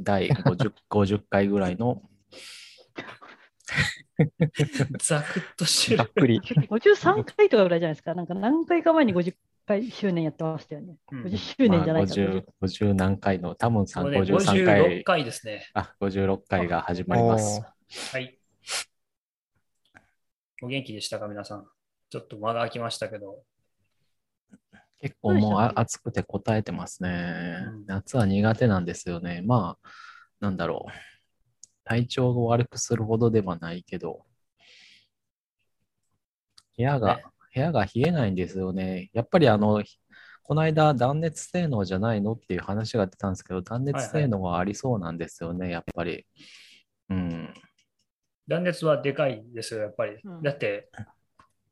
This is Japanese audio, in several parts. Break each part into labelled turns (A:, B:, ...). A: 第 50, 50回ぐらいの、
B: ざくっとして
C: ざっ
B: る。
C: く り。
D: 53回とかぐらいじゃないですか。なんか何回か前に50回周年やってましたよね。
B: うん
D: 50周年じゃないかな、
A: 50, 50何回の、タモンさん
B: もうね
A: 53
B: 56
A: 回、
B: 回ですね。
A: あ、56回が始まります。
B: はい。お元気でしたか、皆さん。ちょっと間が空きましたけど。
A: 結構もう
D: そうでした
A: あ
D: ね
A: 暑くて答えてますね
B: うん。
A: 夏は苦手なんですよね。まあ、なんだろう。体調を悪くするほどではないけど、部屋が
B: ね、
A: 部屋が冷えないんですよね。やっぱりあの、この間断熱性能じゃないのっていう話が出たんですけど、断熱性能はありそうなんですよね、やっぱり。うん。
B: 断熱はでかいですよ、やっぱり。
D: うん
B: だって、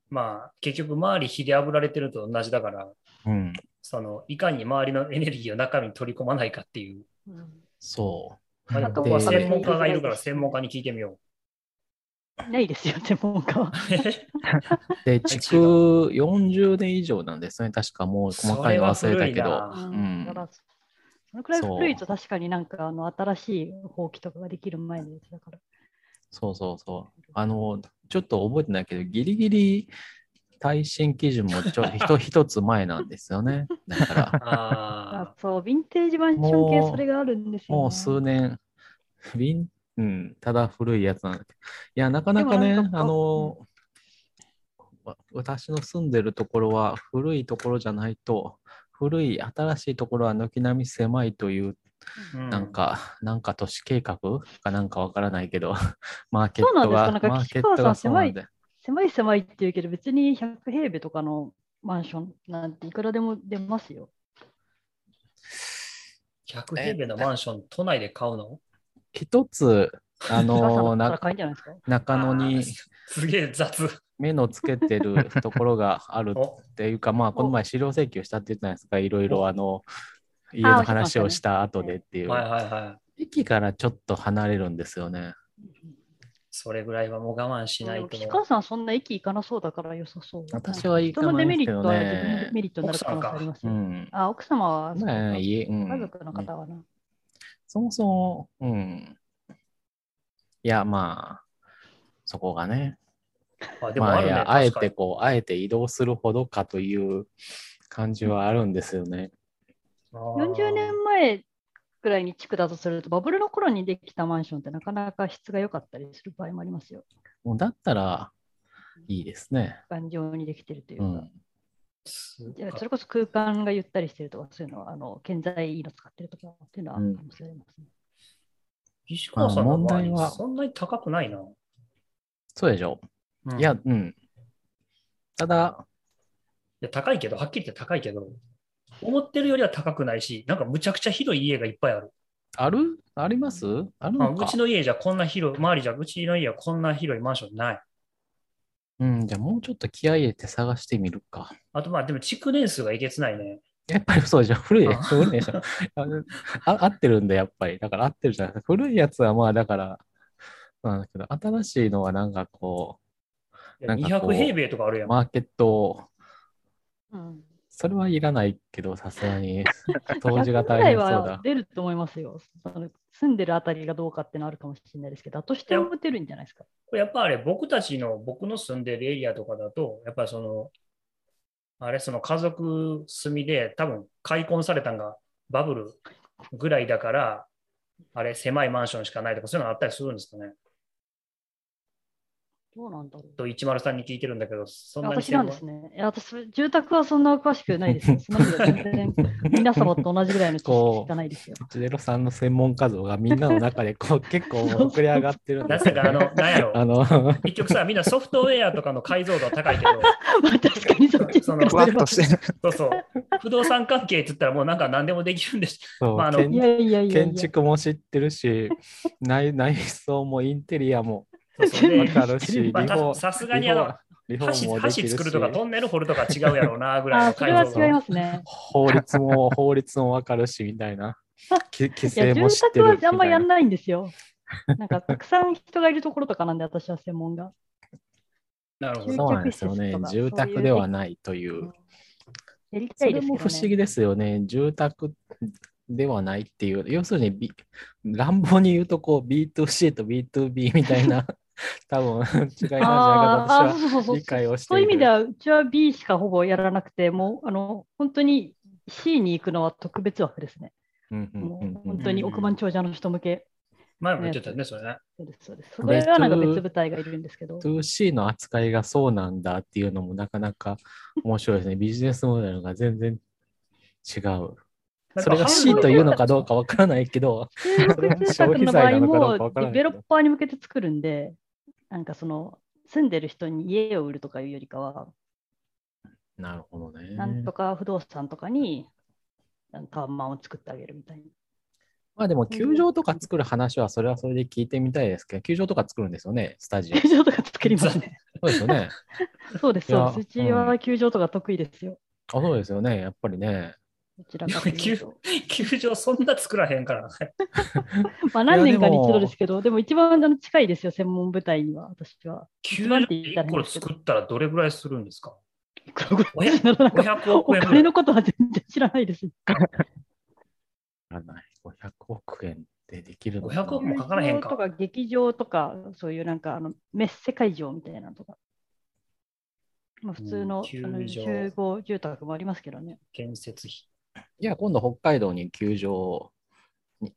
B: まあ、結局、周り火で炙られてると同じだから、
A: うん。
B: そのいかに周りのエネルギーを中身に取り込まないかっていう。
A: そう。
B: まあ、
A: で
D: あと
B: ここは専門家がいるか
D: で
B: ら、専門家に聞いてみよ
D: うんないですよ、専門家は。
B: う。
A: で、築40年以上なんですね。確かもう細かいの忘れたけ
B: そは
A: ど。
B: 古いな
A: うん
D: だからそのくらい古いと確かになんかあの新しい放棄とかができる前のやつだから。
A: そうそうそう。あの、ちょっと覚えてないけど、ギリギリ耐震基準もちょひと一つ前なんですよね。だ から、
B: あ
D: あそう、ヴィンテージマンション系それがあるんですよ、ね。
A: もう数年、ビン、うん、ただ古いやつなんだけど。いや、なかなか
D: で
A: ね
D: もなん、か
A: あの、わ私の住んでるところは古いところじゃないと、古い新しいところは軒並み狭いという、
B: ーう
A: なんか、 なんか都市計画かなんかわからないけど、 マーケッ
D: そうなん
A: ト
D: ですか
A: が、
D: なんか
A: マーケッ
D: 岸川
A: ト
D: さん
A: がそうなん
D: 狭
A: で。
D: 狭い狭いって言うけど、別に100平米とかのマンションなんていくらでも出ますよ。
B: 100平米のマンション、都内で買うの
A: 一つ、あ の、
D: 高さだったら
A: な
D: 買えんじゃないですか。
A: 中野
B: あ
A: に
B: ー すげえ雑。
A: 目のつけてるところがある
B: お
A: っていうか、 まあ、この前、資料請求したって言ったじゃないですか、いろいろ、あの、家の話をした後でってい。
B: はいうはいはい。
A: 駅からちょっと離れるんですよね。
B: それぐらいはもう我慢しな
D: で
B: い
D: も
B: と。
D: 岸川さん、そんな駅行かなそうだから良さそう。
A: 私はいい
D: 人
A: か
D: の
A: も
D: デ
A: で
D: メ
A: す
D: リ
A: け
D: ッ
A: ど
D: トは自分の
A: ね。
D: メリットになる可能性ありま
A: う
D: すよ。
A: ん。
D: あ、奥様は、そう
A: まあ、家、う
D: 家
A: ん
D: 族。の方はな。
A: そもそも、うん。いや、まあ、そこがね。
B: あでも
A: まあ
B: ある
A: い
B: ね、
A: や、あえ
B: 確か
A: て
B: に
A: こう、あえて移動するほどかという感じはあるんですよね。
B: あー
D: 40年前くらいに地区だとすると、バブルの頃にできたマンションってなかなか質が良かったりする場合もありますよ。
A: もうだったらいいですね。
D: 頑丈にできてるという
A: う
D: か。
A: ん。
B: す
D: いやそれこそ空間がゆったりしてるとか、そういうのは、あの建材いいの使ってるとかっていうのはあるかもしれません。
B: 石川さんの
A: まあ問
B: 周
A: 題
B: り
A: は
B: そんなに高くないな。
A: そうでしょ。
B: うん
A: いや、うん。ただ、
B: いや高いけど、はっきり言って高いけど、思ってるよりは高くないし、なんかむちゃくちゃひどい家がいっぱいある。
A: あるありますある
B: あ
A: の
B: う
A: か
B: ちの家じゃこんな広い、周りじゃうちの家はこんな広いマンションない。
A: うん、じゃあもうちょっと気合い入れて探してみるか。
B: あとまあ、でも築年数がえげつないね。
A: やっぱりそうでしょ。古い、
B: あ
A: 古いで しょ。あのあ合ってるんで、やっぱり。だから合ってるじゃないですか。古いやつはまあ、だから、なんだけど、新しいのはなんかこなんかこう
B: 200平米とかあるや
A: う、
B: ん。
A: マーケットを
D: うん
A: それはいらないけど、さすがに。 当時が
D: 100ぐ
A: 大
D: らい
A: 変そう
D: は
A: だ。
D: 出ると思いますよ。その住んでるあたりがどうかってのあるかもしれないですけど、だとしても出るんじゃないですか。
B: これやっぱあれ、僕たちの、僕の住んでるエリアとかだと、やっぱりその、あれ、その家族住みで、多分開墾されたんがバブルぐらいだから、あれ、狭いマンションしかないとか、そういうのあったりするんですかね。
D: どうなんだろう。
B: と103に聞いてるんだけど、そんなに
D: 私なんですね。いや私、住宅はそんな詳しくないです よ。その意味では全然皆様と同じぐらいの知識しかないですよ。
A: ゼロさんの専門家像がみんなの中でこう結構膨れ上がってるんで
B: な
A: す
B: ぜ
A: よ
B: か、あの、なんやろ。
A: あの、
B: 結局さ、みんなソフトウェアとかの解像度は 高いけど、
D: まあ確かにそっち
B: そ
D: か
B: の
D: ら
C: ふわっとしてる。
B: そうそう、不動産関係って言ったらもうなんか何でもできるんです。
A: そう
B: まああの
A: 建
D: いやいやいやい
A: 建
D: や。
A: 築も知ってるし、内内装もインテリアも
B: そうそうで
A: わかるし、リフ
B: まあ
A: ォ
B: た
A: ー
B: さすがにあの
A: リフォーム
B: 橋
A: もでき
B: 橋
A: るし
B: 作るとかトンネル掘るとか違うやろうなぐらい
D: あ
B: の
D: それは
B: 解像
D: 違い
B: 度。
D: ますね。
A: 法律も法律もわかるしみたい な、き規
D: いや、
A: 制も
D: 住
A: 知って
D: 宅
A: る
D: は
A: み
D: あ
A: た
D: んまや
A: い
D: ん
A: な。
D: ないんですよ。なんか、たくさん人がいるところとかなんで、私は専門が。
B: なるほど。
A: そうなんですよね
D: 住宅。施設
A: 住
D: とか
A: 宅ではないという。
D: やり
A: そ
D: たい
A: れ
D: ですけど、
A: も
D: ね。
A: 不思議ですよね。住宅、ではないっていう、要するに、B、乱暴に言うとこう B2C と B2B みたい な多分違いなんじゃないかと
D: あーあー
A: 私は
D: そうそうそう
A: 理解をして
D: そういう意味で
A: は
D: は、うちは B しかほぼやらなくて、もうあの本当に C に行くのは特別枠ですね。
A: うんうん
D: も
A: う
D: う
A: んうん
D: 本当に億万長者の人向け。
B: 前も言ってたよね、それね。
D: そうです、そうです。それはなんか別部隊がいるんですけど。
A: 2C の扱いがそうなんだっていうのもなかなか面白いで すね。ビジネスモデルが全然違う。それが C というのかどうかわからないけど、
D: 中国住宅の場合も、ディベロッパーに向けて作るんで、なんかその、住んでる人に家を売るとかいうよりかは、
A: なるほどね。
D: なんとか不動産とかに、あのタワマンを作ってあげるみたいな。
A: まあでも、球場とか作る話はそれはそれで聞いてみたいですけど、球場とか作るんですよね、スタ ジオ。
D: 球場とか作りますね。
A: そうですよね。
D: そうです、
A: いや
D: そうです。うちは球場とか得意ですよ。
A: あそうですよね、やっぱりね。
D: どちらか というと。
B: 球場そんな作らへんからね。
D: まあ何年かに一度ですけど、でも一番あの近いですよ、専門部隊には、私は。
B: 球場
D: 万って言ったら
B: 1個作ったらどれぐらいするんですか
D: いくらぐらいになるのか
B: 500
D: お
B: 億円ぐら
D: 金
B: い。
D: のことは全然知らないです。
A: あない500億円でできるの
B: 500億もかからへんか
D: 球場とか劇場とか、そういうなんかあのメッセ会場みたいなのとか。まあ、普通の,、
B: 球
D: あの
B: 場
D: 集合住宅もありますけどね。
B: 建設費。
A: いや、今度北海道に球場、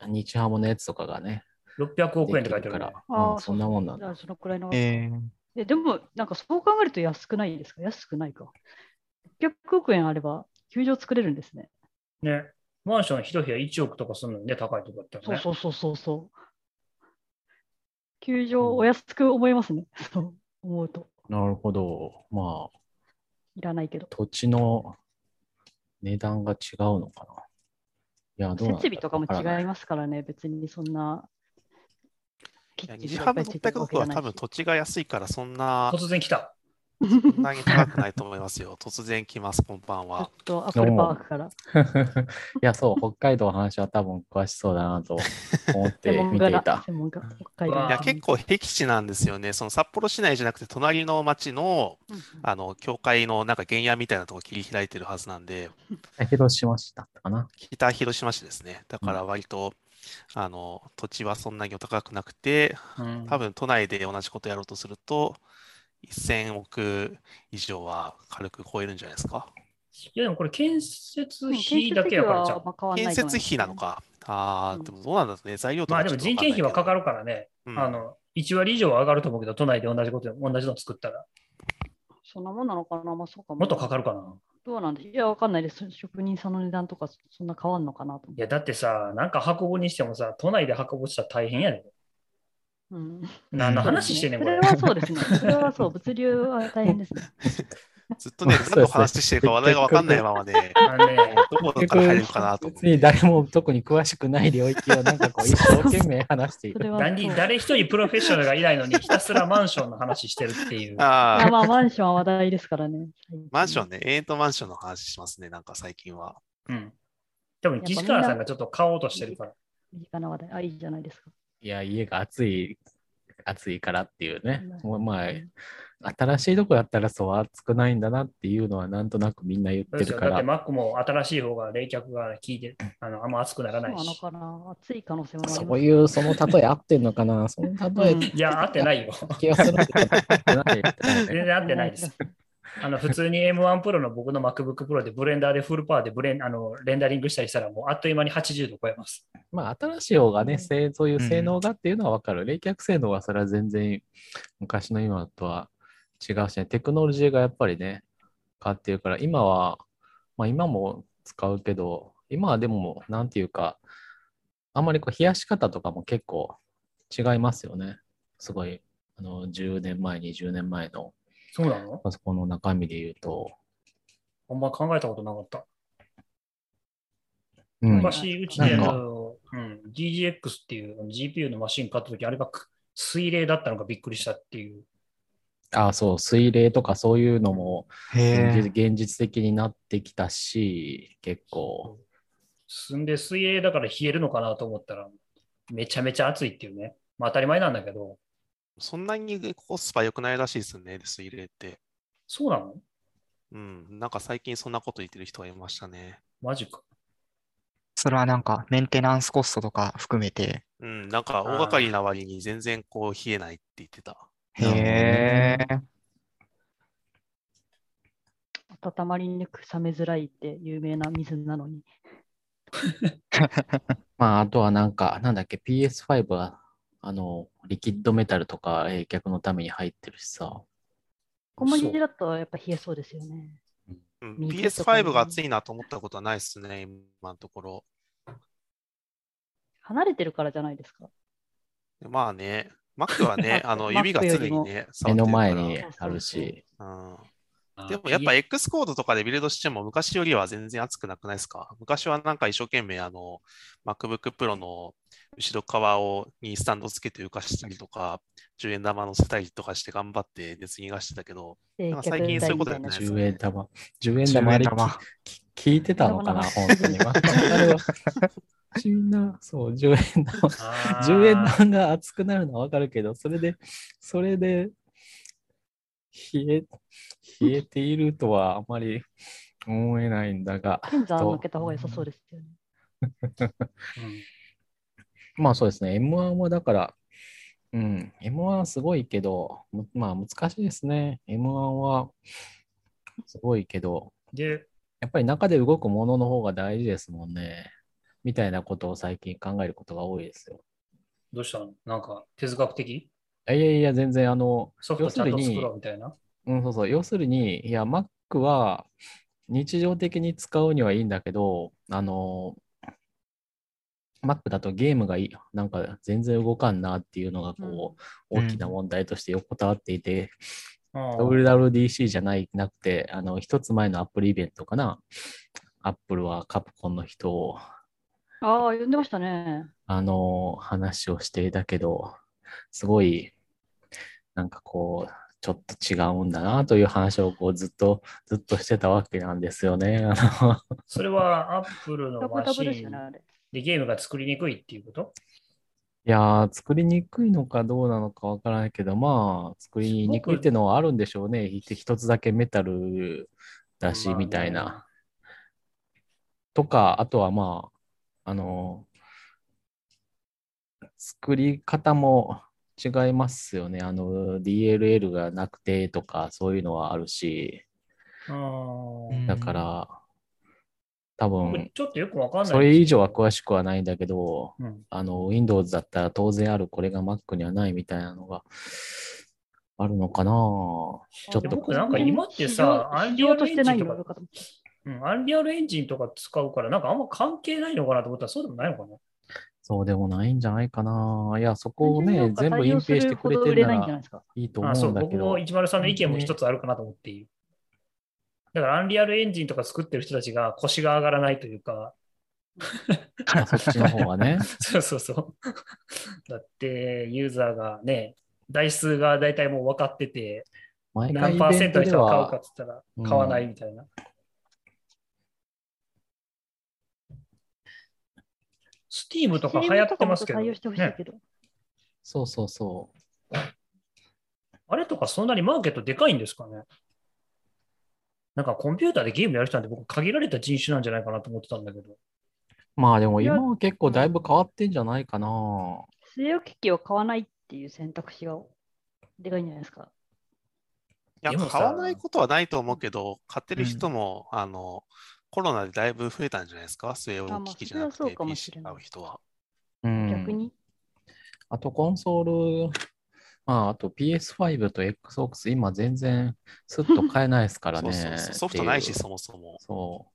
A: に日ハムのやつとかがね、
B: 600億円って書いて
A: できか
B: あるから
A: ら。、
D: あ
A: う
D: ー
A: んそんなもんなん
D: じゃ
A: だ
D: あ。そのくらいの。
C: え
D: えでも、なんかそう考えると安くないですか安くないか。600億円あれば、球場作れるんですね。
B: ね。マンション一部屋1億とかするのにね、高いとこだった
D: そう
B: らね。
D: そうそうそうそう。球場、お安く思いますね。 そう思うと。
A: なるほど。まあ、
D: いらないけど。
A: 土地の値段が違うのかな。いや、どうなん
D: 設
A: だろう
D: 備とかも
A: わらな
D: 違いますからね、別にそんな。キ
C: ー、
D: ッチン
C: 西
D: とかい
C: 半
D: っぱ
C: の
D: いついて
C: 600
D: るわ
C: 億
D: けじゃ
C: は
D: ない
C: 多分土地が安いからそんな、
B: 突然来た。
C: そんなに高くないと思いますよ。 突然来ます、こんばん
D: ちょっ
C: は。
D: とアップルパークから。
A: いや、そう、北海道の話は多分詳しそうだなと思って
D: 専門
A: 見
D: 家
A: てい
D: が
A: た。
D: 専門家。北海道
B: う
D: の
B: わ
C: いや、結構僻地なんですよね。その札幌市内じゃなくて、隣の町の、
D: うんうん
C: あの、教会のなんか原野みたいなとこ切り開いてるはずなんで、
A: 広島市だったかな。
C: 北広島市ですね。だから割と、あの、土地はそんなにお高くなくて、
B: うん
C: 多分都内で同じことやろうとすると、1000億以上は軽く超えるんじゃないですか。
B: いや、でもこれ建設
D: うん
B: 費だけやからじゃ
D: 建設費はあん
C: 建設費なの。
B: ん。
D: ま変わんないと思います
C: か。あ
D: うん
C: あ、でもどうなんだろうね。材料と
B: まあ
C: か
B: で
C: ち
B: も
C: ょっとわ
B: 人
C: かん
B: 件費はかか
C: る。
B: るからね。
C: うん
B: あの、1割以上は上がると思うけど、都内で同じこと、同じの作ったら、
D: そんなもんなのかな、まあ、そうかも。
B: もっとかかるかな。
D: どうなんでいや、わかんないです。職人さんの値段とかそそんな変わんのかなと思っ
B: い
D: て。
B: や、だってさ、なんか運ぶにしてもさ、都内で運ぶしたら大変やで。
D: うん、
B: 何の話してんねん、
D: そ
B: これ
D: れ。はそうですね。それはそう、物流は大変ですね。
C: ずっとね、
A: そうですね
C: 何の話してるか話題がわかんないままで、ど
B: あのね
C: こから入るかなと思っ
A: 別に
C: て。
A: 誰も特に詳しくない領域をなんかこう一生懸命話してい
D: そ
A: る。
D: れはそう
B: 何誰一人プロフェッショナルがいないのに、ひたすらマンションの話してるっていう。
D: いや
C: ああ、
D: まあ、マンションは話題ですからね。
C: マンションね、永遠とマンションの話しますね、なんか最近は。
B: うん。多分、岸川さんがちょっと買おうとしてるから。
D: 身近な話題。あ、いいじゃないですか。
A: いや、家が暑い、暑いからっていうね。もうま
D: うん
A: あ、新しいとこやったらそう暑くないんだなっていうのはなんとなくみんな言っ
B: そ
A: て
B: うです
A: る
B: よ
A: か
B: だって
A: ら。
B: マックも新しい方が冷却が効いて、あのあんま熱くならない
D: そうなの
B: し。
D: かな暑い可能性もあります
A: そういう、その例え合ってんのかなその例え
D: うん
B: いや、合ってないよ。
A: 気がするけど合ってない合ってないね
B: 全然合ってないです。あの普通に M1 Pro の僕の MacBook Pro でブレンダーでフルパワーでブレンあのレンダリングしたりしたらもうあっという間に80度超えます。
A: まあ、新しい方が
D: う
A: ね、
D: ん
A: せそういう性能がっていうのはわかる。冷却性能はそれは全然昔の今とは違うしね、テクノロジーがやっぱりね、変わってるから、今は、まあ今も使うけど、今はでも、なんていうか、あんまりこう冷やし方とかも結構違いますよね。すごい、あの、10年前、20年前の
B: そうなの
A: パソコンの中身で言うと、
B: あんま考えたことなかった。
A: うん、
B: 昔、うちであ
A: なんか
B: の、うん、DGX っていう GPU のマシン買った時あれがく水冷だったのがびっくりしたっていう。
A: あ、そう、水冷とかそういうのも、現
C: へ
A: 実現実的になってきたし、結構。
B: すんで水冷だから冷えるのかなと思ったらめちゃめちゃ暑いっていうね。まあ当たり前なんだけど、
C: そんなにコスパ良くないらしいですね、水入れって。
B: そうなの
C: うん、なんか最近そんなこと言ってる人がいましたね。
B: マジか。
E: それはなんかメンテナンスコストとか含めて。
C: うん、なんか大掛かりな割に全然こう冷えないって言ってた。
E: へ
A: なるほどね
E: え。
D: 温まりにくく冷めづらいって有名な水なのに。
A: まあ、あとはなんか、なんだっけ、PS5 は、あの、リキッドメタルとか冷却のために入ってるしさ。
D: 小麦だとやっぱ冷えそうですよね。
C: うん、
D: 右とかね
C: PS5 が熱いなと思ったことはないっすね、今のところ。
D: 離れてるからじゃないですか。
C: まあね、Mac は ね、あの
D: Mac
C: 指が常に
D: より
C: ね、
A: 目
C: 触って
A: の
C: るから
A: 前にあるし。
C: うん
B: あ
C: でもやっぱ
B: い
C: X コードとかでビルドしても昔よりは全然熱くなくないですか昔はなんか一生懸命あの MacBook Pro の後ろ側をにスタンドつけて浮かしたりとか、10円玉乗せたりとかして頑張って熱逃がしてたけど、
D: 冷
C: なんか最近そういうことやって
D: み
C: ない
D: た
C: です
D: な
C: か
A: 10円玉。10円
E: 10
A: 玉あ
E: 円
A: れ
E: 玉。
A: きき聞いてたのかな、
D: な
A: 本
D: るほ
A: 当
D: ど
A: に。わかるわ。 みんな、そう、10円玉。
B: あー
A: 10円玉が熱くなるのはわかるけど、それで、それで、冷え、冷えているとはあまり思えないんだが。
D: 剣山乗っけた方が良さそうですよね。
B: うん
A: まあそうですね、M1 はだから、うん、M1 すごいけど、むまあ難しいですね。M1 はすごいけど、
B: で、
A: やっぱり中で動くものの方が大事ですもんね。みたいなことを最近考えることが多いですよ。
B: どうしたのなんか哲学的
A: いやいやいや、全然あの、
B: ソフ
A: 要
B: ト
A: す
B: ちゃ
A: る
B: んと
A: に
B: 作ろうみたいな。
A: うん、そうそう。要するに、いや、Mac は日常的に使うにはいいんだけど、あの、Mac だとゲームがいい、なんか全然動かんなっていうのが、こう、
E: うん
A: 大きな問題として横たわっていて、
B: あー
A: WWDC じゃないなくて、あの、一つ前のアップルイベントかな。アップルはカプコンの人を、
D: ああ、呼んでましたね。
A: あの、話をしていたけど、すごい、なんかこう、ちょっと違うんだなという話をこうずっと、ずっとしてたわけなんですよね。 あの
B: それはアップルの
D: ダブ
B: マ
D: ダ
B: シ
D: ブですよ
B: ン
D: ね、あれ。
B: でゲームが作りにくいっていうこと
A: いやー、作りにくいのかどうなのかわからないけど、まあ、作りにくいってのはあるんでしょうね。ひ一つだけメタルだし、
B: まあ
A: みたいな。とか、あとはまあ、あの作り方も違いますよね。あの、DLL がなくてとか、そういうのはあるし、
B: あー
E: うん
A: だから、多分、
B: ちょっとよくわかんない。
A: それ以上は詳しくはないんだけど、
B: うん
A: あの、Windows だったら当然ある、これが Mac にはないみたいなのがあるのかなちょっ
B: で
A: と
B: 僕なんか今ってさ
D: 市場
B: アン
D: 市
B: リア
D: 場
B: ル
D: と
B: エ
D: し
B: ン
D: て
B: ジ
D: な
B: ン
D: い
B: と
D: の
B: か
D: が良かった。
B: うん、アンリアルエンジンとか使うから、なんかあんま関係ないのかなと思ったら、そうでもないのかな。
A: そうでもないんじゃないかないや、そこをね、全部
D: 対
A: 隠
D: 応す
A: 蔽して
D: る
A: く
D: ほ
A: れ
D: ど
A: て
D: 売
A: るな
D: れないんじゃな
A: ら
D: いですか。
A: いいと
B: あ
A: 思
B: そうう、
A: んだけ
B: 僕
A: ど
B: も。一丸さんの意見も一つあるかなと思っている。だから、アンリアルエンジンとか作ってる人たちが腰が上がらないというか、
A: あ そっちの方はね。
B: そうそうそう。だって、ユーザーがね、台数が大体もう分かってて、
A: 毎回
B: 何
A: イ
B: パー
A: ベ
B: セ
A: ン
B: ント
A: ト
B: の
A: で
B: 人が買うか
A: は
B: って言ったら
A: うん、
B: 買わないみたいな。スティームとか流行ってますけど、
D: CM とかもっと対応してほしい
B: ね
D: けど。
A: そうそうそう。
B: あれとかそんなにマーケットでかいんですかねなんかコンピューターでゲームやる人なんて僕限られた人種なんじゃないかなと思ってたんだけど。
A: まあでも
D: いや
A: 今は結構だいぶ変わってんじゃないかな。
D: 据え置き機を買わないっていう選択肢がでかいんじゃないですか。
C: いや、
B: で
C: 買
B: もさ
C: わないことはないと思うけど、買ってる人も、あの、コロナでだいぶ増えたんじゃないですか据え
D: あ
C: 置
D: まあ
C: き機じゃなく
D: それはそう
C: て
D: かも
C: PC
D: しれな
C: 買
D: いう
C: 人は。
A: うん
D: 逆に。
A: あとコンソール、まああと PS5 と Xbox 今全然スッと買えないですから
C: そ
A: ね。
C: うそうそうソフトないし、
A: ってう
C: そもそも。
A: そ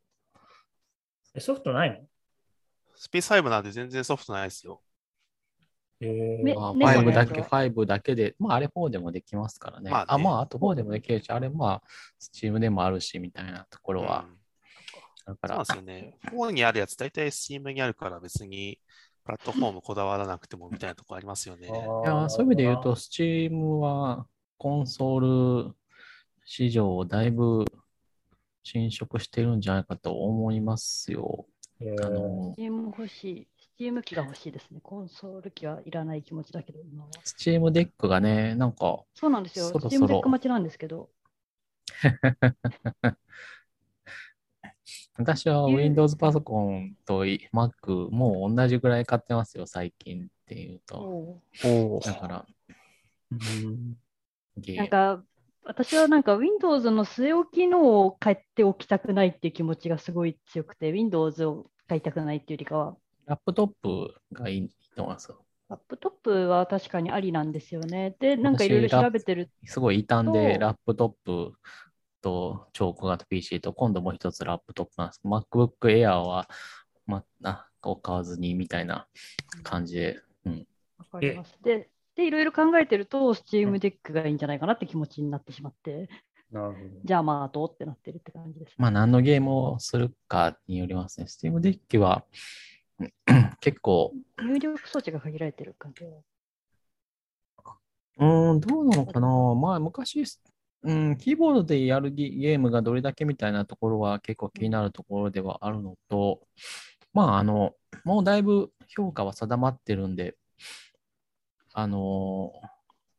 B: えソフトないの
C: スペース5なんて全然ソフトないですよ。
B: え
D: め
A: う。まあ、
D: ね
A: 5だ
D: そ
A: け、
D: うそう
A: 5だけで、まああれ4でもできますからね。
C: まあね
A: あ、まああと4でもできるし、あれまあ Steam でもあるしみたいなところはある
C: うんそう
A: か
C: なん
A: ら
C: で。すよね。4にあるやつ、大体 Steam にあるから別にプラットフォームこだわらなくてもみたいなとこありますよね。
A: いやーそういう意味で言うと、Steam はコンソール市場をだいぶ侵食してるんじゃないかと思いますよ。
B: え
A: あ
B: ー、
A: の
D: CM 欲しい。Steam 機が欲しいですね。コンソール機はいらない気持ちだけど、今は。
A: Steam デックがね、なんか、
D: そうなんですよ。
A: そろ
D: Steam
A: そろ
D: デック待ちなんですけど。
A: 私は Windows パソコンとい Mac もう同じぐらい買ってますよ、最近っていうと。
D: おう
E: おお。
A: だから、ゲ
D: なん
A: ー
D: か私はなんか Windows の据え置きのを買っておきたくないっていう気持ちがすごい強くて Windows を買いたくないっていうよりかは
A: ラップトップがいいと思いますよ。
D: ラップトップは確かにありなんですよね。で、なんか
A: 私
D: いろいろ調べてる。
A: すごい異端で、
D: そう
A: ラップトップと超小型 PC と、今度もう一つラップトップなんです。MacBook Air は、ま、あを買わずにみたいな感じで、
D: わかります。で、でいろいろ考えてると Steam Deck がいいんじゃないかなって気持ちになってしまって、
B: なるほど。
D: じゃあまあどうってなってるって感じです。
A: まあ何のゲームをするかによりますね。Steam Deck はうん結構、
D: 入力装置が限られてる感じは。
A: うーん、どうなのかなまあ昔、うん、キーボードでやるゲゲームがどれだけみたいなところは結構気になるところではあるのと、まああの、もうだいぶ評価は定まってるんで、あの、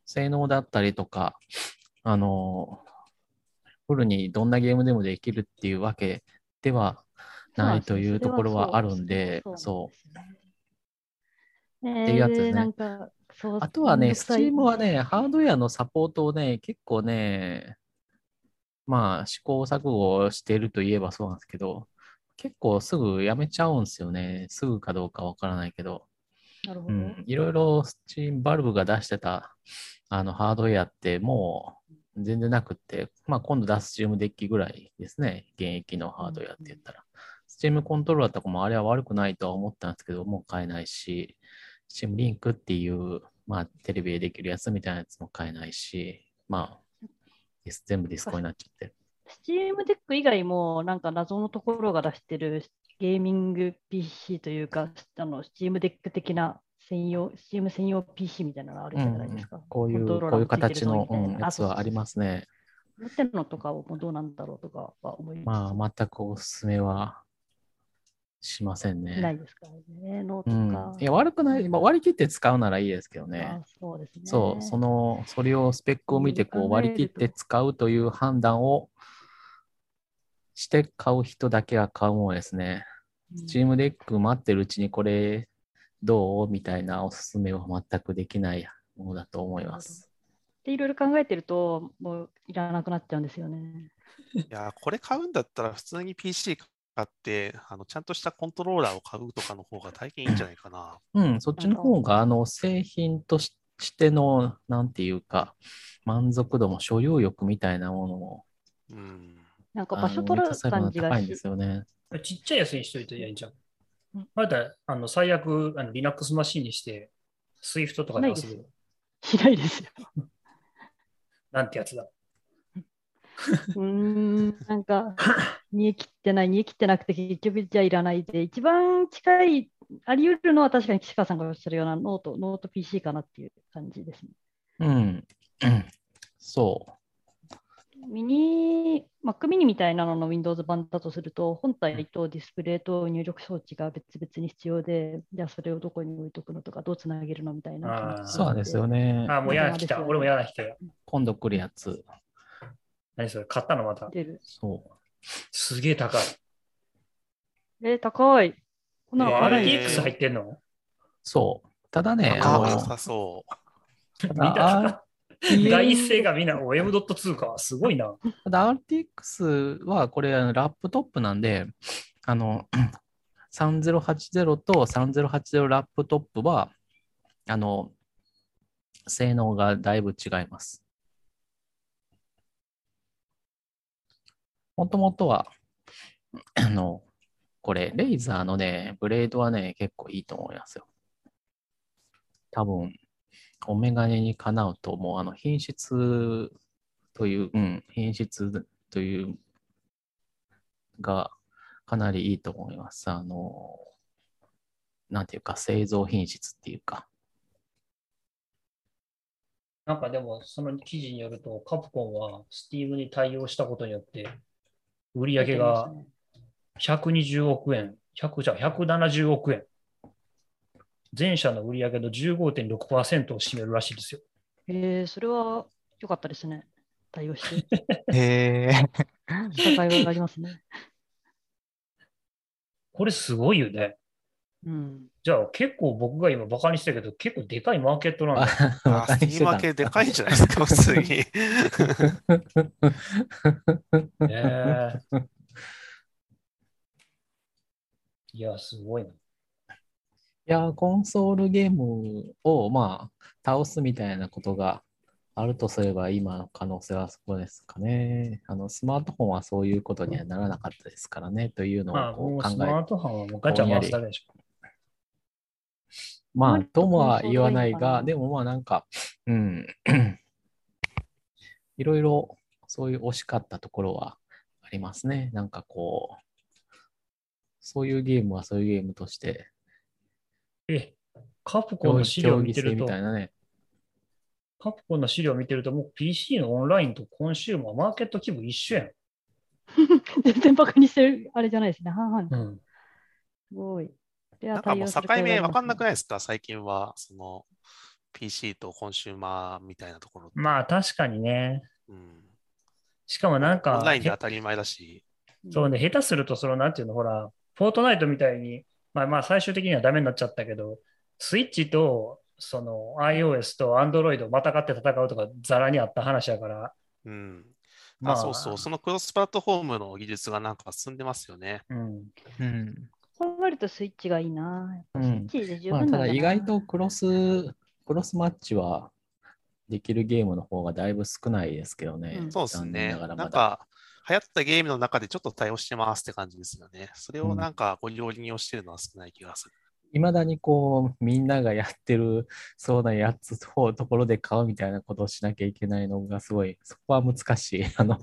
A: 性能だったりとか、あの、フルにどんなゲームでもできるっていうわけではないというところはあるんで、そう。っ
D: うなんですよね。
A: ていうやつですね
D: えーなんか、そう
A: あとはね、
D: めんどくさい
A: Steam はね、ハードウェアのサポートをね、結構ね、まあ、試行錯誤してるといえばそうなんですけど、結構すぐやめちゃうんですよね。すぐかどうかわからないけど。
D: なるほ
A: う
D: ど。
A: ん。いろいろ Steam バルブが出してた、あの、ハードウェアってもう全然なくって、まあ、今度出す Steam デッキぐらいですね。現役のハードウェアって言ったら。Steam コントローラーとかもあれは悪くないとは思ったんですけど、もう買えないし、Steam リンクっていう、まあ、テレビでできるやつみたいなやつも買えないし、まあ、ディス全部ディスコになっちゃってる。
D: Steam Deck 以外も、なんか謎のところが出してるゲーミング PC というか、あの Steam Deck 的な専用、Steam 専用 PC みたいなのあるじゃないですか。
A: こういう、
D: コントロ
A: こう
D: ーラ
A: い
D: ー
A: う形の
D: ついてるみたいな
A: うんやつはありま。すね。
D: あそうそうそう持ってるのとかもどうなんだろうとかは思い
A: ま
D: つ
A: あ、全くおすすめはしませんね。
D: つないですからね。ノ
A: う
D: ート
A: ん
D: か。、
A: いや悪くない、まあ、割り切って使うならいいですけどね
D: あ。そうですね。
A: そう、その、それをスペックを見て、
D: う
A: こ
D: ん
A: う割り切っ
D: 考え
A: て
D: ると
A: 使うという判断をして買う人だけが買うものですね。
D: うん
A: チームデック待ってるうちにこれどうみたいなおすすめは全くできないものだと思います。
D: でいろいろ考えてると、もういらなくなっちゃうんですよね。
C: いやー、これ買うんだったら普通に PC 買って、あのちゃんとしたコントローラーを買うとかの方が大変いいんじゃないかな。
A: うん、そっちの方が、あの、製品とししての、なんていうか、満足度も所有欲みたいなものも、
C: うん。
D: なんか
A: あ
D: 場所
A: の
D: 取
A: 満
D: る
A: たされるのは
D: 感じが
A: 高いん
D: し
A: ですよね。
B: ちっちゃいやつにしといてやんじゃん。あれだったらあの最悪あの、Linux マシンにして、Swift とかで遊ぶ。
D: しないですよ。
B: なんてやつだ。
D: うーん、なん か、煮え切ってない、煮え切ってなくて、結局じゃあいらないで、一番近い、あり得るのは確かに岸川さんがおっしゃるようなノート、ノート PC かなっていう感じですね。
A: うん。うんそう。
D: ミニ、Mac mini みたいなのの Windows 版だとすると、本体とディスプレイと入力装置が別々に必要で、じゃあそれをどこに置いとくのとか、どうつなげるのみたいな気持ちになって。
B: あー
A: そうなんですよね。
B: あ、もう嫌な来た。俺も嫌な来たよ。
A: 今度来るやつ。
B: 何それ買ったのまた。
D: 出る。
A: そ
B: すげえ高い。
D: えー高い。こんなの
C: えー
D: 高いん
B: RTX
D: です
B: 入ってんの
A: う。そう。ただね、
E: あ
A: あ
C: 高く良さそう。
A: の
B: 見た
A: ただ
B: 第一声がみんな OM.2 か。すごいな。
A: ただ RTX はこれあのラップトップなんで、あの、3080と3080ラップトップは、あの、性能がだいぶ違います。もともとは、 あの、これ、レイザーのね、ブレードはね、結構いいと思いますよ。多分、お眼鏡にかなうと、もう、あの、品質という、うん、品質という、が、かなりいいと思います。あの、なんていうか、製造品質っていうか。
B: なんかでも、その記事によると、カプコンは Steam に対応したことによって、売り上げが120億円、100じゃ170億円。全社の売り上げの15.6%を占めるらしいですよ。
D: えーそれは良かったですね。対応して。
E: へえ。
D: 戦いがありますね。
B: これすごいよね。
D: うん。
B: じゃあ結構僕が今バカにしてるけど、結構でかいマーケットなん だ。
C: あー、スティーマー系でかいんじゃないですか、普通に。
A: ゃ
B: ねえ いや、すごいな。
A: いやー、コンソールゲームを、まあ、倒すみたいなことがあるとすれば、今の可能性はそこですかね。あの、スマートフォンはそういうことにはならなかったですからね、というの
B: まあ、
A: をこ
B: も
A: う
B: う
A: 考
B: ス
A: え
B: マートフォンはもうガチャ回したでしょ。
A: ま
D: ま
A: あ、
D: あ
A: ともは言わない
D: コンソール
A: が、
D: がいいかな
A: でもまあなんか、うん、 いろいろそういう惜しかったところはありますね。なんかこう、そういうゲームはそういうゲームとして、
B: え、カプコン
A: 競
B: の資料を見
A: 技
B: て
A: 性
B: る
A: み
B: と、
A: たいなね。
B: カプコンの資料を見てると、もう PC のオンラインとコンシューマー、マーケット規模一緒やん。
D: 全然バカにしてるあれじゃないですね。半々。
B: うん、
D: すごい。で
C: な
D: は
C: んかもう境
D: 対応する
C: 目わかんなくない
D: い
C: ですか、最近は、その、PC とコンシューマーみたいなところって。
B: まあ、確かにね。
C: うん、
B: しかもなんか、
C: オンラインで当たり前だし、
B: そうね、下手すると、その、なんていうの、ほら、フォートナイトみたいに、まあまあ、最終的にはダメになっちゃったけど、スイッチと、その、iOS と Android をまたがって戦うとか、ざらにあった話やから、
C: うん。
B: まあ
C: あ、そうそう、そのクロスプラットフォームの技術がなんか進んでますよね。
B: うん、
E: うん。
D: そうなるとスイッチがいいな。やっぱスイッチで十
A: まあ、
D: 分
A: た
D: なん
A: だ
D: な
A: 意外とクロス、クロスマッチはできるゲームの方がだいぶ少ないですけどね。
D: うん
C: そうです
A: 残念
C: ね。
A: ながら
C: な
A: まだ。
C: んか、流行ったゲームの中でちょっと対応してますって感じですよね。それをなんか、ご料理にをしてるのは少ない気がする。
A: いまだにこう、みんながやってるそうなやつをところで買うみたいなことをしなきゃいけないのがすごい、そこは難しい。あ の、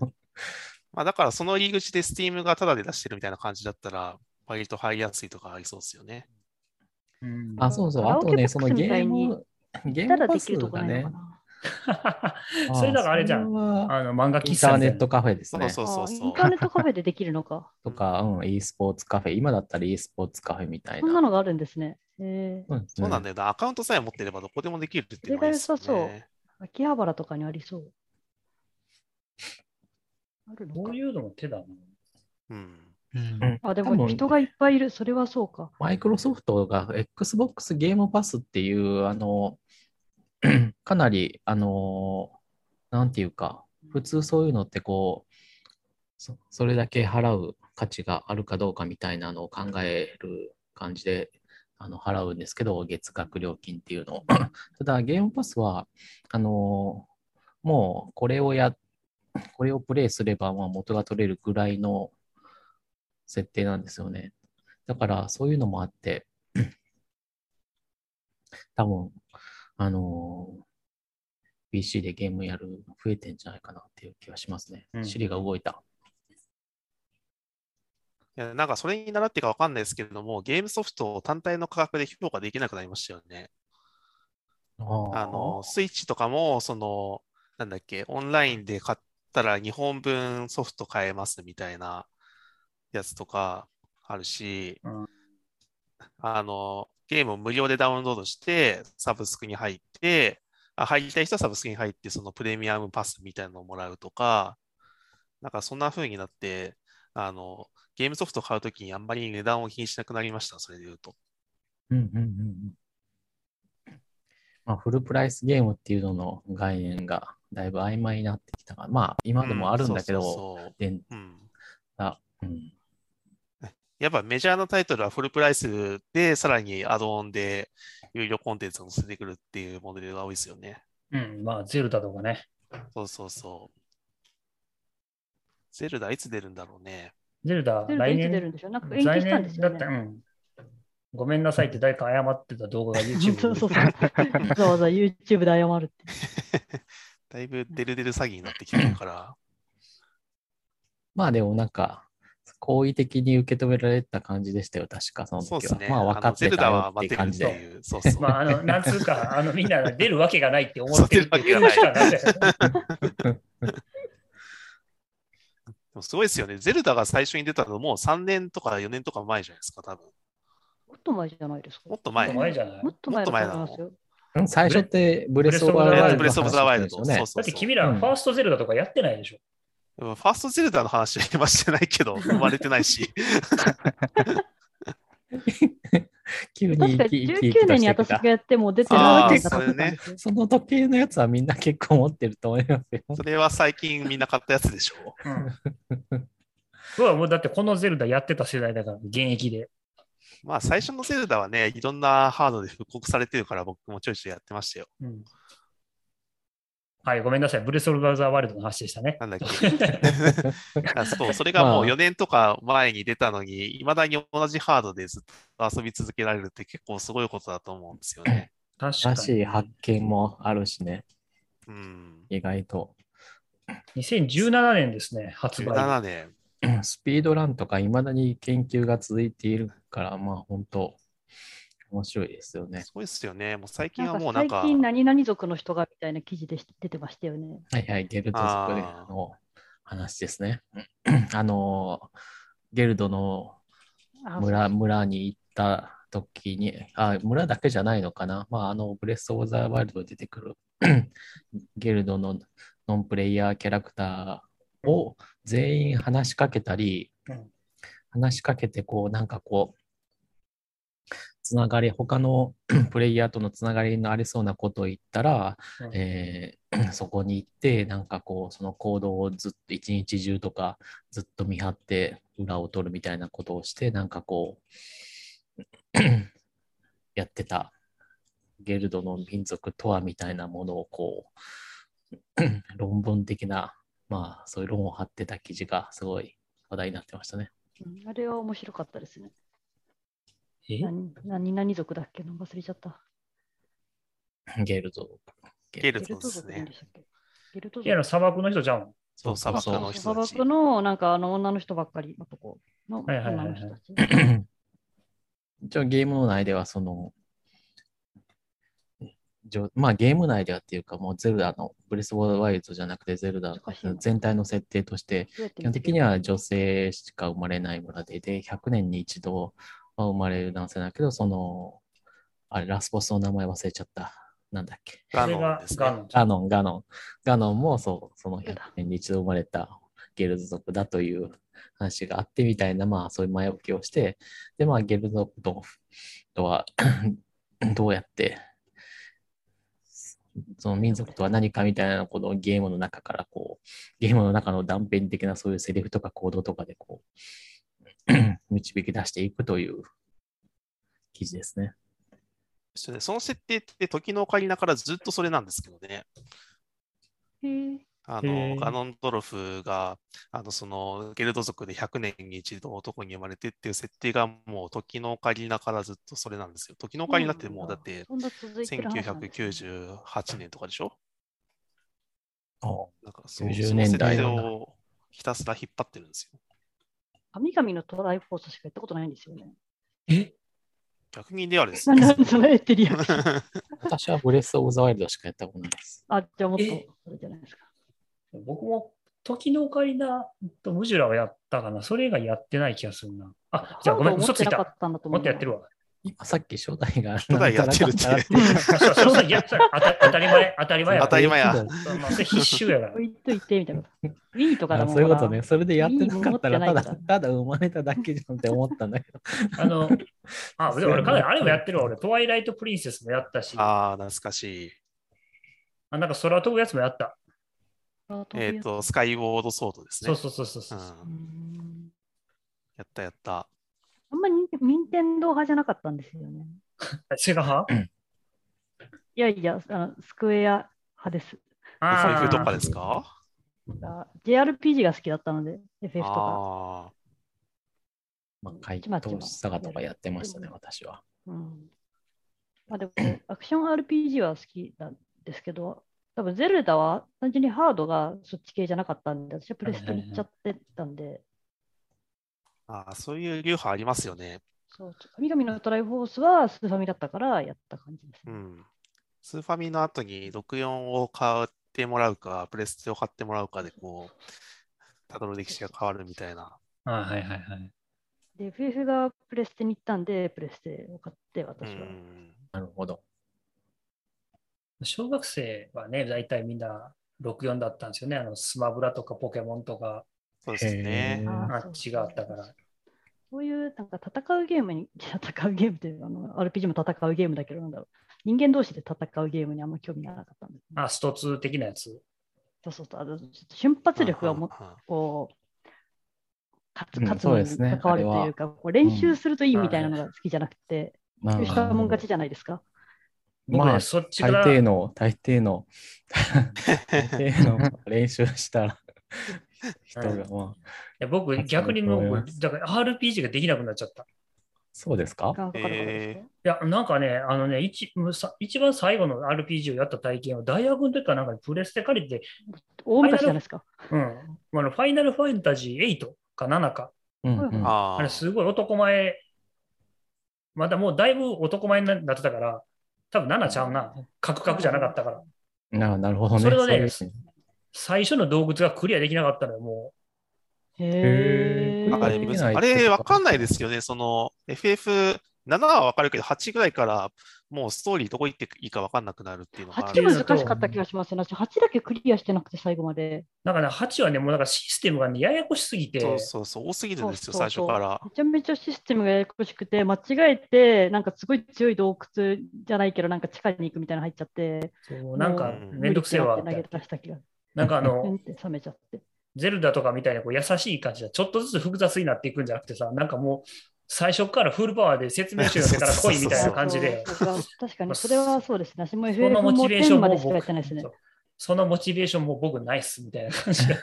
C: まあ、だから、その入り口で Steam がタダで出してるみたいな感じだったら、割と入りやすいとかありそうですよね。
B: うん、
A: あ、そうそう、
D: カ
A: あ
D: ラオ
A: と
D: ケボ
A: ね、
D: ッ
A: そ
D: ク
A: の
D: ス
A: ゲ
D: みた
A: ー
D: いに
A: ム、ゲー
D: た
A: ム
D: だ
A: パ
D: でき
A: ス
D: るとこ
A: が
D: ない
A: ね
D: のか、な。
B: それだ からあれじゃん
A: そは
B: あの、漫画
A: イ
B: 喫
A: ンタ
B: 茶
A: ー
B: みた
A: ネ
B: い
A: ット
B: な。
A: カフェです
C: そう
A: ね。
C: そうそうそ
D: あイ
C: う
D: ンター。ネットカフェでできるの か。
A: とか、うん、e スポーツカフェ、今だったら e スポーツカフェみたい
D: そんな
A: な。
D: のがあるんですね。え
A: うん
C: そうなんだよな。アカウントさえ持ってればどこでもできるっていうのがいいですよね。
D: それが良さー、秋葉原とかにありそう。あるの
B: こ
D: か
B: ういうのも手だな。
C: うん。
E: うん。
D: あ、で
A: 多
D: も
A: 分
D: 人がいっぱいいる。それはそうか。
A: マイクロソフトが Xbox ゲームパスっていう、あの、 かなり、あの、なんていうか、普通そういうのってこう、そそれだけ払う価値があるかどうかみたいなのを考える感じで、あの払うんですけど、月額料金っていうのを。 ただ、ゲームパスは、あのもうこれをや、これをプレイすれば、まあ、元が取れるぐらいの設定なんですよね。だから、そういうのもあって、 多分、あの PC でゲームやるの増えてんじゃないかなっていう気がしますね。
B: うん
A: シリが動いた。
C: いや、なんかそれに習ってかわかんないですけれども、ゲームソフトを単体の価格で評価できなくなりましたよね。あの、スイッチとかも、その、なんだっけ、オンラインで買ったら2本分ソフト買えますみたいなやつとかあるし
B: うん、
C: あの、ゲームを無料でダウンロードして、サブスクに入って、あ、入りたい人はサブスクに入って、そのプレミアムパスみたいなのをもらうとか、なんかそんな風になって、あの、ゲームソフト買うときにあんまり値段を気にしなくなりました、それで言うと。
A: うんうんうんうんまあ、フルプライスゲームっていうのの概念がだいぶ曖昧になってきたから、まあ今でもあるんだけ
C: う
A: ど、
C: んそうそうそう
A: で
C: うん。
A: あうん
C: やっぱメジャーなタイトルはフルプライスで、さらにアドオンで有料コンテンツを載せてくるっていうモデルが多いですよね。
B: うん、まあ、ゼルダとかね。
C: そうそうそう。ゼルダいつ出るんだろうね。
B: ゼルダ、
D: 出ると
B: 来
D: いつ出
B: 年
D: るんでしょうなんか延期
B: 在
D: したんで
B: 年
D: す
B: だ
D: よ
B: っ
D: ね
B: た、。うん。ごめんなさいって誰か謝ってた動画 が YouTube に
D: そうそうそう。わざわざ YouTube で謝るって。
C: だいぶデルデル詐欺になってきてるから。
A: まあでもなんか、好意的に受け止められた感じでしたよ、確かその
C: そう
A: 時
C: で
A: は。
C: すね。
A: まあ分か
C: あの
A: っ
C: ゼ
A: て
C: ル
A: た
C: ダ
A: よ
C: は
A: っていう
C: 待ってる
A: 感
C: っ
A: じ
C: て
A: で。
C: いう。そうそう。
B: まあ、あの、なんつうか、あの、みんな出るわけがないって思ってる
C: そう出るわけが
B: ない。
C: でもすごいですよね。ゼルダが最初に出たのもう3年とか4年とか前じゃないですか、多分。
D: もっと前じゃないですか。
C: もっと前。
B: 前じゃない
D: もっと前だと思いますよ。
A: うん最初ってブレス・オブ・ザ・
B: ブ
A: ワイルド
C: ブレス・オブ・ザ・ワイルド。
A: の話だったん
C: そう
A: です
C: そうそ
B: だって
C: う。
B: 君ら、
A: うん
B: ファーストゼルダとかやってないでしょ。
C: でもファーストゼルダの話は今してないけど、生まれてないし。
A: 急に
D: 確か
A: 生き生き生き
D: 19
A: と
D: 年に
A: してき
D: 私
A: た
D: が。やっても出て
A: あー
D: ない
A: そ
C: れね
A: その時計のやつはみんな結構持ってると思いますよ。
C: それは最近みんな買ったやつでしょ
B: うん。うわ、もうだってこのゼルダやってた世代だから、現役で。
C: まあ最初のゼルダはね、いろんなハードで復刻されてるから僕もちょいちょいやってましたよ。
B: うん。はい、ごめんなさい。ブレスオブザワールドの話でしたね。
C: なんだっ け。あそう、それがもう
A: まあ
C: 4年とか前に出たのに、いまだに同じハードでずっと遊び続けられるって結構すごいことだと思うんですよね。
B: 確か
A: 新
B: に。
A: しい発見もあるしね、
C: うん。
A: 意外と。
B: 2017年ですね、発売。
C: 17年。
A: スピードランとかいまだに研究が続いているから、まあ本当、面白いですよね
C: す。ごいですよね。もう最近
D: な
C: は
D: ん
C: もう
D: か
C: なん
D: 最
C: か、
D: 近何々族の人がみたいな記事で出てましたよね。
A: はいはい、ゲルド族で
C: あー
A: の話ですね。あの、ゲルドの
D: あ
A: 村村に行った時にあ、村だけじゃないのかな、まあ、あのブレス・オブ・ザ・ワイルドで出てくる ゲルドのノンプレイヤーキャラクターを全員話しかけたり、
B: うん
A: 話しかけてこうなんかこうつながり他の プレイヤーとのつながりのありそうなことを言ったら、
B: うん
A: えー そこに行ってなんかこうその行動をずっと一日中とかずっと見張って裏を取るみたいなことをしてなんかこう やってたゲルドの民族とはみたいなものをこう 論文的なまあそういう論を張ってた記事がすごい話題になってましたね。
D: うんあれは面白かったですね。
B: え
D: 何何々族だっけの忘れちゃった。
A: ゲルド。
C: ゲルト
D: ゲル
C: で
D: ト
C: す
D: 族で
C: ね。
D: したっけゲルト
B: いや、砂漠の人じゃん。
C: そう、砂漠の人
D: 砂
C: たち。
D: 漠のなんかあの女の人ばっかり男の
B: はいはいはいは
D: 女
B: い
D: の人たち。
A: 一応ゲームの内ではその、じょまあゲーム内ではっていうかもうゼルダのブレス・オブ・ワイルドじゃなくてゼルダ
D: 難しいな
A: 全体の設定として
D: どうや
A: 基本
D: って見てる
A: 的には女性しか生まれない村でで100年に一度は生まれる男性だけどそのあれラスボスの名前忘れちゃったなんだっけ
C: ガ
B: それ
C: ノン
B: が
C: ですね
B: ガ。ノン。
A: ガノン、ガノン。ガノンもそう、その
D: そう
A: 100
D: だ
A: 年に一度生まれたゲルズ族だという話があってみたいな、まあそういう前置きをして、で、まあゲルズ族ととは どうやって、その民族とは何かみたいなこのゲームの中からこう、ゲームの中の断片的なそういうセリフとか行動とかでこう、 導き出していくという記事ですね。
C: ですよねその設定って時のオカリナからずっとそれなんですけどね。
D: へえ
C: あ
B: へ
C: の
B: ー
C: ガノンドロフがあのそのゲルド族で100年に一度男に生まれてっていう設定がもう時のオカリナからずっとそれなんですよ。時のオカリナってもうだって
D: そんな続いてる話なんですね
C: 1998年とかでしょなんかそう
A: 90
C: その設
A: 年代
C: 定をひたすら引っ張ってるんですよ。
D: 神々のトライフォースしかやったことないんですよね。
B: え
C: 逆にレアです
D: な
C: よね。
D: んだそのエテリア。
A: 私はブレス・オブ・ザ・ワイルドしかやったことないです。
D: あ、じゃあもっと
B: え
D: それじゃないですか。
B: 僕も、時のオカリナとムジュラをやったかな。それ以外やってない気がするな。あ、じゃあごめん、
D: ハードを
B: 嘘
D: 持っ
B: つ
D: て
B: い
D: なか
B: た
D: っ。たんだと
B: も
D: 思う。
B: っとやってるわ。
A: 今さっき初代が
C: 初代やってるって
A: なんとなかった
B: そう
A: って
B: そうそういやそれ当た当たり前、当たり前や。
C: 当たり前や
A: そう
B: そうまあそれ必修やから。
D: 置いといてみたいな。ウィーとか
A: あ
D: だもん
A: そういうことね。。それでやってなかったら、
D: いい
A: ただ、
D: もの持ってないか
A: た
D: ら
A: だ生まれただけじゃんって思ったんだけど。
B: あの、あ、でも俺かなりあれもやってるわ。俺、トワイライトプリンセスもやったし、あ
C: ああ、懐かしい。
B: なんか空飛ぶやつもやった。
C: えっ、と、スカイウォードソードですね。、
B: そうそうそうそうそうう。
D: うんん
C: やったやった。
D: あんまり任天堂派じゃなかったんですよね。
B: セガ派
D: いやいや、あのスクエア派です。
C: FF
B: あ
C: とか
B: あ、
C: ですか
D: あ JRPG が好きだったので、FF とか。
C: ああ、
A: まあ、怪
D: ちまちま
A: 盗しサガとかやってましたね、私は。
D: うんまあ、でも、 アクション RPG は好きなんですけど、多分ゼルダは単純にハードがそっち系じゃなかったんで、私はプレステに行っちゃってたんで、
C: ああそういう流派ありますよね。
D: そう、神々のトライフォースはスーファミだったからやった感じです
C: う
D: ね。
C: ん。スーファミの後に64を買ってもらうか、プレステを買ってもらうかで、こう、たどる歴史が変わるみたいな。
B: あはいはいはい。
D: で、FF がプレステに行ったんで、プレステを買って、
C: う
D: 私は。
C: ん。
A: なるほど。
B: 小学生はね、大体みんな64だったんですよね。あのスマブラとかポケモンとか、
C: そうですね。
D: あ
B: あ
D: そう
B: っちがあったから。
D: そういうなんか戦うゲームに、戦うゲームっていうかあの、RPG も戦うゲームだけど、なんだろう。人間同士で戦うゲームにあんま興味がなかったんです、ね。
B: あ、スト2的なやつ。
D: そうそうそうあの。ちょっと瞬発 力がもっ
C: うんうんうん
D: こう、勝つ、
A: うん
D: 勝つ
A: そう
D: の
A: で
D: に
A: すね
D: 関わるというか、こう練習するといいみたいなのが好きじゃなくて、
A: な
D: 優
A: るほ
D: した
A: ど
D: もん勝ちじゃないですか。
B: 僕
A: ま
B: ね、
A: あ
B: そっちか
A: 大
B: ら、
A: 抵の、大抵の、大抵の練習した ら人が、
B: うん
A: まあ、
B: いや僕、逆にもう、だから RPG ができなくなっちゃった。い
A: そうですか
D: 時間かかるからですね
B: や、なんかね、あのね、一むさ一番最後の RPG をやった体験を大学の時かなんかにプレステ借りて、
D: 大昔じゃないですか。
B: うん、あのファイナルファンタジー8か7か、
A: うんうん。
C: あー
B: あれすごい男前、またもうだいぶ男前になってたから、多分7ちゃうな、カクカクじゃなかったから。
A: ななるほどね。
B: それはね
A: そういう
B: 最初の洞窟がクリアできなかったのよ、も
A: へ
D: へ
A: ー
C: あれ、
A: で
C: む
A: き
C: ず
A: な
C: あ
A: い
C: れわかんないですよね。その FF7 はわかるけど、8ぐらいからもうストーリーどこ行っていいかわかんなくなるっていうのがある。
D: 8難しかった気がしますね。私8だけクリアしてなくて最後まで。
B: う。だから、ね、8はね、もうなんかシステムがね、ややこしすぎて、
C: そうそうそう、多すぎるんですよ、
D: そうそう
C: 最
D: そ
C: 初
D: う
C: から。
D: めちゃめちゃシステムがややこしくて、間違えて、なんかすごい強い洞窟じゃないけど、なんか地下に行くみたいなの入っちゃって、
B: そうなんか
C: うん
B: めんどくせえわ
D: 無
B: み
D: 理
B: た
D: っ
B: いな
D: てなって投げ出した気が。
B: なんかあ
D: ペン
B: の
D: っ、て冷めちゃって。
B: ゼルダとかみたいなこう優しい感じで、ちょっとずつ複雑になっていくんじゃなくてさ、なんかもう、最初からフルパワーで説明書読んでから来いみたいな感じで、
D: そうそうそう確かに、それはそうですね。私も
B: そ
D: FF
B: のモチ
D: も
B: ベーショ
D: 10
B: ン
D: まで
B: も
D: しかやってない
B: 僕、
D: ですね
B: そ。うそのモチベーションも僕ないっすみたいな感じで。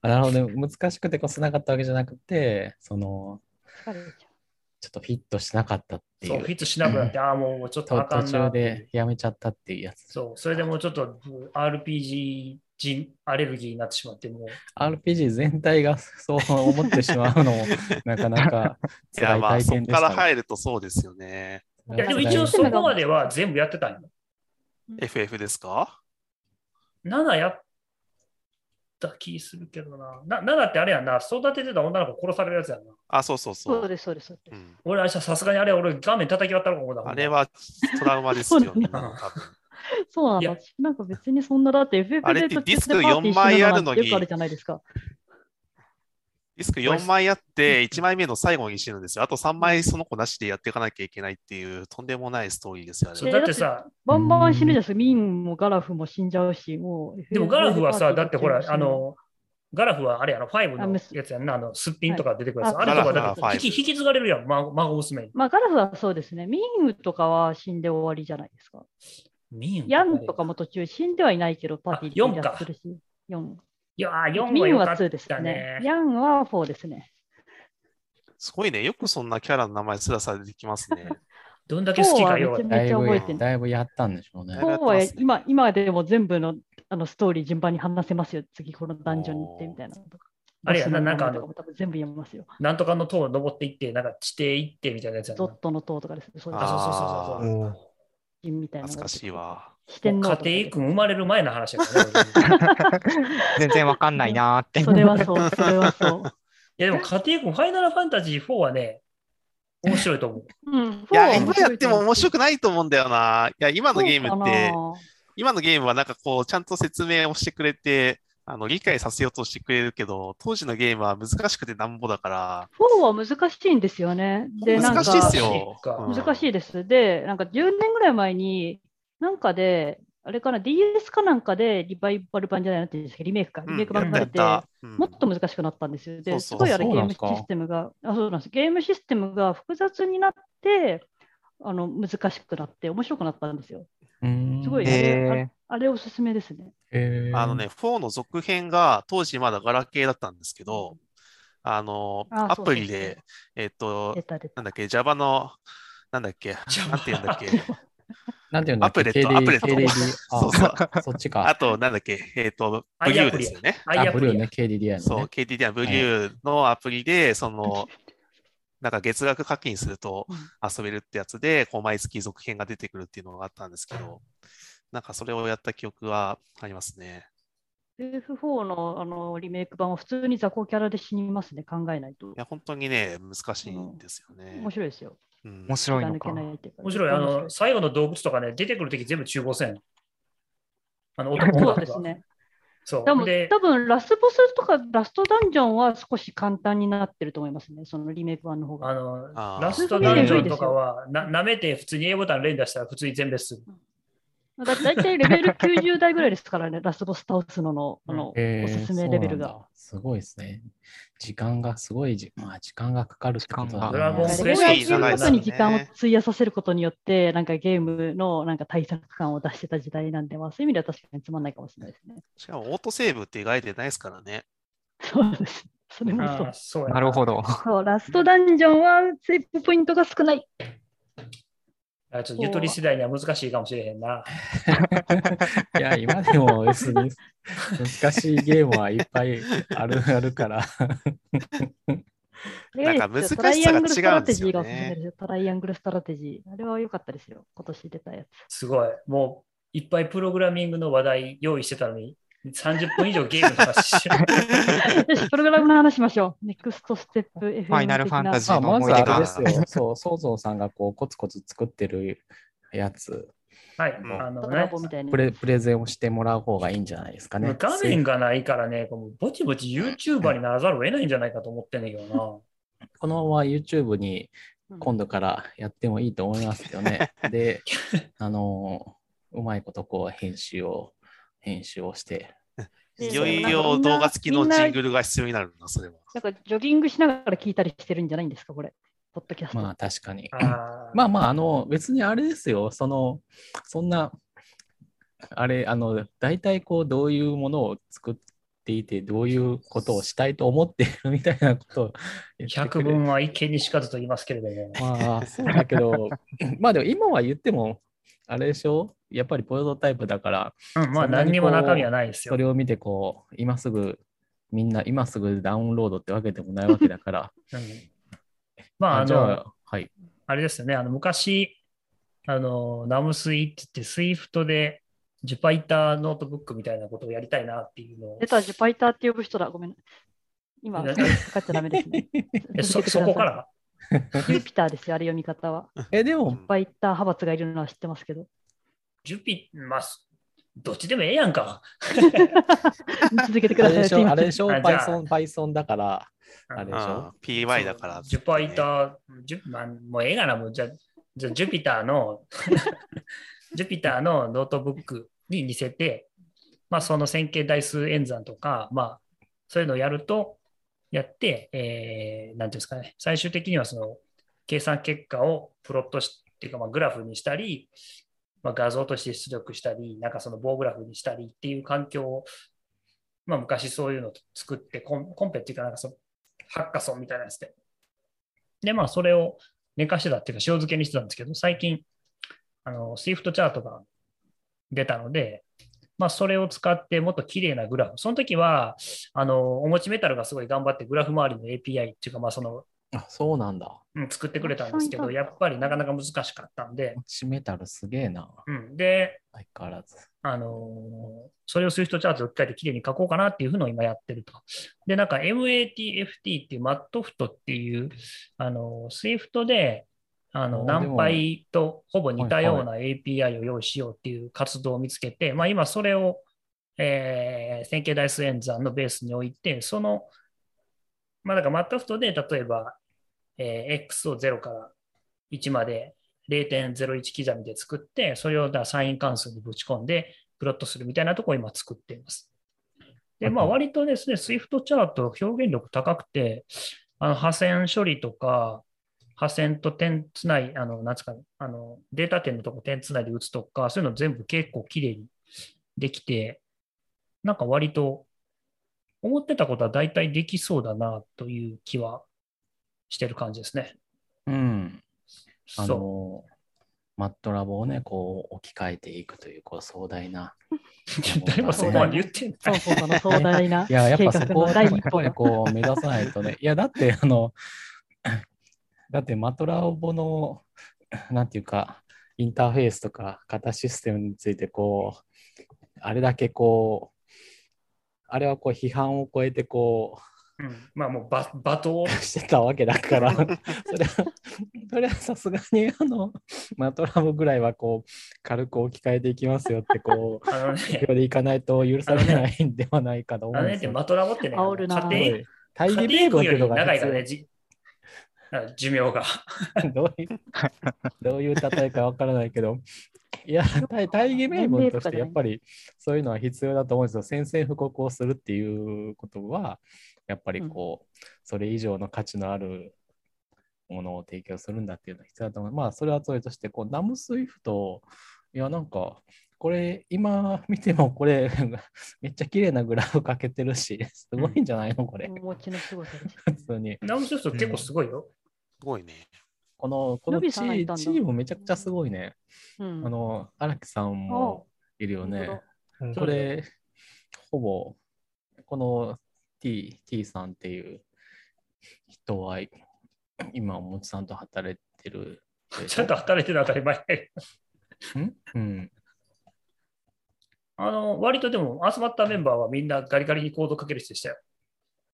A: あなるほどね。難しくてこすなかったわけじゃなくて、その、
D: 疲れちゃう
A: ちょっとフィットしなかったって
B: そう、
A: い
B: フィ
A: う。
B: ットしなくなって、ああ、もうちょっと
A: と
B: あか
A: 途
B: んな
A: 中
B: ってい
A: で
B: う
A: やめちゃったっていうやつ。
B: そう、それでもうちょっと RPG 人アレルギーになってしまって、もう
A: RPG 全体が そう思ってしまうの も、なかなか
C: いや、
A: 辛い
C: まあ、
A: 体
C: そこ
A: 験でし
C: か
A: た
C: ら
A: ね。
C: 入るとそうですよね。
B: いや、でも一応そこまでは全部やってたんよ。
C: FF ですか
B: 7やった気するけどな。な7ってあれやんな、育ててた女の子殺されるやつやんな。
C: あ、そうそうそ
D: そう
C: う。
D: です、そうです。そうで
C: う
D: す
C: ん
B: 俺、あれさすがにあれ、俺、画面叩き割ったのか思うだ
C: あれ、はトラウマですよね、多分。
D: そうなん
B: い
D: だ。
B: や
D: 私なんか別にそんなだって、FF
C: あれっ
D: で
C: て
D: 途中で
C: ディスク
D: パーティー
C: 4枚あるのに
D: よくあるじゃないですか。
C: ディスク4枚あって、1枚目の最後に死ぬんですよ。あと3枚その子なしでやっていかなきゃいけないっていう、とんでもないストーリーですよ、あ
B: そう
C: れ。
B: だってさ、
D: バンバン死ぬじゃないですか。ミンもガラフも死んじゃうし、もう FF
B: でもガラフはさ、
D: でパ
B: だ
D: ー
B: っ
D: テ
B: て
D: ィー
B: ほ
D: や
B: ら
D: っ、ちゃ
B: あ
D: うし、
B: の、ガラフはあれやな、ファイブ
D: あ
B: の
D: むす
B: やつやんな、あの、すっぴんとか出てくるやつ。
D: はい
B: あれとかだ
C: ガラフは
B: って引き
C: ファイブ
B: 引き継がれるやん、孫孫娘に。
D: まあガラフはそうですね。ミンウとかは死んで終わりじゃないですか。
B: ミン
D: ヤンとかも途中死んではいないけど、パーティーで
B: あ
D: 離脱
B: 四か
D: するし。四
B: いやー、4
D: ミ
B: は
D: ン
B: よか
D: は
B: っ
D: 2です
B: た
D: ね
B: ね。。
D: ヤンは4ですね。
C: すごいね。よくそんなキャラの名前すらされてきますね。
B: どんだけ好
D: 4
B: き
D: は
B: かよ
D: めち。ゃ
A: だ
D: め
A: い
D: ちゃ覚え
C: て
A: ぶ、
D: て
C: る
D: ない。
A: だいぶやったんでしょうね
C: だい。ぶやっ
D: 4
C: てますね
D: は今今でも全部のあのストーリー順番に話せますよ。次このダンジョンに行ってみたいな。
B: あれやななんかあ
D: ボスの名
B: の
D: 前とも多分全部読みますよ。
B: なんとかの塔を登っていって、なんか地底行ってみたいなやつやん
D: ゾ
B: な。
D: ットの塔とかですね。そういう
B: あ、そうそうそうそ
A: う
B: うそう。
A: ん
D: 人みたいな。
C: 懐かしい。わ。
D: 四天王とか
B: 家庭君生まれる前の話や からね。俺い
E: 全然わかんないなーって。
D: それはそう、それはそう。
B: やでも家庭君、ファイナルファンタジー4はね、面白いと思う。
D: うん、
C: いや、今やっても面白
D: く
C: くないと思うんだよな。いや、今のゲームって、
D: て。
C: 今のゲームはなんかこう、ちゃんと説明をしてくれて、あの理解させようとしてくれるけど、当時のゲームは難しくてなんぼだから、
D: 4は難しいんですよね。で、なんか
C: 難しいですよ。
B: な
C: う
B: ん
C: ん
D: 難しいです。で、なんか10年ぐらい前に、なんかで、あれかな、DS かなんかでリバイバル版じゃないなって言うんですけど、リメイクか、
C: う
D: リ
C: ん
D: メイク版さ
C: やっ
D: れ、
C: てたうん
D: もっと難しくなったんですよ。
C: そ
D: で、
C: うそ
D: す
C: う
D: ごいあれ
A: あそ
D: ゲ
A: うな
D: ー
A: ん
D: ム
A: す
D: シ
A: か
D: ステムが、あ、そうなんです。ゲームシステムが複雑になって、あの難しくなって面白くなったんですよ。
A: うん
D: すごい
E: へえ
D: あれおすすめですね。
A: へー
C: あのね、4の続編が当時まだガラケーだったんですけど、あの、
D: あ
C: アプリ
D: そうそう
C: で、えっと
D: 出、た出た。
C: なんだっけ、Java の、なんだっけ、
B: Java
C: なんて言うんだっけ、
A: なんていうんだっけ
C: アプレットアプレット
A: KDD あ
C: そうそう
A: そっち
C: あ
A: か。
C: と、なんだっけ、えっと、
B: あ
C: ブリュ
B: ア
C: ーで
B: プリ
C: すよね。
B: アイ
A: あ、
B: ア
A: ブ
B: プ
A: リュ
B: リ
A: ー
B: や
A: ね、KDDI
C: そ
A: の
C: う、
A: ね。
C: KDDI はブリューのアプリで、その、なんか月額課金すると
D: うん
C: 遊べるってやつで、こう毎月続編が出てくるっていうのがあったんですけど、なんかそれをやった記憶はありますね。
D: F4 のあのリメイク版は普通に雑魚キャラで死にますね、考えないと
C: い。や、本当にね、難しいんですよね
D: 面。白いですよ。
C: うん
E: 面白いの
D: 気
E: か
D: が。抜けないっていうか
B: 面白い。あの、最後の動物とかね、出てくるとき全部中古戦。あの、男
D: そ
B: の
D: う
B: 子
D: です
B: が。
D: ね。
B: そう。
D: でも
B: で
D: 多分ラスボスとかラストダンジョンは少し簡単になってると思いますね、そのリメイク版の方が。
B: あの
C: あー
B: ラストダンジョンとかは、な舐めて普通に A ボタン連打したら普通に全滅する。
D: だだいたいレベル90代ぐらいですからね、ラスボス倒すののあの、
A: え
D: お
A: ー
D: すすめレベル。
A: そうなん
D: が。
A: だすごいですね。時間がすごいじ、まあ、時間がかかるってことだな
E: 時間が
B: ドラゴン
D: そ
B: ク
D: れ
B: エ
D: ぐ
B: ス
D: ら
B: ト
D: いゲームごとに時間を費やさせることによって、なんかゲームのなんか対策感を出してた時代なんで、まあ、そういう意味では確かにつまんないかもしれないですね。
C: しかもオートセーブって意外でないですからね。
D: そうです。それもそ
B: あ
D: う
B: ー。そうや
E: なるほど。
D: そうラストダンジョンはセーブポイントが少ない。
B: あちょっとゆとり世代には難しいかもしれへんな。
A: いや、今でも別に難しいゲームはいっぱいあるあるから。
C: なんか難しさが違うんですよね
D: トライアングルストラテジーがおすすめですよ。トライアングルストラテジー。あれは良かったですよ。今年出たやつ。
B: すごい。もういっぱいプログラミングの話題用意してたのに、30分以上ゲームの話 してる
D: よし、プログラムの話しましょう。ネクストステップ FM 的な。
E: ファイナルファンタジ
A: ま
E: ー
A: あ、
E: の
A: ま
E: 思
A: ず
E: い出
A: あれで
E: が。
A: すよ。そう、ソウゾウさんがこうコツコツ作ってるやつ、
B: はい。
C: ん
B: あの
D: コラ
B: ね
D: ボみたいな
A: プ。レプレゼンをしてもらう方がいいんじゃないですかね。
B: 画面がないからね、こうぼちぼち YouTuber にならざるを得ないんじゃないかと思ってんだけど
A: このまま YouTube に今度からやってもいいと思いますよね。で、あの、うまいことこう編集を、編集をして、
D: で
C: いよい
D: そう
C: よ動画付きの
D: みんな
C: ジングルが必要になるな、それは。
D: なんかジョギングしながら聞いたりしてるんじゃないんですか、これ。ポッドキャスト。
A: まあ確かに。
B: な。あー
A: まあまあ、あの、別にあれですよ、その、そんな、あれ、あの、大体こう、どういうものを作っていて、どういうことをしたいと思っているみたいなことを言ってく
B: 百
A: れ
B: 聞は一見にしかずと言いますけれども。
A: まあ、そうだけど、 まあでも今は言っても、あれでしょやっぱりプロトタイプだから、
B: うん、まあ
A: そんなに
B: 何にも中身はないです
A: そ
B: よ。
A: れを見てこう、今すぐ、みんな今すぐダウンロードってわけでもないわけだから、
B: うん まあ、あ
A: じゃ
B: の、
A: あ、はい。
B: あれですよね、あの昔、あの、ナムスイって言って、スイフトで、ジュパイターノートブックみたいなことをやりたいなっていうのを
D: 出、たジュパイターって呼ぶ人だ。ごめん。今、
B: いや
D: かかっちゃダメで すね。
B: えそ
D: 続けてくださ
B: そ
D: い
B: こから、
D: ジュピターですよ、あれ読み方は。
A: え、でも
C: う、
D: ジ
C: ん
D: ュパイター派閥がいるのは知ってます けど。
B: ジュピ、まあ、どっちでもええやんか。
D: 続けてく
A: あ
D: だ
A: れ
D: さ
A: で
D: い。
A: しょあれでし
D: ょ
A: ょ
B: あじゃ
A: ?Python、
B: あ
A: Python だから、あれでしょ
C: うん PY だから。
B: ジュパイター、ジュまあ、もうええがな、もうじゃあじゃあジュピターの、 ジュピターのノートブックに似せて、まあ、その線形代数演算とか、まあ、そういうのをやると、やって、えー、なんていうんですかね、最終的にはその計算結果をプロットし、っていうか、まあ、グラフにしたり、まあ、画像として出力したり、なんかその棒グラフにしたりっていう環境を、まあ、昔そういうのを作って、コンコンペっていうか、なんかそのハッカソンみたいなやつで。で、まあ、それを寝かしてたっていうか、塩漬けにしてたんですけど、最近、あの、Swift チャートが出たので、まあ、それを使ってもっと綺麗なグラフ。その時は、あの、おもちメタルがすごい頑張ってグラフ周りの API っていうか、まあ、その、
A: あ、そうなんだ。
B: うん作ってくれたんですけ
D: あそ
B: ど、
D: う
B: やっぱりなかなか難しかったんで
A: 落、ちメタルすげえな。
B: うん。で、
A: 相変わらず。
B: あのーそれを Swift チャートを置き換えてきれいに書こうかなっていうのを今やってると。で、なんか MATFT っていう MATFT っていう、あのー、Swift で、あの、
A: おーでも
B: 何倍とほぼ似たような
A: は
B: API を用意しようっていう活動を見つけて、まあ今それを、えー線形代数演算のベースに置いて、その、まあだから MATFT で例えば、えー X を0から1まで0.01刻みで作って、それをだからサイン関数にぶち込んで、プロットするみたいなところを今作っています。で、まあ、
A: うん
B: 割とですね、Swift チャート表現力高くて、あの、派線処理とか、派線と点つない、あの、なんつうか、あの、データ点のとこ点つないで打つとか、そういうの全部結構きれいにできて、なんか割と、思ってたことは大体できそうだなという気はしてる感じですね。
A: うん。あ
B: そう。
A: の、マットラボをね、こう置き換えていくという、こう壮大な。
B: 誰もそこまで言ってん
D: そうそう、あの壮大な
A: いや、やっぱそこを
D: 計
A: や
D: 画の第
A: っ
D: 一歩
A: ぱり
D: が。
A: こう目指さないとね。いや、だって、あの、だってマットラボの、なんていうか、インターフェースとか型システムについて、こう、あれだけこう、あれはこう批判を超えてこう、
B: うんまあもうば罵倒
A: してたわけだから、 それは、それはさすがに、あの、マトラムぐらいは、こう、軽く置き換えていきますよって、こう、
B: あの
A: 発
B: ね、
A: 表でいかないと許されないんではないかと思
B: あ
A: うん
B: の
A: で
B: ねっ
A: す
B: て
A: よ。
B: マトラボってね、
D: 煽るな
B: 家
A: すご
B: 庭
A: い大
B: 家
A: 義
B: 庭
A: 名分っ
B: 育
A: て
B: よ
A: いう
B: り
A: の
B: 長
A: が
B: いからね、
A: 必
B: じあ寿命 が。
A: 要、 どういう、どういう例えかわからないけど、いや、大大義名分としてやっぱりそういうのは必要だと思うんですよ。宣戦布告をするっていうことは、やっぱりこう、それ以上の価値のあるものを提供するんだっていうのは必要だと思う。まあ、それはそれとして、こう、ナムスイフト、いや、なんか、これ、今見てもこれ、 めっちゃ綺麗なグラフかけてるし、すごいんじゃないのこれ、
D: お持ちのすごさです。
A: 普通に。
B: ナムショス結構すごいよ。
C: すごいね。
A: この、こ
D: の
A: のチ
D: びさんがいたん
A: ー
D: だ
A: チームめちゃくちゃすごいね。
D: うん
A: あの、荒木さんもいるよ
D: あ
A: ね
D: 本。
E: 当
A: こ
E: だ
A: れ、ほぼ、この T, T さんっていう人は、今、おもちさんと働いてるでし
B: ちゃんと働いてるのは当たり前。
A: んうん。
B: あの、割とでも集まったメンバーはみんなガリガリにコードかける人でしたよ。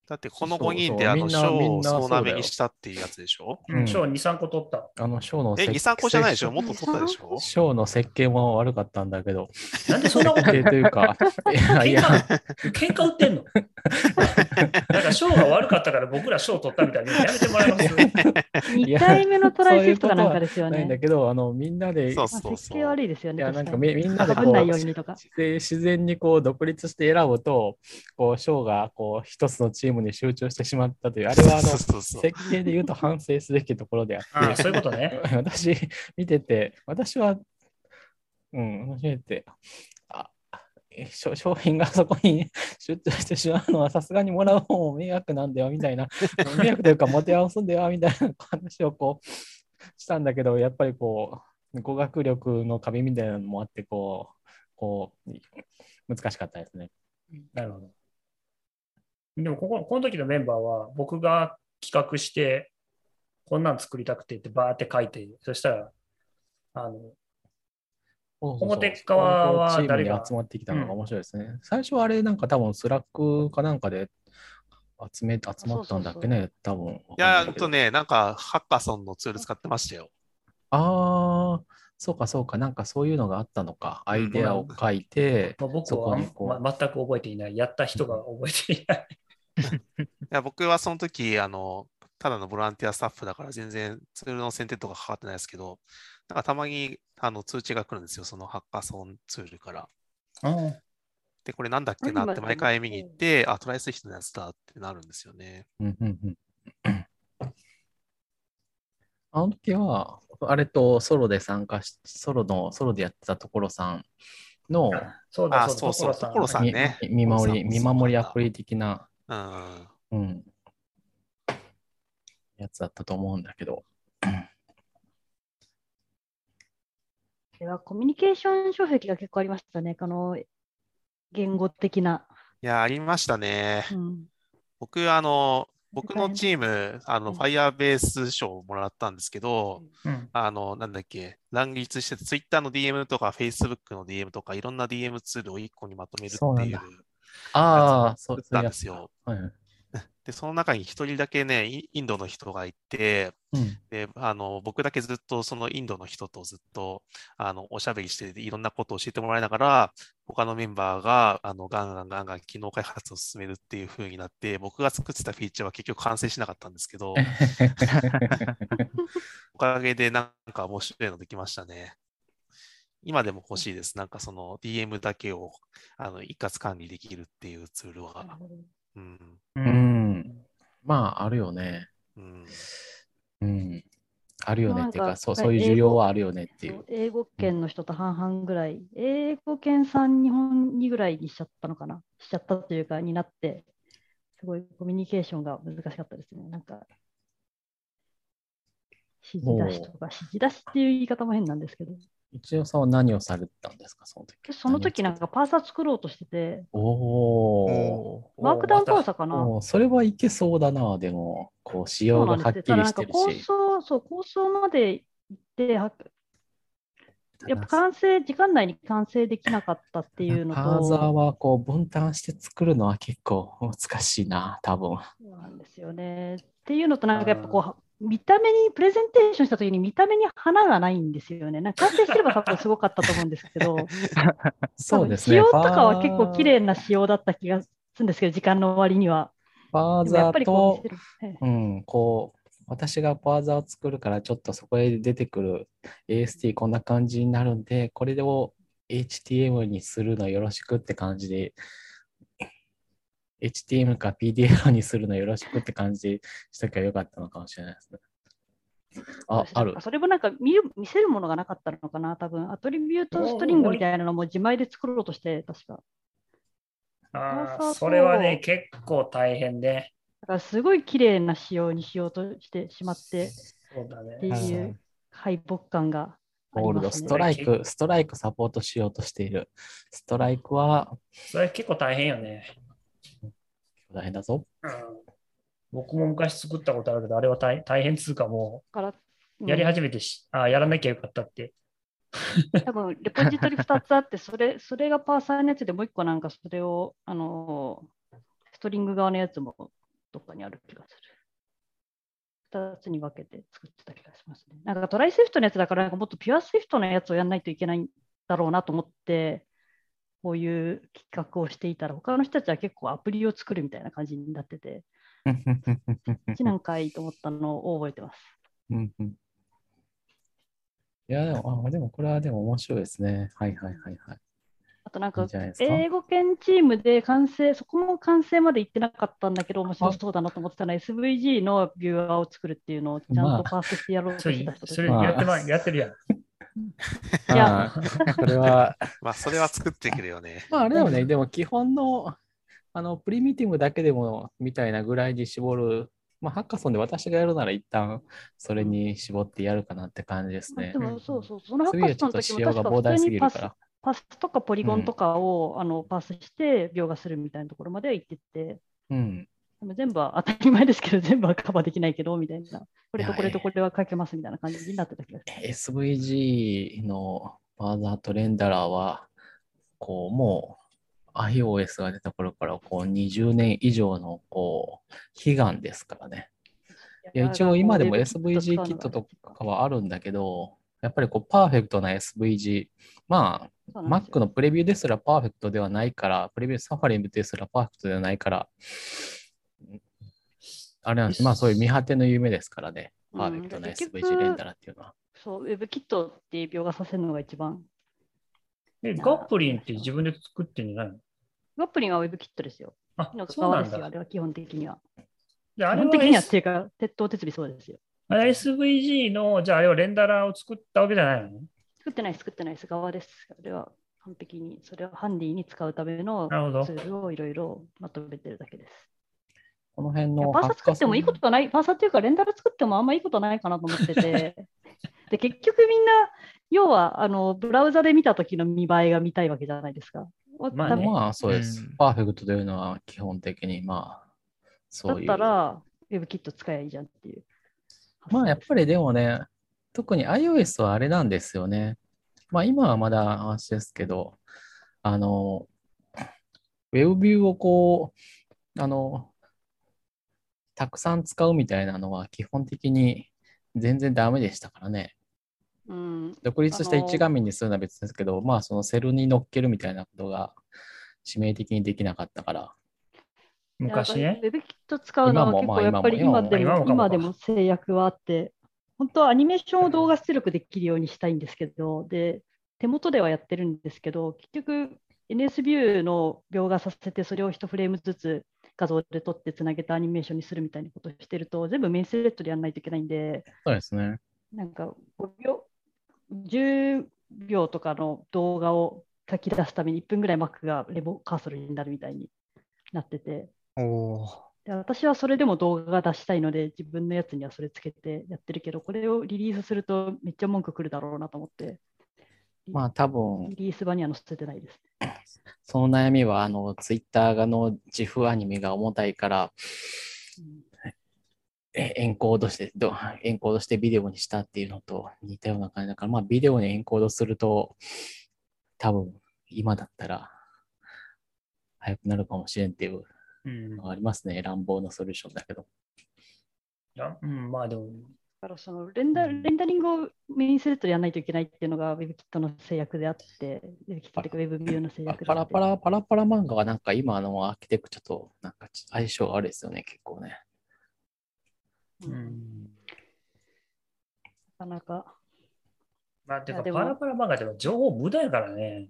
C: だってこの
A: そうそう
C: 5人であ
A: みん
C: の
A: な
C: 賞
A: みん
C: を
A: なそうだよ
C: 総なめにしたっていうやつでしょ
A: うん
B: 賞、2、3個取った。
A: あの、ショーの
C: え、2、
A: 設
C: 3個じゃないでしょもっと取ったでしょ
A: ショーの設計も悪かったんだけど、
B: なんでそんなこと
A: 設計というか、いや、い
B: 喧
A: や、
B: 嘩喧嘩売ってん のなんか賞が悪かったから僕ら賞取ったみたいにやめてもら います。
A: いや
D: 2回目のトライシフトかなんかですよ
A: ないんだ
D: ね。
A: けど、あの、みんなで、
C: そ
A: い
C: う
D: ま
C: そ
D: あ
C: う
D: 設
C: そう。
D: 計悪いですよね。
A: や、
D: 確
A: なん
D: か
A: か
D: に
A: みみんなで
D: か
A: こ
D: ぶんないうよう、にとか。
A: 自然自然にこう独立して選ぶと、こう、ショーがこう一つのチームに集中してしまったという、あれはあの
C: そう、そうそう
A: 設計で言うと反省すべきところであ
B: ああ
A: って、
B: そういうことね。
A: 私見てて、私は、うん、初めて、あえ商商品がそこに 出張してしまうのはさすがにもらう方も迷惑なんだよみたい な、迷惑というか、持て合わすんだよみたいな話をこうしたんだけど、やっぱりこう、語学力の壁みたいなのもあって、こう、こう難しかったですね。
B: なるほど。でもここ、この時のメンバーは、僕が企画して、こんなん作りたくてってバーって書いて、そしたら、あの、表側は
A: チーム
B: 誰が
A: に集まってきたのが面白いですね。最初はあれ、なんか多分スラックかなんかで集め、集まったんだっけね、多分。い
C: いや、ほんとね、なんか、ハッカソンのツール使ってましたよ。
A: ああ、そうかそうか、なんかそういうのがあったのか。アイデアを書いて、
B: まあ、僕
A: そこ
B: は、
A: にこう
B: ま、全く覚えていない。やった人が覚えていない。
C: いや、僕はその時、あの、ただのボランティアスタッフだから全然ツールの選定とかかかってないですけど、なんかたまにあの通知が来るんですよ、そのハッカソンツールから。で、これなんだっけな
D: 何
C: って毎回見に行って、あ、トライスヒットのやつだってなるんですよね。
A: うんうんうん。あの時は、あれとソロで参加し、ソロの、ソロでやってた所さんの
B: そうだ
C: あ、そうそう、
B: 所
C: 所さん
A: み
C: ね。
A: 見守り、
C: 所さんも
A: 見
C: そうだ
A: 守りアプリ的な、
C: うん。
A: うん。やつだったと思うんだけど。
D: では、コミュニケーション障壁が結構ありましたね。この言語的な。
C: いや、ありましたね。
D: うん
C: 僕、あの、僕
D: 大
C: の
D: 変
C: チーム、あ
D: う
C: の、
D: ん
C: ファイアベース賞をもらったんですけど、
B: うん
C: あの、なんだっけ、乱立して、Twitter の DM とか Facebook の DM とか、いろんな DM ツールを1個にまとめる
A: そう
C: っ
A: な
C: て
A: ん
C: いう
A: だああ、そ
C: 作
A: う
C: っ、たんですよ。
A: そういうやつ
C: で、その中に一人だけね、イインドの人がいて、
A: はい。うん
C: で、あの、僕だけずっとそのインドの人とずっと、あの、おしゃべりして、いろんなことを教えてもらいながら、他のメンバーが、あの、ガンガンガンガン機能開発を進めるっていう風になって、僕が作ってたフィーチャーは結局完成しなかったんですけど、おかげでなんか面白いのできましたね。今でも欲しいです。なんかその DM だけを、あの、一括管理できるっていうツールは。うん。
A: う
B: う
A: んん。まあ、あるよね。
C: うん。
A: うん。あるよねっていうか、
D: なんか
A: そう
D: これ
A: そういう需要はあるよねってい
D: そう
A: う。
D: 英語圏の人と半々ぐらい、英語圏さん、日本にぐらいにしちゃったのかな、しちゃったというか、になって、すごいコミュニケーションが難しかったですね。なんか、指示出しとか、指示出しっていう言い方も変なんですけど、
A: 一応さんは何をされてたんですか、その時。
D: その時なんかパーサー作ろうとしてて、
A: おおー。
D: ワークダウンパーサーかな。
A: おーそれはいけそうだな、でも、こう、仕
D: そ
A: 様
D: うな
A: が
D: んで
A: は
D: す
A: っき
D: よ
A: りして
D: ただなんか構
A: るし。
D: 想、そう、構想まで行って、はやっぱ完成、時間内に完成できなかったっていうのと、
A: パーザーはこう分担して作るのは結構難しいな、多分。
D: なんですよね。っていうのと、なんかやっぱこう、見た目に、プレゼンテーションしたときに見た目に花がないんですよね。なんか完成してれば多分すごかったと思うんですけ ど、
A: そうですね。
D: 多分仕様とかは結構綺麗な仕様だった気がするんですけど、時間の終わりには。
A: ファー
D: でもや
A: ザ
D: っぱり
A: ー
D: こ
A: と
D: う、見せる、
A: うん、こう、私がパーザーを作るから、ちょっとそこへ出てくる AST こんな感じになるんで、これを HTM にするのよろしくって感じで、HTM か PDL にするのよろしくって感じでしたけどよかったのかもしれないですね。あ、ある。
D: それもなんか見る見せるものがなかったのかな、多分アトリビュートストリングみたいなのも自前で作ろうとして、確か。
B: あ
D: そうそうそ
B: ー
D: う
B: それはね、結構大変で。
D: だからすごい綺麗な仕様にしようとしてしまって、
B: そうだ
D: って
B: ね。
D: いうう敗北感があ
A: ゴール
D: り
A: ド、
D: ます
A: ス
D: ね
A: トライク、ストライクサポートしようとしている。ストライクは
B: それ結構大変よね。
A: 大変だ ぞ。
B: うん僕も昔作ったことあるけど、あれは大大変っつうかも
D: から、うん
B: う、やり始めてし、あやらなきゃよかったって。
D: 多分レポジトリ2つあって、それそれがパーサーのやつでもう1個なんかそれを、あのーストリング側のやつもどっかにある気がする。2つに分けて作ってた気がしますね。なんかトライセフトのやつだから、なんかもっとピュアセフトのやつをやらないといけないんだろうなと思って、こういう企画をしていたら、他の人たちは結構アプリを作るみたいな感じになっ てて、一難かいと思ったのを覚えてます。
A: うんうんいや、でも、あでもこれはでも面白いですね。はいはいはいはい。
D: あとなん
A: いい
D: か
A: んじゃないですか。
D: 英語圏チームで完成、そこも完成まで行ってなかったんだけど、面白そうだなと思ってたの SVG のビューアーを作るっていうのをちゃんとパースしてやろう
B: そ
D: として
B: れ
D: た人、たち
B: それやってま、やってるやん。
D: いや
A: ああこれ は、
C: まあ、それは作ってくるよね。
A: まああれだよね、でも基本の、あの、プリミティブだけでも、みたいなぐらいに絞る、まあ、ハッカソンで私がやるなら一旦、それに絞ってやるかなって感じですね
D: で。もそうそう、そのハ
A: 次
D: ッカ
A: は
D: ス
A: ちょ
D: ト
A: っと仕様が
D: の時も確か
A: 膨
D: 普
A: 大
D: 通
A: すぎる
D: にパ
A: か
D: ス
A: ら。
D: パスとかポリゴンとかを、あのパスして、描画するみたいなところまでは行ってて、
A: うん。
D: でも全部は当たり前ですけど、 全部はカバーできないけど、みたいな、これとこれとこれは書けますみたいな感じになってた気がする。
A: SVG のバーザーとレンダラーは、こう、もう iOS が出た頃から、こう、20年以上の、こう、悲願ですからね。いや一応今でも SVG キットとかはあるんだけど、やっぱりこうパーフェクトな SVG、まあ、Mac のプレビューですらパーフェクトではないから、プレビューサファリですらパーフェクトではないから、あれなんです、まあそういう見果ての夢ですからね、パーフェクトな
D: うん結局
A: SVG レンダラっていうのは。
D: そう、WebKit って描画させるのが一番。
B: え、ガップリンって自分で作ってんじゃないの
D: ガップリンは WebKit ですよ。
B: あ
D: の、
B: そうな
D: 側
B: ん
D: ですよ、あ
B: だ。
D: れは基本的には。
B: であ
D: 基
B: れ
D: 本的には
B: は
D: っていうか、鉄塔設備そうですよ。
B: あれ SVG の、じゃああれはレンダラーを作ったわけじゃないのね
D: 作ってないです、作ってないです、側です。あれは完璧に、それをハンディに使うための
B: なるほど
D: ツールをいろいろまとめてるだけです。
A: この辺
D: いや
A: の
D: パーサ作ってもいいこととはない、パーサっていうか、レンダル作ってもあんまいいことないかなと思ってて、 で結局みんな、要はあのブラウザで見た時の見栄えが見たいわけじゃないですか。
B: まあね
A: まあそうです、
E: うん
A: パーフェクトというのは基本的に、まあ、
D: だ
A: そ
D: っ
A: ういう。
D: たら、WebKit 使えばいいじゃんっていう。
A: まあやっぱりでもね、特に iOS はあれなんですよね。まあ今はまだ話ですけど、あの、ウェブビューをこう、あの、たくさん使うみたいなのは基本的に全然ダメでしたからね。
D: うん、
A: 独立した
D: あの
A: 一画面にするのは別ですけど、まあそのセルに乗っけるみたいなことが致命的にできなかったから。
B: 昔
D: やっ
B: ね
D: ぱ。り WebKit 使うのは
A: 今も
D: 結
A: まあ
D: 構やっぱり
A: 今も
D: 今で
B: 今も
D: も
B: かも
D: 今でも制約はあって、本当はアニメーションを動画出力できるようにしたいんですけど、で手元ではやってるんですけど、結局 NSView の描画させて、それを1フレームずつ画像で撮ってつなげたアニメーションにするみたいなことをしてると、全部メインスレッドでやらないといけないんで、
A: そうですね。
D: なんか5秒、10秒とかの動画を書き出すために1分ぐらい Mac がレモカーソルになるみたいになってて。
E: おー
D: で私はそれでも動画が出したいので、自分のやつにはそれつけてやってるけど、これをリリースするとめっちゃ文句くるだろうなと思って、
A: まあ多分
D: リリース版には載せてないです。
A: その悩みは、あの、ツイッターの自負アニメが重たいから、えエンコードしてど、エンコードしてビデオにしたっていうのと似たような感じだから、まあ、ビデオにエンコードすると、多分、今だったら、早くなるかもしれんっていう
B: うん。
A: ありますね。乱暴なソリューションだけど。
B: らうん、まあでも、
D: だからそのレンダレンダリングをメインセレクトでやらないといけないっていうのが WebKit の制約であって、WebKit というか WebView の制
A: あ
D: 約で
A: パ
D: あ
A: ラ
D: って
A: パラ、パラパラ漫画はなんか今のアーキテクチャとなんか相性があるですよね、結構ね。
D: う
B: うんん。
D: なかなか。
B: まあ、て
D: い
B: か、
D: やでも
B: パラパラ漫画でも情報無駄やからね。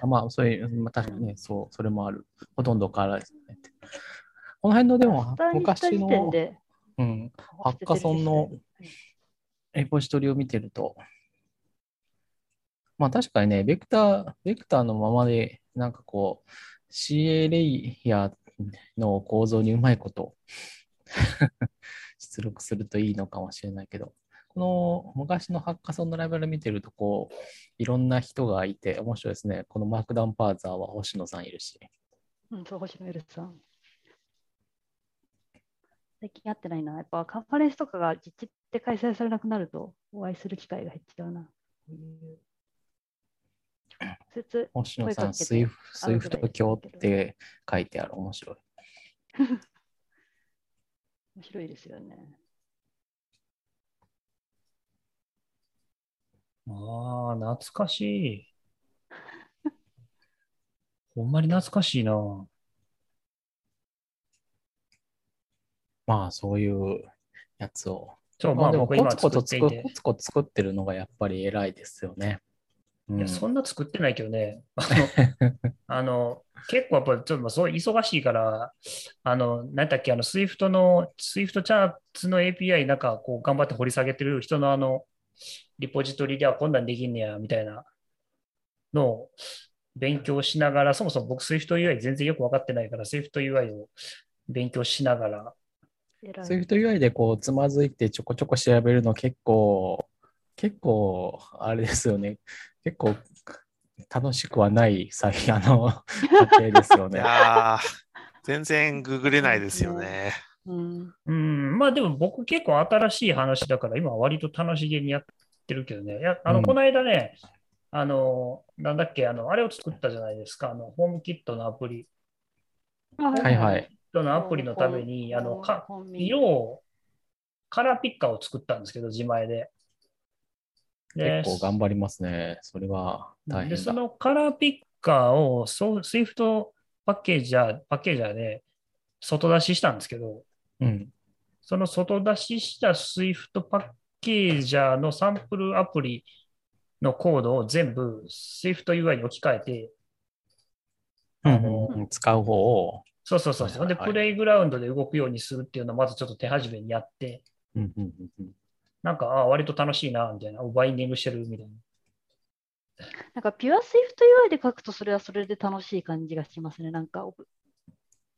A: あまあ、そういう、まあ、確かにね、そう、それもある。ほとんど変わらないですよねって。この辺のでも
D: 下に行った
A: 昔
D: 時点
A: の、
D: で
A: うん、ハッカソンのレポジトリを見てると、まあ確かにね、ベクター、ベクターのままで、なんかこう、CA レイヤーの構造にうまいこと出力するといいのかもしれないけど、この昔のハッカソンのライバル見てると、こう、いろんな人がいて、面白いですね。このマークダウンパーザーは星野さんいるし。
D: うん、そう、星野エルさん。最近会ってないな。やっぱカンファレンスとかが実地で開催されなくなると、お会いする機会が減っちゃうな。こういう直接、
A: 星野さん、
D: 声かけて
A: スイフス
D: 会
A: イ
D: う
A: フ
D: ぐらい
A: ト教って書いてある。面白い。
D: 面白いですよね。
B: ああ、懐かし い。ほんまに懐かしいな。
A: まあ、そういうやつを
B: そう、
A: ま
B: ま
A: あ
B: あ、
A: でもコ
B: 僕今
A: ツコツ
B: 作っ
A: 作
B: て
A: っ
B: いて
A: コ。ツコツ作ってるのがやっぱり偉いですよね。うん
B: いや、そんな作ってないけ どね。あの、あの結構やっぱちょっとまあそう忙しいから、あの、なんだっけ、あの、Swift の、Swift チャーツの API なんかこう頑張って掘り下げてる人のあの、リポジトリではこんなんできんねや、みたいなのを勉強しながら、そもそも僕 SwiftUI 全然よく分かってないから、SwiftUI を勉強しながら、
D: 偉い。
A: Swift UI でこうつまずいてちょこちょこ調べるの結構、結構あれですよね。結構楽しくはない最 あの過程ですよ
C: い
A: ね。
C: やー、全然ググれないですよね。
D: うん、
B: うん、まあでも僕結構新しい話だから今割と楽しげにやってるけどね。いや、あ
A: うん
B: の、この間ね、あの、なんだっけ、あの、あれを作ったじゃないですか、あの、ホームキットのアプリ。
A: はいはい。
B: ホームキットのアプリのために、あの、か、色
D: 色
B: を、カラーピッカーを作ったんですけど、自前で。で、
A: 結構頑張りますね。それは大
B: で、
A: 変
B: そ
A: だ。
B: のカラーピッカーを、そう、Swift パッケージャー、パッケージャーで外出ししたんですけど、
A: うん。
B: その外出しした SWIFT パッケージャーのサンプルアプリのコードを全部 SwiftUI に置き換えて、
A: う
B: あ
A: ん
B: の
A: うんうん使う方を。
B: そうそうそうそう。
A: はいはい
B: で、
A: はい
B: プレイグラウンドで動くようにするっていうのをまずちょっと手始めにやって、
A: うんうんうんうん
B: なんか、ああ、割と楽しいな、みたいな。おバインディングしてるみたいな。
D: なんかピュア Swift UI で書くとそれはそれで楽しい感じがしますね。なんか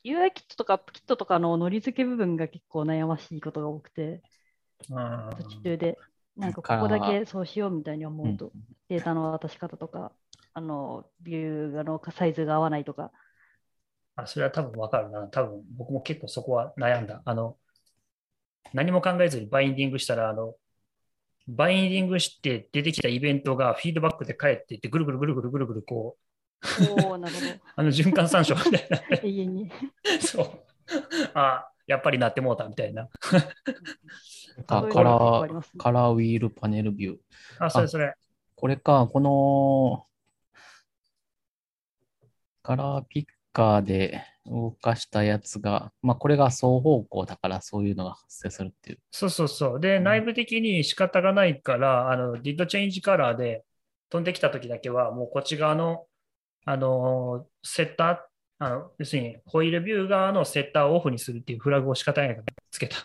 D: UI キットとかアップキットとかのノリ付け部分が結構悩ましいことが多くて、
B: うん
D: 途中でなん
A: だ
D: か
A: か
D: こ
A: ら
D: こだけそうしようみたいに思うと、
A: うん
D: データの渡し方とか、あのビューのサイズが合わないとか、
B: あ、それは多分わかるな。多分僕も結構そこは悩んだ。あの、何も考えずにバインディングしたら、あの、バインディングして出てきたイベントがフィードバックで返っていって、ぐるぐるぐるぐるぐるぐるこう、
D: おお、なるほ
B: あの循環参照みたいな。
D: ど、永遠に。
B: そう。あ、やっぱりなってもうたみたいな。
A: あ
D: そういう
A: カ
D: の
A: ラ
D: が結構あり
A: ー、
D: ますね
A: カラーウィールパネルビュー。
B: あ、それそれ。
A: これか、このカラーピッカーで動かしたやつが、まあこれが双方向だからそういうのが発生するっていう。
B: そうそうそう。で、
A: ん
B: 内部的に仕方がないから、あの、ディッドチェンジカラーで飛んできた時だけは、もうこっち側の、あの、セッター、あの、要するに、ホイールビュー側のセッターをオフにするっていうフラグを仕方ないからつけた。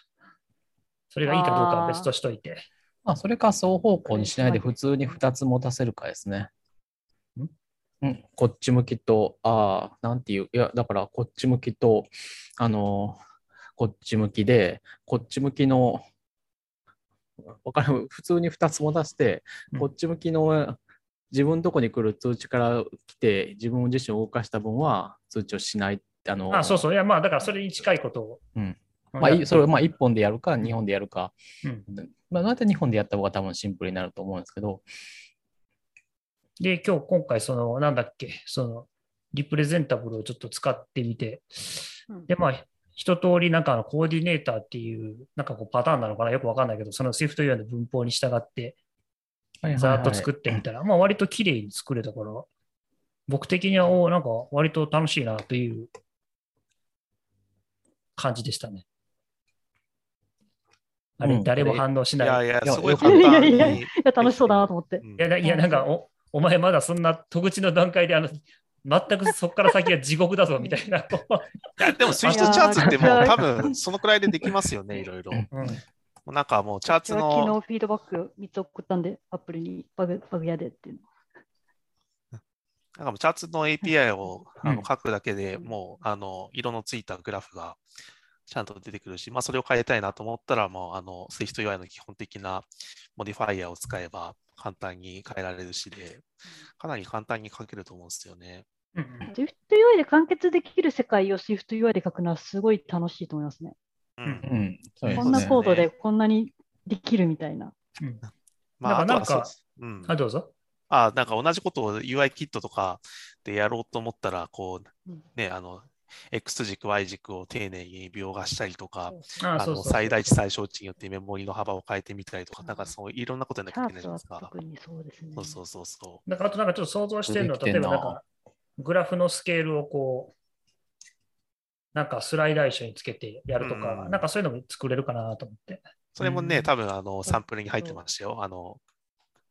B: それがいいかどうかは別としといて。
A: まあそれか双方向にしないで普通に2つ持たせるかですね。
B: ん
A: うん、こっち向きと、ああ、なんていう、いや、だからこっち向きと、あのーこっち向きで、こっち向きの、わかる、普通に2つ持たせて
B: う、ん
A: こっち向きの自分のとこに来る通知から来て、自分自身を動かした分は通知をしない、あのー
B: あ、そうそう。いや、まあ、だからそれに近いことを。
A: うんまあ、いそれをまあ1本でやるか、2本でやるか、
B: うん
A: まあ、なんで日本でやった方が多分シンプルになると思うんですけど、
B: で、今日、今回、その、なんだっけ、その、リプレゼンタブルをちょっと使ってみて、
D: うん
B: で、まあ、一通りなんかあのコーディネーターっていう、なんかこうパターンなのかな、よくわかんないけど、その Swift 用の文法に従って、ざーっと作ってみたら、まあ割と綺麗に作れたから、僕的には、おーなんか割と楽しいなという感じでしたね。あれ、
A: うん
B: 誰も反応し
C: い
B: ない。
C: や
B: い
C: い
B: や
C: や、
A: いや
C: すごい
A: よ
D: かっ
C: 簡
D: た
C: 単に。
D: いやいや楽しそうだなと思って
C: う。ん
B: だいや、なんかお、お前まだそんな戸口の段階で、あの、全くそこから先は地獄だぞみたいな。こ
C: いや、でもスイッチチャーツってもう多分そのくらいでできますよね、いろいろ。も
B: う うん
C: うなんかもうチャー
D: 私
C: ツ
D: は昨
C: の、
D: 日フィードバック3つ送ったんで、アップルにバグバグやでっていうの。
C: なんかもうチャーツの API をあ
A: う
C: の
A: ん
C: 書くだけでもうあの色のついたグラフがちゃんと出てくるし、まあそれを変えたいなと思ったらもうあの SwiftUI の基本的なモディファイアを使えば簡単に変えられるしで、かなり簡単に書けると思うんですよね。
B: うん。
D: SwiftUI で完結できる世界を SwiftUI で書くのはすごい楽しいと思いますね。
C: う
B: うん
C: ん。
A: うん。そうです
D: こ
A: ね
D: んなコード
C: そうです
D: でこんなにできるみたいな。
B: うん
C: まあ、あと
B: なんか
C: はそう
B: なん
C: です。うん。
B: かあ、どうぞ。
C: あ、なんか同じことを UI キットとかでやろうと思ったら、こう
D: うん、
C: ね、あの、X 軸、Y 軸を丁寧に描画したりとか、
B: あ、
C: あ
B: そう
C: の
B: そう。
C: 最大値、最小値によってメモリの幅を変えてみたりとか、なんかそういろんなことやん
D: チ
C: なきゃ
D: ャ
C: いけな
D: ー
C: い
D: ト
C: じゃない
D: は
C: ですか。
D: 特にそうですね。
C: そうそうそうそ
B: なんかあとなんかちょっと想像してるのは、
A: 出てきて
B: 例え
A: んな
B: ばなんか、グラフのスケールをこう、なんかスライダー一緒につけてやるとか、
C: うん
B: なんかそういうのも作れるかなと思って。
C: う。それもね、
B: うん
C: 多分あのサンプルに入ってましたよ。あの、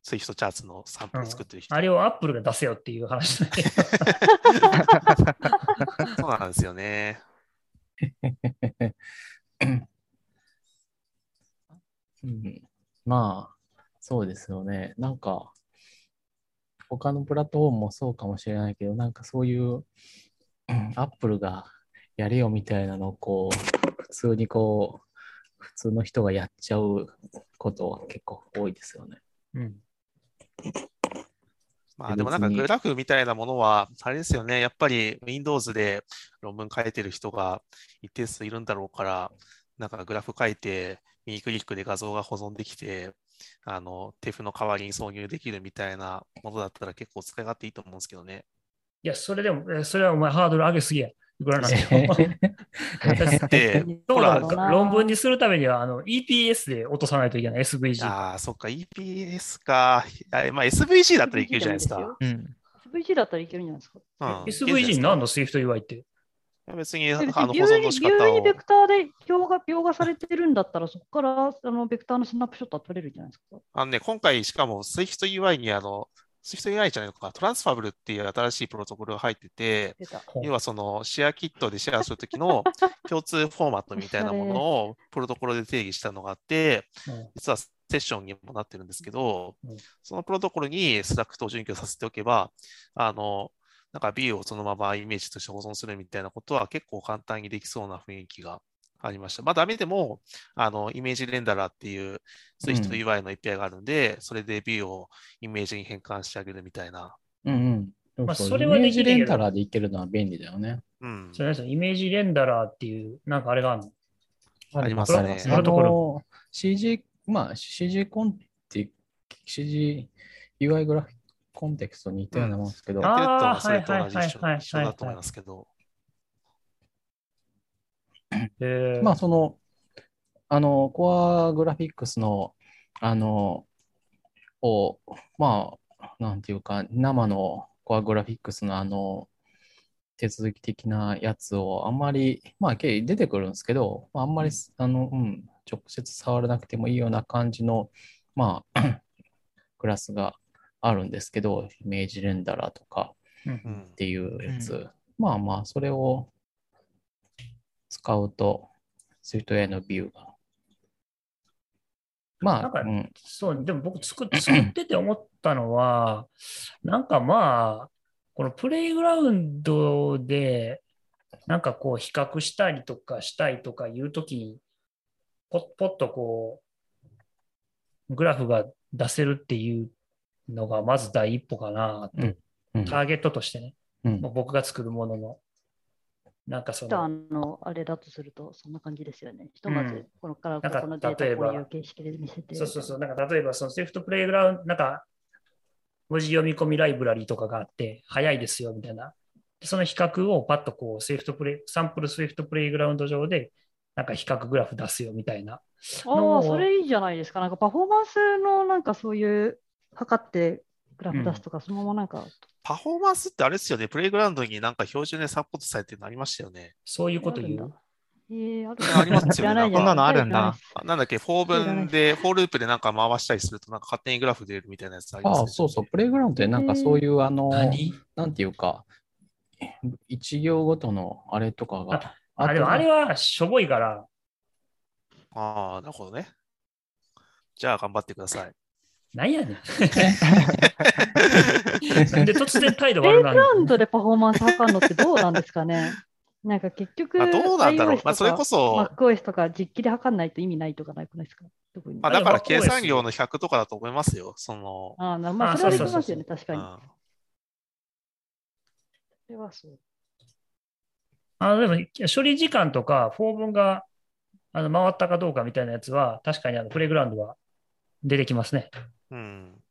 C: スイフトチャーツのサンプル作ってる人。
B: あれをアップルが出せよっていう話だけ ど
C: そうなんですよね。
A: うんまあ、そうですよね。なんか、他のプラットフォームもそうかもしれないけど、なんかそういう、アップルがやれよみたいなのを、こう、普通にこう、普通の人がやっちゃうことは結構多いですよね。
B: うん。
C: まあでもなんか
A: 別に
C: グラフみたいなものは、あれですよね、やっぱり Windows で論文書いてる人が一定数いるんだろうから、なんかグラフ書いて、右クリックで画像が保存できて、あの、TEF の代わりに挿入できるみたいなものだったら結構使い勝手いいと思うんですけどね。
B: いや、それでも、えそれはお前ハードル上げすぎや。いくらなん で も
C: で、
B: そうな
D: そ
B: の
D: うだろうな
B: 論文にするためには、あの、EPS で落とさないといけない、SVG。
C: ああ、そっか、EPS か。いやまあ SVG だったらいけるじゃないですか。
E: うん。
D: SVG だったらいけるんじゃないですか。
C: うんいけるじゃない
B: SVG
C: です
B: に
C: か
B: 何の SwiftUI って。
C: いや別にあの
D: で別
C: 保
D: にビュ
C: 存
D: ー
C: の
D: に
C: 仕
D: ビュー
C: 方
D: に
C: を
D: ベ。クターで表が描画されてるんだったら、そこからあのベクターのスナップショットは取れるじゃないですか。
C: あのね、今回、しかも SwiftUI にあの、SwiftUI じゃないのか、トランスファブルっていう新しいプロトコルが入ってて、
D: 出た。
C: 要はそのシェアキットでシェアするときの共通フォーマットみたいなものをプロトコルで定義したのがあって、
B: うん
C: 実はセッションにもなってるんですけど
B: うん、
C: そのプロトコルに Slack を準拠させておけば、あの、なんかビューをそのままイメージとして保存するみたいなことは結構簡単にできそうな雰囲気がありました。まあダメでも、あの、イメージレンダラーっていう SwiftUI の API があるんで、それでビューをイメージに変換してあげるみたいな。
A: うんうん。
B: まあ
A: そうそう
B: それはできるけ
A: イメー
B: ど
A: ジレンタラーでいけるのは便利だよね。
C: うん。
B: それなんですよイメージレンダラーっていう、なんかあれがあるの。
C: ありますね
A: あ
B: あ
A: あ
B: るとこ
A: の、CG、まあ CG コンテ、CG UI グラフコンテクストに似たようなもんですけど、
B: あ
C: やってると
B: ー
C: それと同じ
B: はいはい
C: 一緒
B: はい
C: 一緒だと思いますけど。
B: えー
A: まあその、あの、コアグラフィックスの、あの、を、まあ、なんていうか、生のコアグラフィックスのあの、手続き的なやつをあんまり、まあ、け出てくるんですけど、まああんまり、あの、うん、直接触らなくてもいいような感じの、まあ、 クラスがあるんですけど、イメージレンダラーとか、
B: うん
C: う
A: っ
C: ん。
A: ていうやつ。まあまあ、それを使うと、スイート A のビューが。ま
B: なん
A: あ、
B: か
A: うん、
B: そう、でも僕作っ作ってて思ったの は、なんかまあ、このプレイグラウンドで、なんかこう比較したりとかしたいとかいうときに、ポッポッとこう、グラフが出せるっていうのがまず第一歩かなと、
A: うん
B: ターゲットとしてね、
A: うん
B: まあ僕が作るものの、なんかそ
D: ちょっとあ
B: の、
D: の、あれだとすると、そんな感じですよね。ひとま
B: うん
D: ず、このから
B: なんか
D: このデータ
B: 例え
D: をこ
B: ば
D: ういう形式で見せて。
B: そうそうそう、なんか例えばそのセフトプレイグラウンド、なんか文字読み込みライブラリとかがあって、早いですよみたいな。その比較をパッとこう、スイフトプレイ、サンプルスイフトプレイグラウンド上で、なんか比較グラフ出すよみたいな。
D: ああ、それいいじゃないですか。なんかパフォーマンスのなんかそういう測ってグラフ出すとか、そのままなんか、
C: パフォーマンスってあれですよね、プレイグラウンドになんか標準でサポートされてるのありましたよね。
B: そういうこと言
D: あるん
B: う
D: だ。。えー、ある
C: ありますよね
D: いらない
C: なんか
D: じゃ
C: そんな
E: のあるんだ
D: いらないです
C: あなんだっけ、フォー文で、フォーループでなんか回したりすると、なんか勝手にグラフ出るみたいなやつあります
A: あ
C: よ
A: あ、
C: ね
A: そうそう、プレイグラウンドでなんかそういう、あの、
B: 何
A: なんていうか、一行ごとのあれとかが。
B: あ、でもあれ
A: は
B: はしょぼいから、
C: ああ、なるほどね。じゃあ頑張ってください。
B: なん やねん。なんで突然態度
D: プレ
B: 悪
D: イ
B: な
D: グ
B: る
D: ラウン
B: の
D: ドでパフォーマンス測るのってどうなんですかね なんか結局、
C: まあ、どうなんだろう
D: iOS と。か
C: まあ、それこそ、
D: MacOS とか実機で測んないと意味ないとかなくないですか特に。
C: まあ、
D: あ
C: だから
B: あで
C: 計
B: も
C: 算量の100とかだと思いますよ。その、
D: あな
B: あ
D: まあ、それはで
B: そう
D: き
B: そうそう
D: ますよね、確か
C: う
D: に。
C: ん
D: それはそう。
B: あでも処理時間とか、フォー文があの回ったかどうかみたいなやつは、確かにあのプレイグラウンドは出てきますね。
C: うん。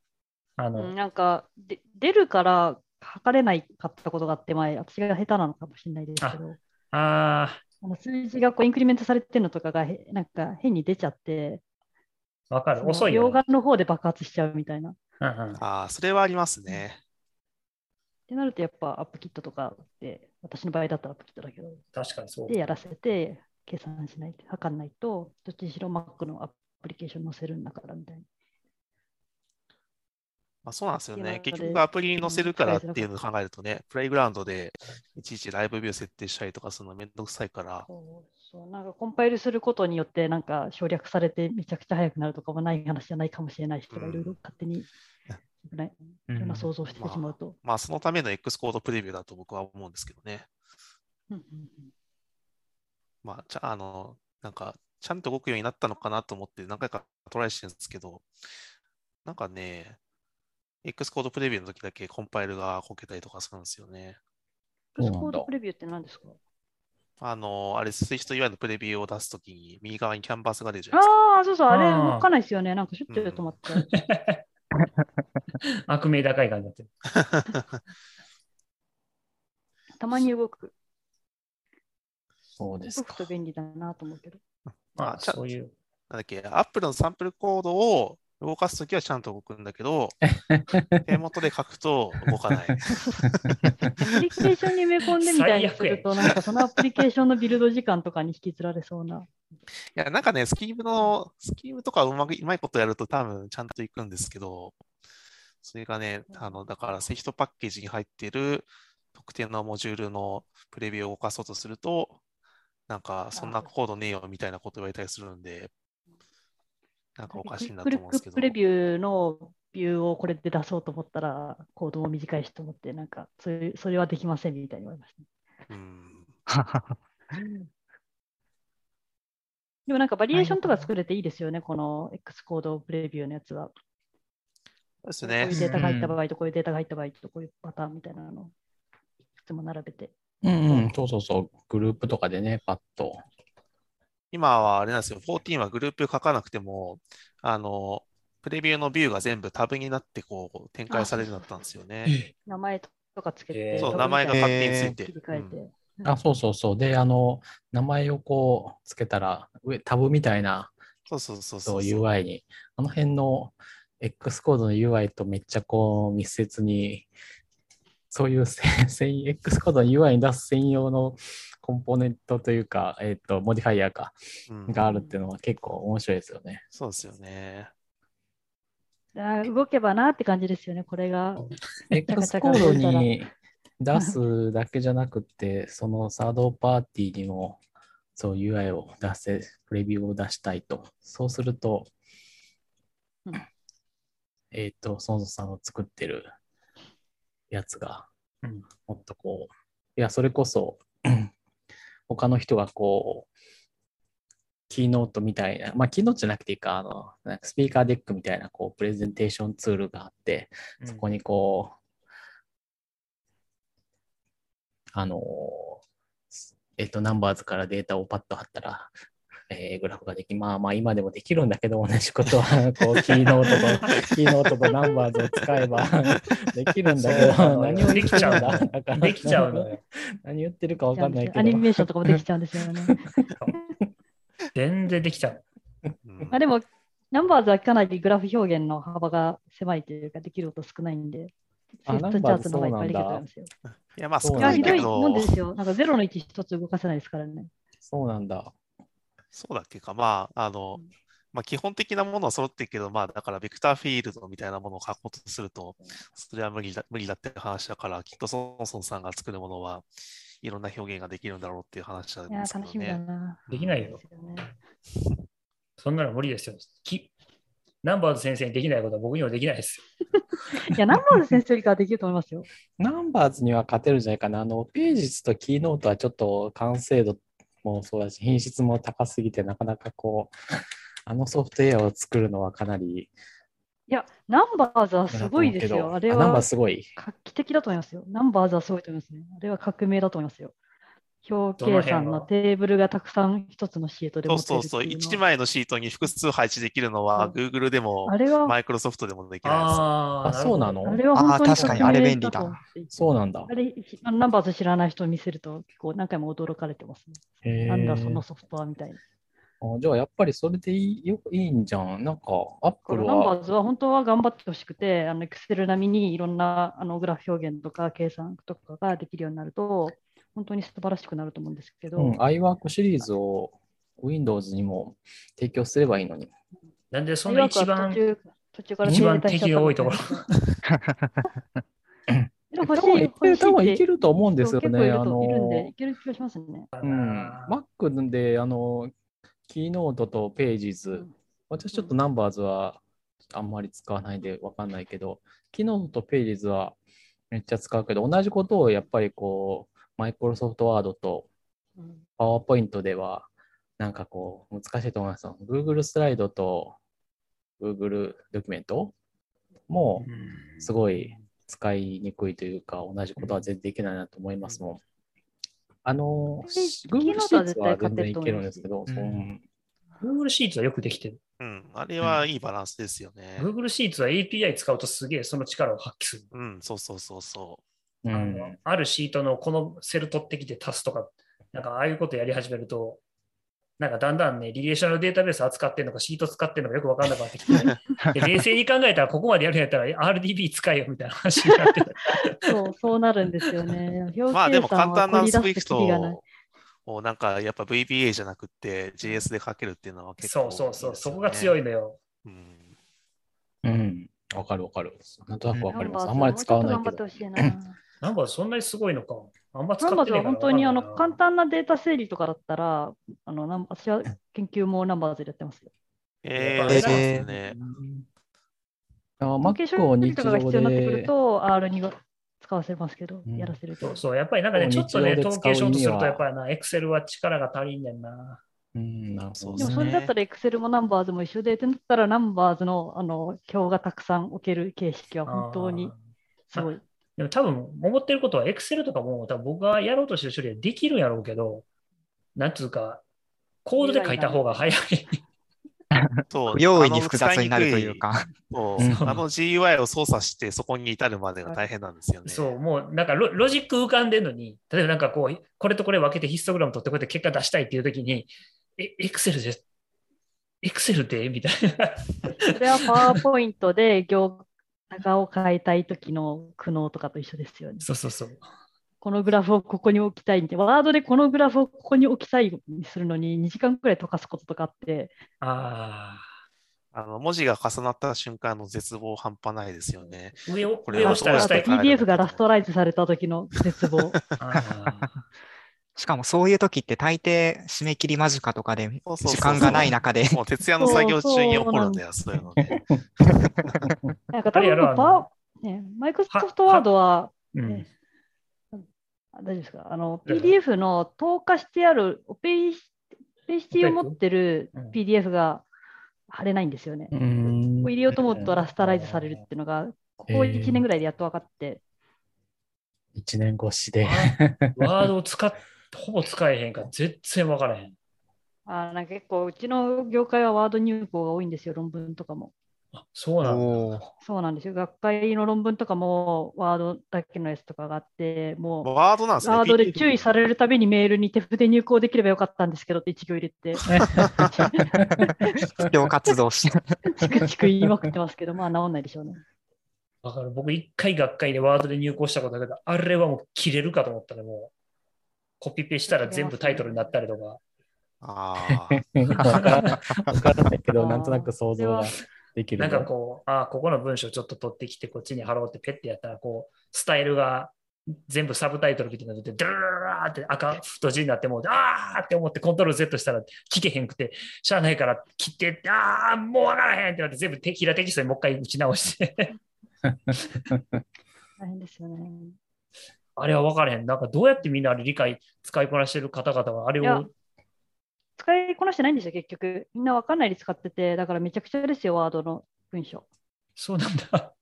B: あの、
D: うんなんかで、出るから測れないかったことがあって、前、私が下手なのかもしれないですけど、
B: ああ
D: あの数字がこうインクリメントされてるのとかがへなんか変に出ちゃって、
B: ー、わか
D: そ
B: る。
D: の
B: 遅い
D: 両
B: よ、ね
D: 眼の方で爆発しちゃうみたいな。っ
B: うんうん。
C: ああ、それはありますね。
D: てなると、やっぱアップキットとかって、私の場合だったらアップキットだけど、
B: 確かにそう
D: で。やらせて、計算しないと、測んないと、どっちにしろ Mac のアプリケーション載せるんだからみたいな。
C: まあ、そうなんですよ
D: いや
C: ね。
D: それ
C: 結局アプリに載せるからっていうのを考えるとね、プレイグラウンドでいちいちライブビュー設定したりとかするのめんどくさいから、
D: そうそうなんかコンパイルすることによってなんか省略されてめちゃくちゃ速くなるとかもない話じゃないかもしれないし、とか
C: うん
D: いろいろ勝手にね
E: う
D: いろん
E: ん
D: な 想像してしまうと。
C: まあそのための X コードプレビューだと僕は思うんですけどね。
D: うんうんうん
C: まあ、ちゃあの、なんか、ちゃんと動くようになったのかなと思って何回かトライしてるんですけど、なんかね、X コードプレビューの時だけコンパイルがこけたりとかするんですよね。
A: そうな
D: X
A: んだ
D: コードプレビューって何ですか
C: あの、あれ、スイッチと UI のプレビューを出すときに、右側にキャンバスが出るじゃないですか。
D: ああ、そうそう、あれ
B: あー
D: 動かないですよね。なんかシュッて止まって。
B: 悪名高い感じになってる。
D: たまに動く。
A: そうです
D: 動く
A: か
D: と。便利だなと思う けど。
B: ま
C: あ
B: あ、
C: ちゃ
B: そういう。
C: なんだっけ、Apple のサンプルコードを動かすときはちゃんと動くんだけど、手元で書くと動かない。
D: アプリケーションに埋め込んでみたいにすると、なんかそのアプリケーションのビルド時間とかに引きずられそう
C: い
D: な。
C: や、なんかね、スキームの、スキームとかうまく、うまいことやると多分ちゃんといくんですけど、それがね、あの、だから、セヒトパッケージに入ってる特定のモジュールのプレビューを動かそうとすると、なんか、そんなコードねえよみたいなこと言われたりするんで、なんかおかしいなと
D: クリッ
C: 思うんです
D: ク
C: けど。
D: プレビューのビューをこれで出そうと思ったら、コードも短いしと思って、なんかそういう、それはできませんみたいに思いました。
C: うん。
D: でもなんかバリエーションとか作れていいですよね、この X コードプレビューのやつは。
C: そうです
D: こう
C: ね
D: いう。データが入った場合と、こういうデータが入った場合と、こういうパターンみたいなのをいくつも並べて。
A: うんうん、そうそうそう。グループとかでね、パッと。
C: 今はあれなんですよ、14はグループ書かなくても、あの、プレビューのビューが全部タブになってこう展開されるようになったんですよね。
D: 名前とかつけ
B: えー
D: て、
C: そう、
D: タブ
C: 名前が
D: み
C: 勝
D: たい
C: 手につ
D: ない
C: て。
D: 切り替えて。
A: あ、そうそうそう。で、あの、名前をこう、つけたら、上、タブみたいな、
C: そうそうそうそ
A: そうう
C: そう。
A: UI に。あの辺の X コードの UI とめっちゃこう、密接に、そういうせ 専用 X コードの UI に出す専用のコンポーネントというか、えっ、と、モディファイアか、
C: うん
A: があるっていうのは結構面白いですよね。
C: そうですよね。
D: あー動けばなって感じですよね、これが。
A: X コードに出すだけじゃなくて、そのサードパーティーにもそう UI を出せ、プレビューを出したいと。そうすると
D: うん、
A: えっ、と、ソンソさんの作ってるやつが
B: うん、
A: もっとこう、いや、それこそ、 他の人がこう、キーノートみたいな、まあ、キーノートじゃなくていいか、あの、なんかスピーカーデックみたいな、こう、プレゼンテーションツールがあって、そこ
B: に。
A: にこう、あの、えっと、ナンバーズからデータをパッと貼ったら、えーグラフができ、まあまあ今でもできるんだけど、同じことは、 こう、キーノートと、キーノートとナンバーズを使え ばできるんだけ
B: そうな
A: ど、
B: のよ
A: 何を言ってるんだ
B: できちゃうんだ
A: だから
B: できちゃうのよ。
A: 何言ってるかわかんないけど。
D: アニメーションとかもできちゃうんですよね。
B: 全然できちゃう。
C: うん
D: まあでも、ナンバーズはかなりグラフ表現の幅が狭いというか、できること少ないんで、
A: あ
D: セットチャートの方がいっぱいできると思いますよ。
C: いや、まあ
A: そ
C: 少
A: う
D: い
A: な
C: な
D: や、
C: い
A: ん
D: ひ
A: だ
C: ん
D: ど
C: だけ
D: いもん
C: ど
D: で、すよ。なんかゼロの1一つ動かせないですからね。
A: そうなんだ。
C: そうだっけか、まあ、あの、まあ、基本的なものは揃ってるけど、まあ、だから、ベクターフィールドみたいなものを書こうとすると、それは無理だ、無理だって話だから、きっとソンソンさんが作るものはいろんな表現ができるんだろうっていう話なん
D: いや
C: ですけ
D: ー、
C: ど
D: 楽しみだ
C: ね。
D: な。
B: できないよ
D: で。すよね
B: そんなの無理ですよ。きナンバーズ先生にできないことは僕にはできないです。
D: いや、ナンバーズ先生よりかはできると思いますよ。
A: ナンバーズには勝てるんじゃないかな。あの、ページズとキーノートはちょっと完成度もそうだし、品質も高すぎて、なかなかこう、 あのソフトウェアを作るのはかなり、
D: いや、ナンバーズはすごいです
A: だと思
D: よ。あ
A: うけ
D: れ
A: どナンバー
D: は
A: すごい。
D: 画期的だと思いますよ。ナンバーズはすごいと思いますね。あれは革命だと思いますよ。表
B: ど
D: 計算
B: の辺
D: の
B: が
D: テーブルがたくさん一つのシートで
C: そ
D: 持
C: う
D: てる
C: そう
D: って
C: そう、
D: いうのは
C: 1枚のシートに複数配置できるのは、
D: うん
C: Google でも、
D: あれは、
C: Microsoft でもできないです。
B: あー
A: あ、そうなの
D: あれは本当
E: あ
D: に
E: ー確かにあれ便利だ
D: 革命と思って
A: そうなんだ
D: あ。れ、ひあのナンバーズ知らない人に見せると、結構何回も驚かれてますね。
A: へ
D: なんだそ
A: ー
D: のソフトはみたいな。
A: あじゃあ、やっぱりそれでいいよいいんじゃん。なんか、アッ
D: こ
A: プ
D: の
A: ル
D: ナンバ
A: は
D: ー、ズは本当は頑張ってほしくて、あの Excel 並みにいろんなあのグラフ表現とか計算とかができるようになると、本当に素晴らしくなると思うんですけど、
A: うん、iWork シリーズを Windows にも提供すればいいのに。
B: なんでそんな一
D: 迷惑は
B: 番
D: 途、中途中から
B: 一番
D: 停滞しちゃ
B: 敵が
D: った
B: 多いところ。
D: でも
A: 多
D: 欲し
A: 分い
D: い欲しいって
A: 多分いけると思うんですよ
D: そう結構
A: ね。
D: いる
A: あ
D: といるん
A: の
D: で、いける気がしますね。
A: うん、Mac で、あの、キーノートとページ
D: う
A: ズ
D: ん、
A: 私ちょっとナンバーズはあんまり使わないでわかんないけど、キーノートとページズはめっちゃ使うけど、同じことをやっぱりこう、マイクロソフトワードと
D: うん
A: パワーポイントでは、なんかこう、難しいと思いますよ。Google スライドと Google ドキュメントも
B: うん
A: すごい使いにくいというか、同じことは全然できないなと思いますもん。あの、
D: で
A: Google シーツは全然いけるんですけど、
B: 機能
A: そう
B: は絶対勝てると思い Google シーツはよくできてる。
C: うん、あれはいいバランスですよね。
B: Google シーツは API 使うとすげえその力を発揮する。
C: うん、そうそうそうそう。
A: う
B: あ
A: ん
B: のあるシートのこのセル取ってきて足すとか、なんかああいうことやり始めると、なんかだんだんね、リレーショナルデータベース扱ってんのか、シート使ってんのかよく分かんなくな ってきて、で冷静に考えたら、ここまでやるんやったら RDB 使えよみたいな話になって る。
D: そう、そうなるんですよね。表計算
C: まあでも簡単な
D: は取り
C: ス
D: 出
C: クリプ
D: す気がない
C: トをなんかやっぱ VBA じゃなくて JS で書けるっていうのは結構
B: そうそうそう、そこが強
C: い
B: い
C: い
B: のよ。
C: ですよね。うん
A: うん。わかるわかる。なんとなくわ
D: ナ
A: かり
D: ンバ
A: ま
D: ー
A: す。あ
D: ズ
A: んまり使わない
D: も
A: け
D: うち
A: ど
D: ょっ。と頑張ってほし いな。
B: なんかそんなにすごいのか。あんま使
D: ナン
B: っ
D: バ
B: て
D: ー
B: ね
D: ズ
B: えから
D: は本
B: 分
D: 当
B: かんない
D: に
B: な
D: あの簡単なデータ整理とかだったら、あのナン 私は研究もナンバーズでやってますよ。
C: えー、
B: えー
C: そうですね。
A: あ、
D: 計
A: Mac
D: 算
A: を
D: 処
A: 日
D: 理とかが
A: 常
D: 必要になってくる
A: で。
D: と、R に使わせますけど、
A: うん
D: やらせる
B: そ
D: と
B: う。そう、やっぱりなんかね、
A: こう
B: ちょっとね、
A: 日常で
B: 統
A: 使う
B: 計しようとする
A: に
B: と、
A: は
B: やっぱりな、Excel は力が足りんねんな。
A: うん、なるほど
D: で
A: ね
D: もそれだったら Excel もナンバーズも一緒で、ってなったらナンバーズのあの表がたくさん置ける形式は本当に
B: あー
D: すごい。
B: でも多分思ってることは、Excel とかも多分僕がやろうとしてる処理はできるんやろうけど、なんつうか、コードで書いた方が早い。
C: そう
E: 容易に複雑になるという。か。
C: あの
A: う
C: 使
A: ん
C: いにくいそうあの GUI を操作してそこに至るまでが大変なんですよね。
B: そう、もうなんかロロジック浮かんでるのに、例えばなんかこう、これとこれ分けてヒストグラム取ってこうやって結果出したいっていう時に、え、Excel で、Excel でみたいな。
D: それはパワーポイントで 行中を変えたい時の苦悩とかと一緒ですよね。
B: そうそうそう。
D: このグラフをここに置きたいんで、ワードでこのグラフをここに置きたいにするのに2時間くらい溶かすこととかあって、
B: あ
C: あの文字が重なった瞬間の絶望半端ないですよね。
B: あ、上を
C: これ
B: 上を
C: は
B: 押したら
D: あ
B: 下
D: と
C: どう
B: へ
C: した。ら
D: PDF がラストライズされた時の絶望。
B: あー
E: しかもそういう時って大抵締め切り間近とかで
C: そうそうそう
E: 時間がない中で。
C: もう徹夜の作業中に起こるんだよ、そういうのね。
D: なんか
B: あ
D: 多分
B: れやろあの
D: パワー、ね、マイクロソフトワードは
B: うん
D: あ大丈夫ですかあの
B: 大丈夫
D: PDF の投下してあるオペイオペシティを持ってる
B: うん
D: PDF が貼れないんですよね。
A: う
D: こ
A: ん
D: こ入れようと思うとラスタライズされるっていうのが、ここ1年ぐらいでやっと分かって、
A: 一年越しで。
B: ワードを使っ、ほぼ使えへんから、全然分からへん。
D: あーなんか結構、うちの業界はワード入稿が多いんですよ、論文とかも。
B: あそうなんだ。
E: おー
D: そうなんですよ。学会の論文とかも、ワードだけのやつとかがあって、もう、
C: ワードなんですね。
D: ワードで
C: PTF
D: 注意されるたびにメールに手筆入稿できればよかったんですけどって一行入れて、
E: 布教活動して。
D: チクチク言いまくってますけ ど、まあ治んないでしょうね。
B: わかる。僕、一回学会でワードで入稿したことあるけど、あれはもう切れるかと思ったね、もう。コピペしたら全部タイトルになったりとか。
C: ああ。
A: わからわからないけど、なんとなく想像ができる
B: な
A: ね。
B: んかこう、ああ、ここの文章ちょっと取ってきて、こっちに貼ろうってペッてやったら、こう、スタイルが全部サブタイトルみたいになってて、ドゥルルルルルルって赤太字になって、もう、ああって思ってコントロール Z したら聞けへんくて、しゃあないから切ってって、ああ、もうわからへんってなって、全部テキラテキストにもう一回打ち直して、
D: 大変ですよね。
B: あれはわからへん。なんかどうやってみんなあれ理解、使いこなしてる方々は、あれ
D: いや
B: を、
D: 使いこなしてないんですよ、結局。みんなわかんないで使ってて、だからめちゃくちゃですよ、ワードの文章。
B: そうなんだ。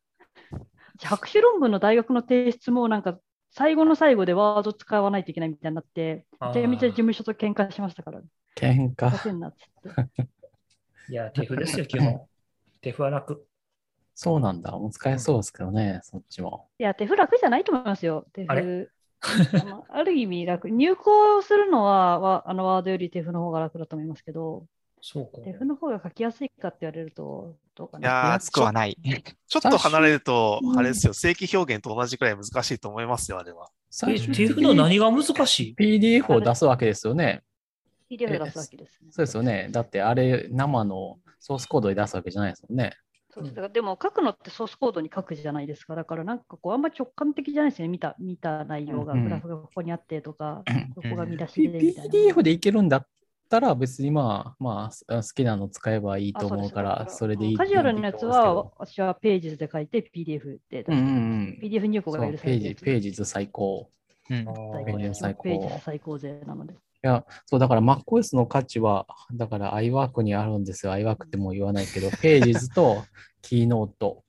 D: 博士論文の大学の提出も、なんか、最後の最後でワード使わないといけないみたいになって、めちゃめちゃ事務所と喧嘩しましたから、
A: 喧
D: ふ
A: 嘩
D: ざ。けんなっつって。
B: いや、テフです よ、基本。テフは楽。
A: そうなんだ。もう使えそうですけどね、そっちも。
D: いや、手フ楽じゃないと思いますよ、手フ。
B: あ
D: あ
B: れ
D: のある意味楽。入稿するのは、わあのワードより手フの方が楽だと思いますけど、
B: そうか。
D: 手フの方が書きやすいかって言われると、どうか
C: いや
D: な。
C: ー
E: 安くはない。
C: ちょっと離れると、あれですよ、正規表現と同じくらい難しいと思いますよ、あれは。
A: 最
B: え、
A: 終
B: テ
A: 的
B: フの
A: に
B: 何が難しい
A: PDF を出すわけですよね。
D: PDF 出すわけですね。
A: そうですよね。だってあれ、生のソースコードで出すわけじゃないですもんね。
D: そうですだからでも書くのってソースコードに書くじゃないですか。だからなんかこうあんま直感的じゃないですよね。見た見た内容が、
A: うんうん
D: グラフがここにあってとか、ここが見出しでみたいな。
A: PDF でいけるんだったら、別にまあ、まあ、好きなの使えばいいと思うから、それでいい。
D: カジュアルなやつ
A: いい
D: は
A: と思
D: 私はページズで書いて PDF で出して
A: うんうんうん
D: PDF 入稿
A: う
D: が
A: ん
D: 許
A: です
D: さ
A: けどそう
D: れて
A: ペー
D: る
A: ジ、ページズ最高。
E: うん
B: あ。ー
A: ページズ最高
D: ページズ最高税なので。
A: いや、そう、だから MacOS の価値は、だから iWork にあるんですよ。iWork ってもう言わないけ ど、ページズとキーノート。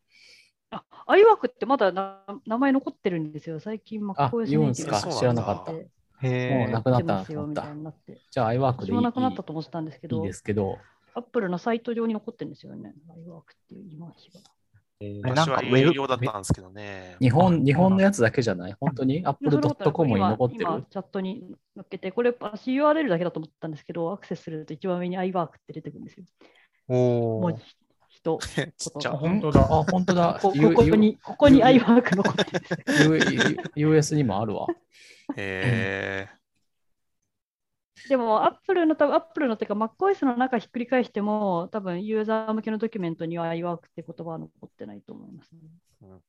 D: あ、iWork ってまだな名前残ってるんですよ。最近
A: あ
D: MacOS
A: 言うんです
C: か
D: ネイティブ
C: 知らなかった
D: で
E: へ
A: もう
E: え
A: な。く
D: 出
A: な
D: て
A: ったな
D: ます
A: と
D: よ
A: 思っ
D: みた
A: た
D: い。になって。
A: じゃあ iWork
D: 私
A: で
D: もなくなった
A: い
D: と思ってたんですけ
A: いいい
D: ど
A: いで。すけど、
D: アップルのサイト上に残ってるんですよね。ライブワークっていう今話が。
E: なんか
C: 私は有料だったんですけどね。
A: 日本、
E: あ
A: 日本のやつだけじゃない本当に
D: コ
A: ?apple.com
D: ム
A: に残ってる
D: 今、今チャットに載っけて、これ、私 URL だけだと思ったんですけど、アクセスすると一番上に iWork って出てくるんですよ。
E: お
D: 文
E: ー
D: 字、人。
C: ちっち
B: あ
C: ゃ。
B: 本当
A: あ、
B: だ。
A: 本当だ。
D: ここ
A: U-
D: こに、ここに iWork 残ってるんですよ。
A: U- U- US にもあるわ。
C: え
D: でも、アップルの、多分アップルのというか、MacOS の中ひっくり返しても、多分ユーザー向けのドキュメントには iWork って言葉は残ってないと思いますね。
C: ーうんうん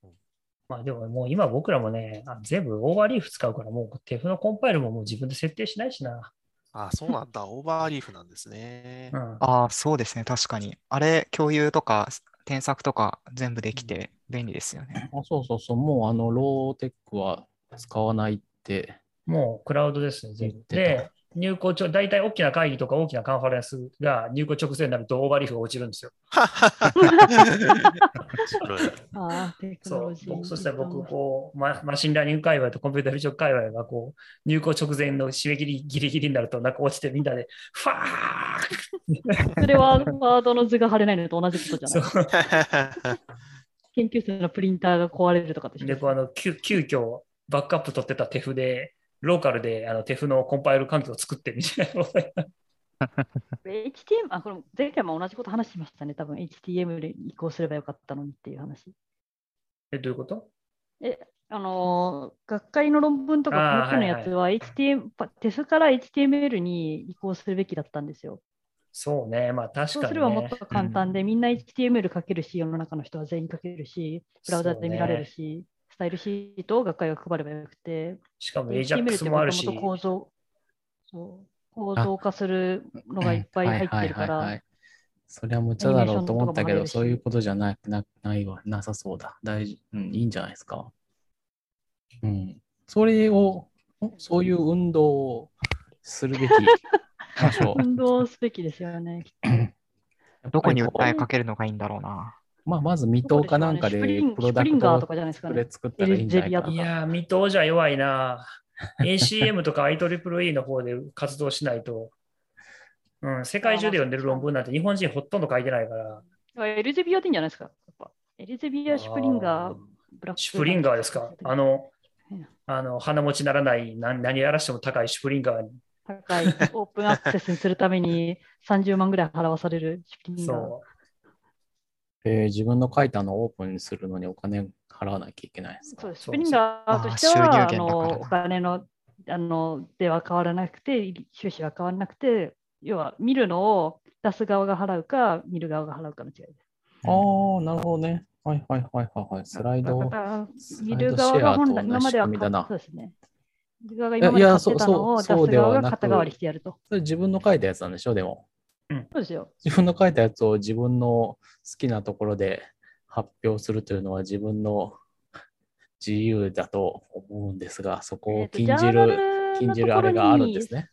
B: まあでももう今僕らもね、あ全部オーバーリーフ使うから、もうテフのコンパイルももう自分で設定しないしな。
C: あ、そうなんだ。オーバーリーフなんですね
B: う。ん、
E: ああ、そうですね。確かに。あれ、共有とか、添削とか全部できて便利ですよね。
A: あそうそうそう、もうあの、ローテックは使わないって。
B: もうクラウドですね、全部
A: 言っ。てた
B: で、入稿ちょ、大体大きな会議とか大きなカンファレンスが入稿直前になるとオーバーリーフが落ちるんですよ。
C: 面白い
D: ああ、テク
B: そ
D: ノロ
B: う
D: ジ、ー。
B: 僕、そしたら僕、こう、ママシンラーニング界隈とコンピュータビジョン界隈が、こう、入稿直前の締め切りギリギリになると、なんか落ちてみんなで、ファー
D: それはワードの図が貼れないのと同じことじゃない。
B: そう
D: 研究室のプリンターが壊れるとかと一緒
B: で、
D: です
B: こうあの急急遽バックアップ取ってたテフで、ローカルであのテフのコンパイル環境を作ってみたいな ことに
D: HTML、あ、これ前回も同じこと話しましたね。多分 HTML に移行すればよかったのにっていう話。
B: え、どういうこと
D: あのー学会の論文とか
B: あー
D: この手のやつは HTML、パテスから HTML に移行するべきだったんですよ。
B: そうね、まあ確
D: そう
B: か
D: す
B: に、
D: ればも
B: ね
D: っ。と簡単で、みんな HTML 書けるし、世の中の人は全員書けるし、ブラウザで見られるし、スタイルシートを学会が配ればよくて、
B: しかも
D: HTML っ
B: AJAX
D: て
B: もあ
D: も
B: る
D: と
B: し
D: もと、構造そう構造化するのがいっぱい入ってるか
A: うんはいはいはいは
D: ら
A: い、そりゃ無茶だろうと思ったけ
D: アニメーショ
A: ど、そ
D: ンのとこも入れるし
A: ういうことじゃななないわ、なさそうだ。大事、うん、いいんじゃないですか。うん。それを、おそういう運動をするべき場所。
D: 運動すべきですよね。
E: どこに
A: やっぱ
E: 訴
A: り
E: えかけるのがいいんだろうな。
A: うまあ、まず未踏かなんかで
D: どこしょうねスプ
A: プ
D: リ
A: ロダ
D: ンスプリン
A: ク
D: ガー
A: ト
D: とかじゃないですか
A: 作
D: ね
A: れ。作ったらいいんじゃないか
B: い
A: な。
B: やー、未踏じゃ弱いな。ACM とか IEEE の方で活動しないと、うん、世界中で読んでる論文なんて日本人ほとんど書いてないから。
D: エルゼビアでいいんじゃないですかやっぱエルゼビア・シュプリンガー、ブラック。
B: シュプリンガーですか。あの、あの鼻持ちならない何何やらしても高いシュプリンガーに。
D: 高いオープンアクセスにするために30万ぐらい払わされるシュプリンガー。
B: そ
A: えー自分の書いたのをオープンにするのにお金払わなきゃいけないですか。
D: そうです。スプリンガーとして
E: あー
D: は、あ
E: 収入源
D: の
E: だから
D: お金のあのでは変わらなくて、収支は変わらなくて、要は見るのを出す側が払うか、見る側が払うかの違いです。
A: ああ、なるほどね。はいはいはいはいはい。スライド
D: だ
A: を
D: か。ら
A: ス
D: 見
A: ライ
D: る
A: ドシ
D: 側
A: ェ
D: が
A: アと
D: 本来、
A: 同
D: 今
A: じ
D: まで
A: 仕
D: は
A: 組みだ
D: 買っ
A: な
D: そう。ですね。見る側が今まで
A: いや
D: 買ってたのを
A: そう
D: 出す
A: そうそうではな
D: 側
A: く
D: が肩代わりしてやると。
A: それ自分の書いたやつなんでしょ、でも。
D: そうですよ。
A: 自分の書いたやつを自分の好きなところで発表するというのは自分の 自由だと思うんですが、そこを禁じる、禁じるあれがあるんです
D: ね。
A: ね。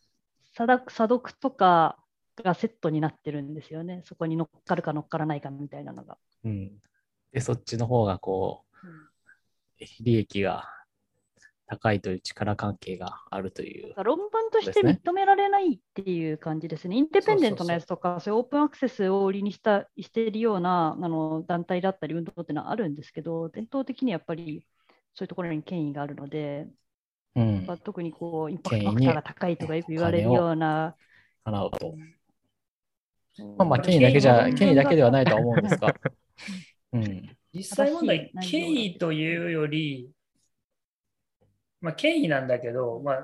D: 査読査読とかがセットになってるんですよね。そこに乗っかるか乗っからないかみたいなのが。
A: うん。で、そっちの方がこう、利益が高いという力関係があるという。
D: 論文とし
A: で
D: て
A: すね
D: 認められないっていう感じですね。インディペンデントのやつとか、そういうオープンアクセスを売りにしたしているようなあの団体だったり運動っていうのはあるんですけど、伝統的にやっぱりそういうところに権威があるので、
A: うん。
D: まあ特にこうインパ
A: 権
D: ク
A: 威
D: ト
A: に
D: ファクターが高いとかよく言われるような。
A: 払うと。ま
D: ま
A: あまあ、権威だけじゃ、
B: うん
A: 権威だけではないとは思うんですが。うん。
B: う。実際問題、
D: 正しい内容
B: 権威というより、まあ、権威なんだけど、まあ、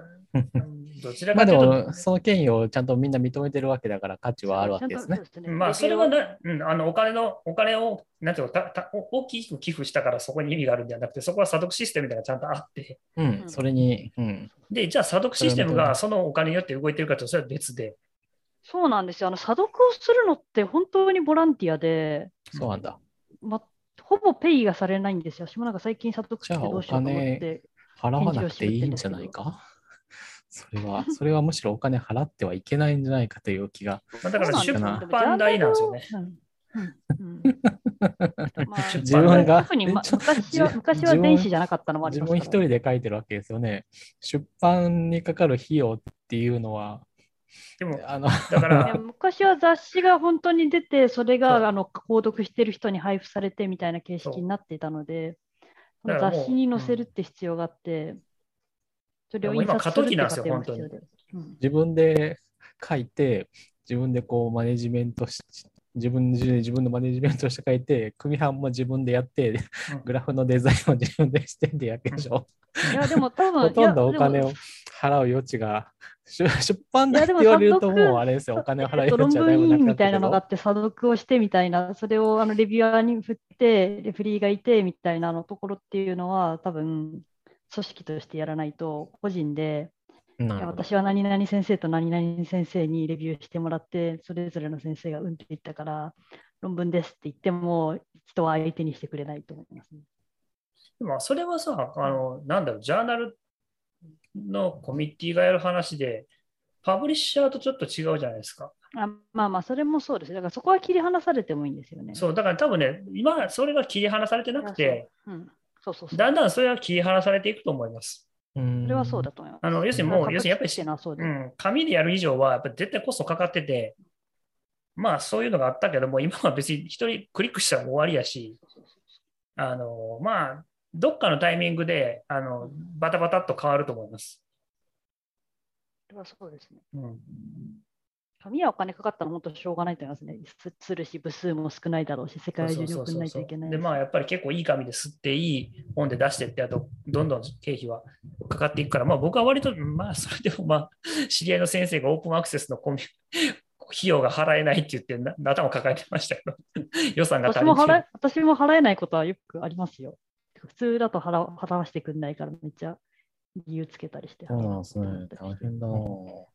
B: どちら
A: まあ
B: かと
A: で
B: いうと、
A: も、その権威をちゃんとみんな認めてるわけだから価値はあるわけですね。。
B: まあ、それはな、うん、あのお金の、お金を、なんていうのたたお大きく寄付したからそこに意味があるんじゃなくて、そこは査読システムみたいなのがちゃんとあって、
A: うん、
D: うん
A: それに、うん、
B: で、じゃあ査読システム
A: それは本当
B: が
A: に
B: そのお金によって動いてるかと、それは別で。
D: そうなんですよ。あの査読をするのって本当にボランティアで、
A: そうなんだ。
D: ま、ほぼペイがされないんですよ。私もなんか最近査読してどうしようと思っ
A: じ
D: て。
A: 払わなくていいんじゃないかそれは、それはむしろお金払ってはいけないんじゃないかという気が。
B: まあ、だから
A: そう
B: 出
A: なん
D: 出
B: 版代なんですよね。。
D: うんうん ま あ
A: 自分が
D: 特に、ま、
A: ちょ
D: 昔は
A: 自
D: 昔は電子じゃなかったのもあり
A: 自
D: ますか
A: 分
D: ら
A: 一人で書いてるわけですよね。出版にかかる費用っていうのは、
B: でも、
A: あの、
B: だか
D: いや
B: ら、
D: 昔は雑誌が本当に出て、それ
B: そう
D: があの購読してる人に配布されてみたいな形式になっていたので、そ
B: だ
D: の
B: からもう
D: 雑誌に載せるって必要があって、それを
B: もう
D: 印
B: 今
D: 刷するって
B: 過渡期
D: いう
B: なんですよ
D: 過程も必要でうん
A: 自分で書いて、自分でこうマネジメントし、自分で自分のマネジメントして書いて、組版も自分でやって、グラフのデザインも自分でしてってやけでしょ。
D: いや、でも多分、
A: ほとんどお
D: いや
A: 金
D: でも
A: を払う余地が、出出版代っ
D: い
A: て
D: やでも
A: 言われると
D: 早
A: も
D: 速
A: うあれですよ、お金を払
D: えっ
A: う
D: と
A: 余
D: 論
A: 地はだい
D: 文
A: ぶな
D: 委
A: く
D: 員
A: なっ
D: みた
A: た
D: い
A: け
D: なのがあ
A: ど
D: っ、て、査読をしてみたいな、それをあのレビュアーに振って、レフェリーがいてみたいなのところっていうのは、多分組織としてやらないと、個人で、
A: ない
D: や
A: るほど
D: 私は何々先生と何々先生にレビューしてもらって、それぞれの先生がうんって言ったから、論文ですって言っても、人は相手にしてくれないと思いますね。
B: でもそれはさ、あの、なんだろう、ジャーナルのコミュニティがやる話で、パブリッシャーとちょっと違うじゃないですか。
D: あまあまあ、それもそうです。だからそこは切り離されてもいいんですよね。
B: そう、だから多分ね、今、それが切り離されてなくて、
D: うん、そうそうそう。
B: だんだんそれは切り離されていくと思います。
A: そ
D: それはそうだと思います。
B: あの、要するにも
D: だ
B: う、
D: から
B: 要するにやっぱり
D: 形っていうのはそうで
B: う
D: す。
B: ん、紙でやる以上は、やっぱ絶対コストかかってて、まあそういうのがあったけども、今は別に一人クリックしたら終わりやし、あの、まあ、どっかのタイミングで、あの、バタバタっと変わると思います。
D: それはそうですね。
B: うん。
D: 紙はお金かかったら本当しょうがないと思いますね。すするし、部数も少ないだろうし、世界中に送らないといけないし。
B: で、まあやっぱり結構いい紙で吸って、いい本で出してって、あと、どんどん経費はかかっていくから、まあ僕は割と、まあそれでもまあ、知り合いの先生がオープンアクセスのコミ ュ費用が払えないって言ってな、頭抱えてましたけど、予算が足り
D: 私も
B: な
D: 払
B: い
D: え。私も払えないことはよくありますよ。普通だと払わ払わせてくんないから、めっちゃ理由つけたりして。
A: そうなんですね。大変だなぁ。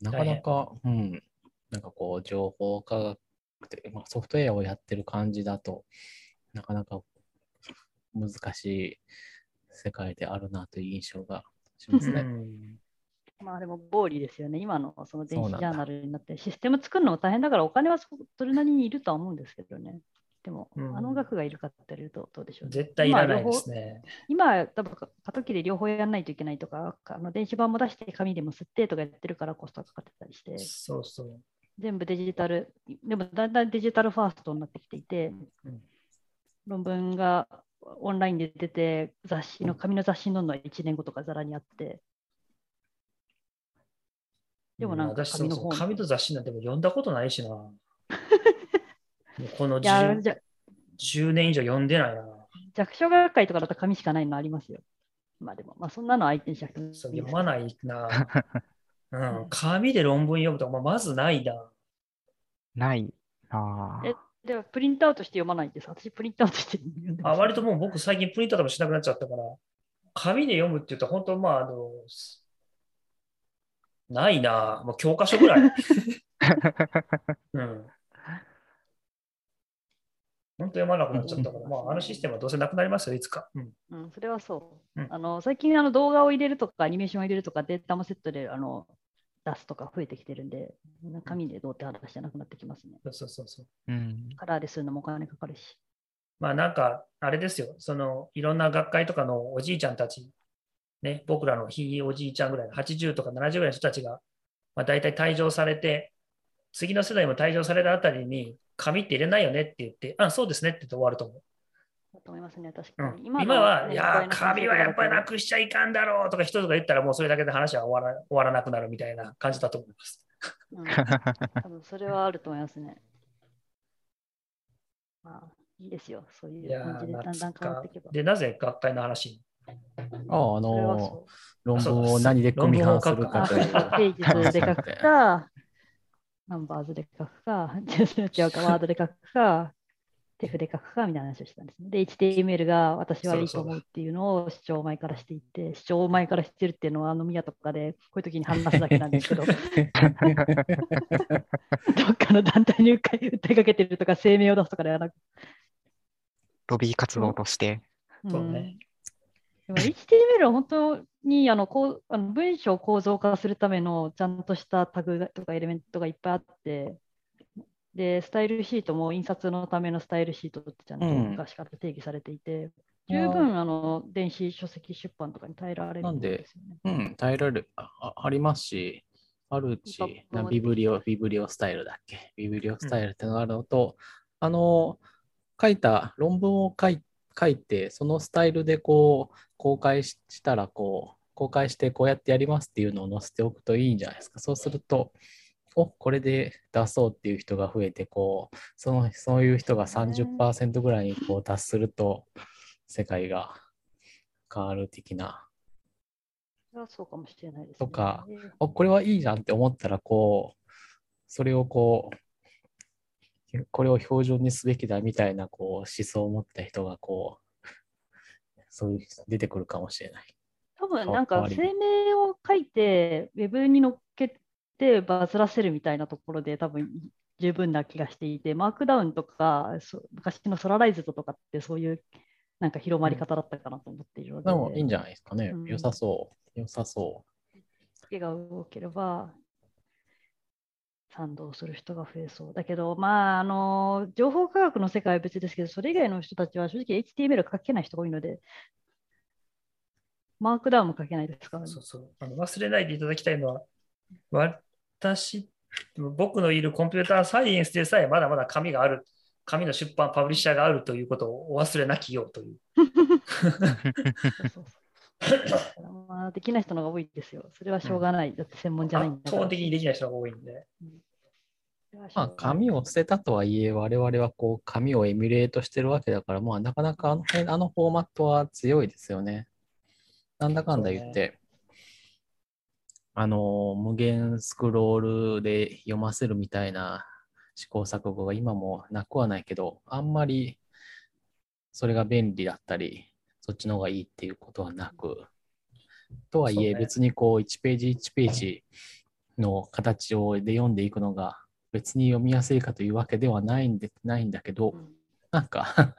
A: なかなか、うん。なんかこう、情報科学で、まあ、ソフトウェアをやってる感じだと、なかなか難しい世界であるなという印象がします
B: う
A: ね。
B: ん
D: まあでも、暴利ですよね。今のその電
A: そう
D: 子
A: なん
D: ジ
A: だ
D: ャーナルになって、システム作るのも大変だから、お金はそそれなりにいるとは思うんですけどね。でも、
B: うん
D: あの額がいるかって言われるとどうでしょう、
B: 絶対いらないですね。
D: 今、多分過渡期で両方やらないといけないとか、あの電子版も出して紙でも吸ってとかやってるからコストがかかってたりして、
B: そうそう。
D: 全部デジタル、でもだんだんデジタルファーストになってきていて、
B: うん
D: 論文がオンラインで出て、雑誌の紙の雑誌に載るのは1年後とかざらにあって、でもなんか
B: 私そ
D: 紙
B: う
D: の
B: そう
D: 本、
B: 紙と雑誌なんてもう読んだことない しな。もうこの
D: いや
B: 10,
D: じゃ
B: 10年以上読んでないな。
D: 弱小学会とかだと紙しかないのありますよ。まあでも、まあそんなの相手にしなくてもいいです
B: そう
D: けど
B: 読まない な。うん、紙で論文読むとか、まあ、まずないな。
E: ないなぁ
D: えでもプリントアウトして読まないんです。私プリントアウトして読んでま
B: あ
D: す
B: 割ともう僕最近プリントとかもしなくなっちゃったから、紙で読むって言うと本当まああの、すないな。もう教科書ぐら い。うん。本当読まなくなっちゃったから、まああのシステムはどうせなくなりますよ、いつか。うん。
D: うん、それはそう。
B: うん
D: あの最近あの動画を入れるとか、アニメーションを入れるとか、データもセットであの出すとか増えてきてるんで、中身でどうって話じゃなくなってきますね。
B: そうそうそうそう。
E: うん。
D: カラーでするのもお金かかるし。
B: まあなんか、あれですよ、そのいろんな学会とかのおじいちゃんたち、ね、僕らのひいおじいちゃんぐらいの80とか70ぐらいの人たちが、まあ、大体退場されて、次の世代も退場されたあたりに、紙って入れないよねって言って、あ、そうですねって言って終わると思う。
D: だと思いますね、確
B: う
D: か
B: ん
D: に。
B: 今
D: の
B: は、
D: ね
B: いやー、
D: 公開の
B: 紙はやっぱりな
D: 話
B: くしちゃいかんだろうとか、人とか言ったら、もうそれだけで話は終わら終わらなくなるみたいな感じだと思います。
D: だとうん、多分それはあると思いますね。まあ、いいですよ、そうい
B: いうや
D: 感じでだ
B: ー、
D: んだ
B: 懐
D: ん変わっ
B: か
D: ていけば。
B: で、なぜ学会の話に
A: ああ、あ
D: それは
A: の
D: そ
A: 論文を何で組み版する
D: う。
A: か
D: あ ペ
A: という。
D: ージ数で書くか、ナンバーズで書くか、 違うか、ワードで書くか、テフで書くかみたいな話をしたんですね。で、HTML が私はいいと思うっていうのを主張前からしていて、主張前からしてるっていうのは、あの宮とかで、こういう時に話すだけなんです けど、どっかの団体に訴え訴えかけてるとか、声明を出すとかではなく、
E: ロビー活動として。
D: うん
B: そうね
D: でも HTML は本当にあのこうあの文章を構造化するためのちゃんとしたタグとかエレメントがいっぱいあって、で、スタイルシートも印刷のためのスタイルシートってちゃんと
A: うん
D: 昔から定義されていて、
A: あ
D: 十
A: ー
D: 分あの電子書籍出版とかに耐えられる
A: なんで
D: ですよね。
A: うん、耐えられるああ。ありますし、あるし、
D: バ
A: な
D: ッグも
A: ビブリオ、ビブリオスタイルだっけビブリオスタイルってのがあるのと、あの、書いた、論文を書い書いて、そのスタイルでこう、公開ししたら、こう、公開してこうやってやりますっていうのを載せておくといいんじゃないですか。そうすると、おこれで出そうっていう人が増えて、こう、そのそういう人が30%ぐらいにこう達すると、世界が変わる的な。
D: それはそうかもしれないです、ね。
A: とかあ、これはいいじゃんって思ったら、こう、それをこう、これを標準にすべきだみたいなこう思想を持った人がこう、そういう人出てくるかもしれない。
D: 多分なんか
A: 代わり
D: 声明を書いて、ウェブに載っけてバズらせるみたいなところで多分十分な気がしていて、マークダウンとか、そ昔のソラライズドとかってそういうなんか広まり方だったかなと思っているので、
A: でもいいんじゃないですかね
D: う。ん
A: 良さそう。良さそ
D: 手が動ければ賛同する人が増えそう。だけど、まあ、あの、情報科学の世界は別ですけど、それ以外の人たちは正直 HTML 書けない人が多いので、マークダウンも書けないですからね
B: そうそうあの忘れないでいただきたいのは、私、僕のいるコンピューターサイエンスでさえまだまだ紙がある、紙の出版、パブリッシャーがあるということをお忘れなきようという。
D: そうそう そうまあ、できない人の方が多いですよ。それはしょうがない。だって専門じゃない
B: 圧
D: んだから。
B: 倒的にできない人が多いんで。
D: それはし
A: う。まあ、
D: ょうがない
A: 紙を捨てたとはいえ、我々はこう、紙をエミュレートしてるわけだから、まあ、なかなかあの辺、あのフォーマットは強いですよね。なんだかんだ言って、あの、無限スクロールで読ませるみたいな試行錯誤が今もなくはないけど、あんまりそれが便利だったり、そっちの方がいいっていうことはなく、とはい
B: そう
A: え
B: ね
A: 別にこう1ページ1ページの形をで読んでいくのが別に読みやすいかというわけではないんでないんだけど、
D: うん
A: なんか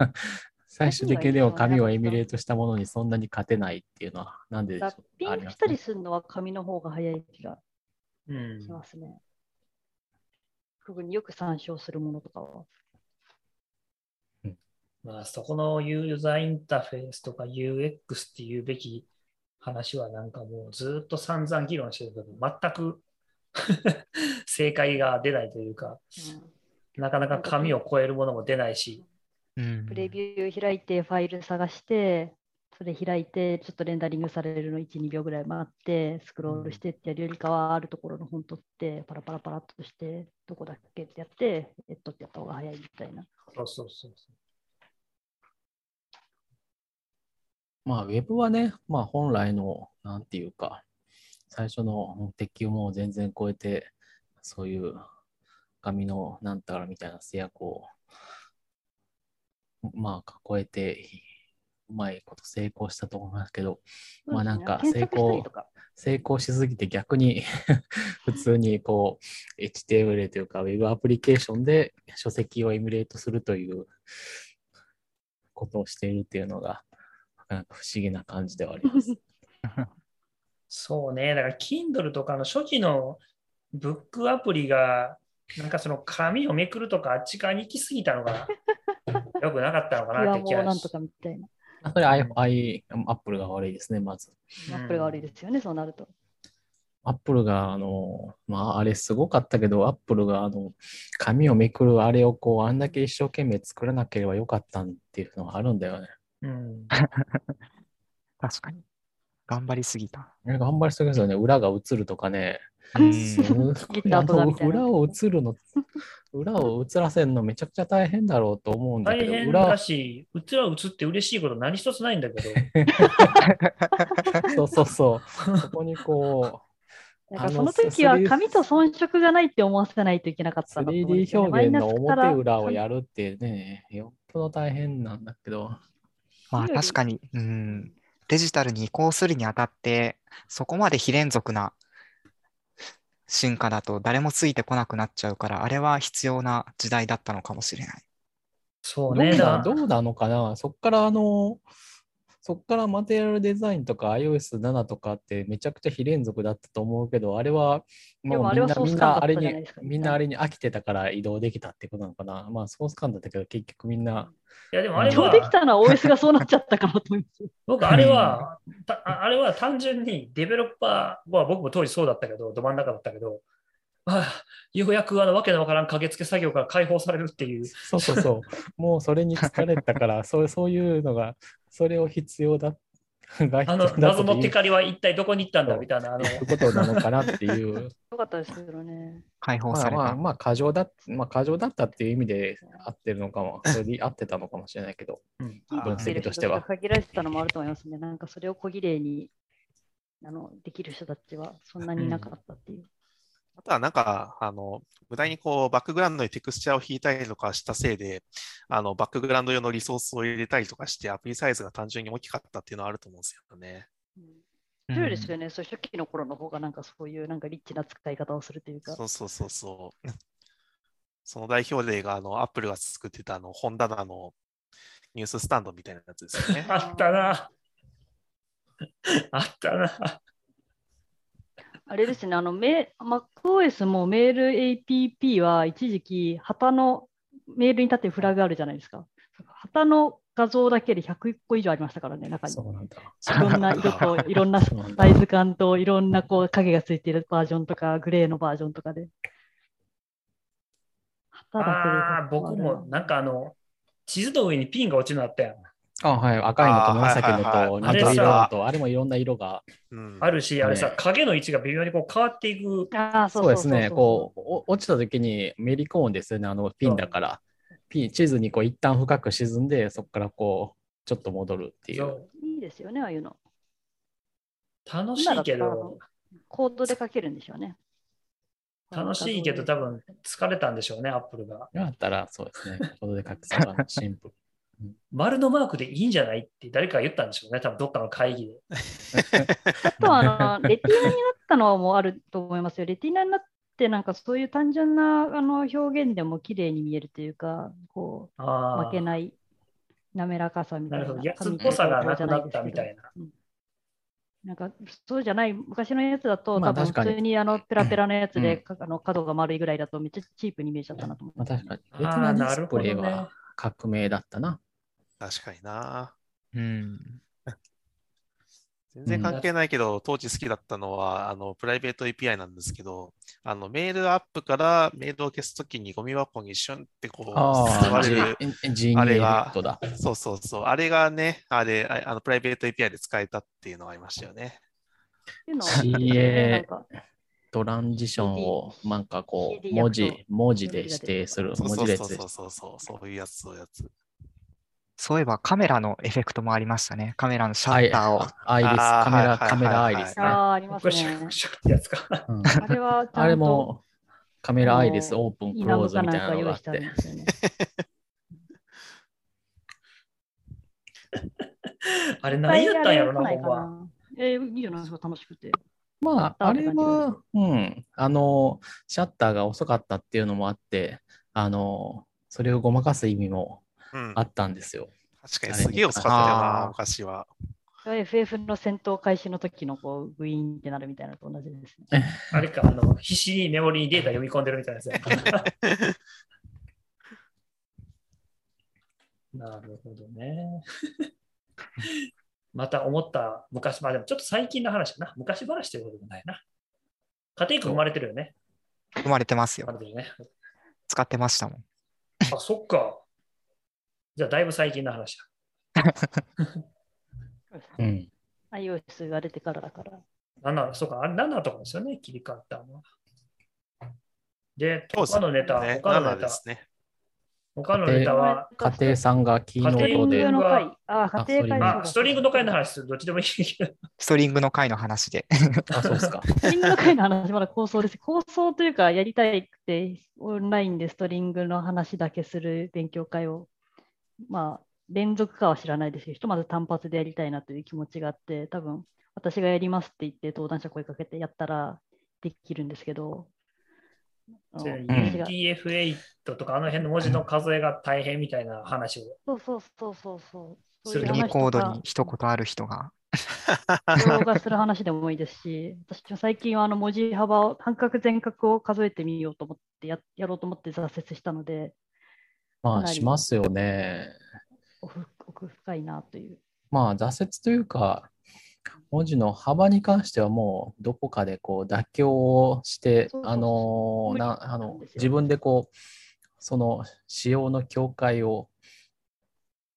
A: 最終的には紙
D: 紙
A: を
D: はい
A: エ
D: いです
A: ミ
D: よね
A: ュレートしたものにそんなに勝てないっていうのはなんででしょ
D: ラッ
A: う
D: ピ
A: あ
D: ン
A: り
D: グ
A: ま
D: し
A: す
D: た
A: ね
D: りするのは紙の方が早い気が
B: うん
D: しますね。特によく参照するものとかは。
B: まあ、そこのユーザーインターフェースとか UX っていうべき話はなんかもうずっと散々議論してるけど、全く 正解が出ないというか、なかなか紙を超えるものも出ないし、
E: うん
D: プレビュー開いて、ファイル探して、それ開いて、ちょっとレンダリングされるの1、2秒ぐらい待って、スクロールしてってやるよりかは、あるところの本取って、パラパラパラっとして、どこだっけってやって、えっとってやった方が早いみたいな。
B: そうそうそうそう。
A: まあ、ウェブはね、まあ、本来の、なんていうか、最初の目的をもう全然超えて、そういう紙のなんたらみたいな制約を、まあ、超えて、うまいこと成功したと思いますけど、まあなんか
D: そうですね検索したりとか
A: 成功しすぎて逆に 普通にこう HTML というか Web アプリケーションで書籍をエミュレートするということをしているっていうのがなかなか不思議な感じではあります。
B: そうね、だから Kindle とかの初期のブックアプリが、なんかその紙をめくるとか、あっち側に行き過ぎたの が良くなかったのか
D: い
B: なって
D: やも
B: 気
D: う
B: が
D: なん
B: し
D: とかみたいな。
A: あそれ i、i、Apple が悪いですね、まず。
B: うん
D: アップルが悪いですよね、そうなると。
A: Apple が、あの、まあ、あれすごかったけど、Apple が、あの、紙をめくるあれをこう、あんだけ一生懸命作らなければよかったっていうのがあるんだよね。
B: うん、
E: 確かに。頑張りす ぎた。
A: あれ頑張りすぎですよね。裏が映るとかね。
E: うん
A: うん
D: 切った後だみたいな
A: 裏を映るの、裏を映らせるのめちゃくちゃ大変だろうと思うんだ
B: 大
A: けど、
B: 変
A: 裏
B: だ、し、うちら映って嬉しいこと何一つないんだけ ど、
A: そうそうそう、そこにこ
D: なん
A: あ
D: か
A: の
D: その時は
A: 3D
D: 紙と遜色がないって思わせないといけなかっ
A: う、
D: たんだと思うんです
A: 3D
D: よね
A: 表現の
D: マイナスから
A: 表裏をやるってね、よっぽど大変なんだけど、
E: まあ
D: より
E: 確かに、うん、デジタルに移行するにあたって、そこまで非連続な進化だと誰もついてこなくなっちゃうから、あれは必要な時代だったのかもしれない。
B: そ
A: ど
B: う
A: う
B: ね、だ
A: な
B: か
A: ど
B: ら
A: うなのかな、そこからあの、そこからマテリアルデザインとか iOS7 とかってめちゃくちゃ非連続だったと思うけど、あれは
D: で
A: も
D: も
A: う
D: あ
A: み
D: れ
A: ん
D: は
A: な、
D: ソー
A: み
D: ス
A: ん
D: 感
A: な
D: だった
A: あれ
D: じゃない
A: に
D: ですか、
A: みんなあれに飽きてたから移動できたってことなのかな。まあソース感だったけど、結局みんな、
B: いやでもあれ
D: 今日でき
B: は、
D: たのは OS がそうなっちゃったからと思い ます。
B: 僕あれは、たああれは単純にデベロッパーは僕も当時そうだったけど、ど真ん中だったけど、ああようやくあのわけのわからん駆けつけ作業から解放されるっていう、
A: そうそう そう。もうそれに疲れたから、そうそういうのが、それを必要だ。 が必
B: あ
A: 要
B: の
A: だ
B: 謎の
A: とい
B: テ
A: う
B: カリは一体どこに行ったんだみたいな、あの
A: ことなのかなっていう。
D: よかったですけどね。
E: 解放
A: ま
E: さ
A: あ
E: れ
A: まあ、
E: た。
A: まあ、過剰だ、まあ、過剰だったっていう意味で合ってるのかも、それで合ってたのかもしれないけど、分
D: でき
A: 析
D: る
A: とし
D: 人
A: て
D: が
A: は。
D: 限られてたのもあると思いますね。なんかそれを小切れにあのできる人たちはそんなにいなかったっていう。
C: あとはなんか、あの、無駄にこう、バックグラウンドにテクスチャーを引いたりとかしたせいで、あの、バックグラウンド用のリソースを入れたりとかして、アプリサイズが単純に大きかったっていうのはあると思うんですよね。
D: うん
E: うん
D: そうですよね、そう初期の頃の方がなんかそういうなんかリッチな使い方をするというか、
C: そうそうそうそう。 その代表例が、あの、アップルが作ってた、あの、本棚のニューススタンドみたいなやつですよね。
B: あったな。 あったな。
D: あれですね、 あのメ MacOS もメール APP は一時期、旗のメールに立ってるフラグあるじゃないですか。旗の画像だけで101個以上ありましたからね、中に。
A: そうなんだ。
D: いろんな色 と、いろんな
A: そうなんだ
D: サイズ感と、いろんなこう影がついているバージョンとか、グレーのバージョンとかで。旗
B: ああ、
D: だけで
B: 僕もなんかあの、地図の上にピンが落ちるのあったやん。
A: あはい、赤いのと紫のと
C: あーはい
B: はいはい
A: 緑色
B: あ
A: の
B: れ
A: と、あれもいろんな色が、
C: うん
B: あるし、あれさ
A: ね、
B: 影の位置が微妙にこう変わっていく。
D: ああ、そ
A: そうう
D: そ
A: で
D: うそう
A: す
D: そう
A: ね、こう、お落ちた時にめり込むんですよね、あのピンだから。ピン、地図にこう一旦深く沈んで、そこからこう、ちょっと戻るってい。
B: そうう
D: いいですよね、ああいうの。
B: 楽しいけ
D: 今だったらあの
B: ど、
D: コードで書けるんでしょうね。
B: 楽しいけど多分疲れたんでしょうね、アップルが。
A: だったら、そうですね、ここで書くさがシンプル。
B: 丸のマークでいいんじゃないって誰かが言ったんでしょうね、多分どっかの会議で。
D: あとはあの、レティーナになったのもあると思いますよ。レティーナになって、なんかそういう単純なあの表現でも綺麗に見えるというか、こう、
B: あ
D: 負け
B: あ、
D: ない滑らかさみたい
B: な
D: な。
B: るほど
D: 紙
B: 安っぽさがなくなった
D: じゃですけど
B: みたいな。
D: うんなんかそうじゃない昔のやつだと、
A: まあ
D: 多
A: 確
D: 分
A: か
D: 普
A: に
D: 通にあのペラペラのやつで、かあの角が丸いぐらいだとめっちゃチープに見えちゃったなと思
A: まあ、
D: って、
A: 確かに。レテ
B: あ
A: ィ
B: あ
A: ナ
B: ー、
A: デ
B: な
A: ィ
B: る
A: ス
B: ほ
A: プレイ
B: どね
A: は。革命だったな。
C: 確かにな。
E: うん。
C: 全然関係ないけど、当時好きだったのは、あの、プライベート API なんですけど、あの、メールアップからメールを消すときにゴミ箱にシュンってこう、吸
A: あ
C: わ
A: あ、
C: れ
A: ジ
C: る。
A: ジーニーエットだ。
C: そうそうそう。あれがね、あれ、ああの、プライベート API で使えたっていうのがありましたよね。
D: ていうのは
A: CA
D: なんか
A: トランジションを、なんかこう、
D: CD
A: 文字
D: 役、
A: 文字で指定する、
C: そう
A: 文
C: そ
A: 字
C: う
A: 列
C: そう
A: で
C: そうそうそう、そういうやつ、そういうやつ。
E: そういえばカメラのエフェクトもありましたね。カメラのシャ
A: アイ
E: ッターを。
A: アイリス、
C: あー
A: カメラ、
C: はい
A: カメラ
C: は
A: ア
C: い
A: イ
C: はい
A: リス
D: あ
A: ね。
D: あ、ありま
B: こ
D: す
B: れ、シャ
D: ね
B: ク。シャクってやつか。
A: うん
D: あれはちゃんと
A: あれも、カメラアイリス、
D: あの
A: オープン、
D: イ
A: ク
D: ナ
A: ロー
D: ム
A: ズ
D: か
A: み
D: な
A: た
D: ん
A: いなのが
D: か用
A: あ
D: 意
A: っ
D: したんで
A: て。
D: すよね。
B: あれ何やったんやろな、ほ
D: 来ない
B: ん
D: か
B: ま。
D: な。えー、いいじゃないですか、楽しくて。
A: まあ、あれは、うん、あの、シャッターが遅かったっていうのもあって、あの、それをごまかす意味も
C: うん。
A: あったんですよ。
C: 確かに
A: あれ
C: すげえ遅かったよ
E: あ
C: な
E: ー、
C: 昔は。
D: FF の戦闘開始の時のこうグイーンってなるみたいなのと同じですね。
B: あれか、あの、必死にメモリにデータ読み込んでるみたいなやつやな。 なるほどね。 また思った昔、まあでもちょっと最近の話かな。昔話ということでもないな。家庭君生まれてるよね。
E: 生まれてます
B: 生ま
E: よ。
B: れてるね。
E: 使ってましたもん。
B: あ、そっか。じゃあだいぶ最近の話だ。
A: うん。
D: iOS が出てからだから。
B: 7、そうか、あれ7とかですよね、切り替わったのは。で、
C: そうです
B: 他のネタ、
C: ね、
B: 他の
C: 7
B: ネ
C: で
B: タ、
C: す ね。
B: 他のネタは、
A: 家庭さんがキーノ
D: スト
A: ー
D: リ
A: ト
D: ン
A: で
D: グ、の
B: 家
D: 回。あー、家庭
A: あ
D: 会
B: まあ、ストリングの回の話するどっちでもいいけど、
E: ストリングの回の話で。
A: あ、そうっ すか。
D: ストリングの回の話、まだ構想です。構想というか、やりたいくて、オンラインでストリングの話だけする勉強会を、まあ、連続かは知らないですけど、ひとまず単発でやりたいなという気持ちがあって、多分私がやりますって言って、登壇者声かけてやったらできるんですけど、あの私が
B: TF8 とかあの辺の文字の数えが大変みたいな話を。
D: そうそうそうそうそう。
B: ストリング
E: ユニコードに一
D: 一
E: 言ある人が。
D: 動画する話でもいいですし、私も最近はあの文字幅を、半角全角を数えてみようと思ってや、やろうと思って挫折したので、
A: ま
D: か
A: あ、
D: なり
A: しますよね。
D: 奥奥深いなという。
A: まあ、挫折というか、文字の幅に関してはもうどこかでこう妥協をして
D: そう、そうそう
A: あのーな
D: 無理
A: あ
D: なん
A: の
D: ですよ
A: 自分でこうその使用の境界を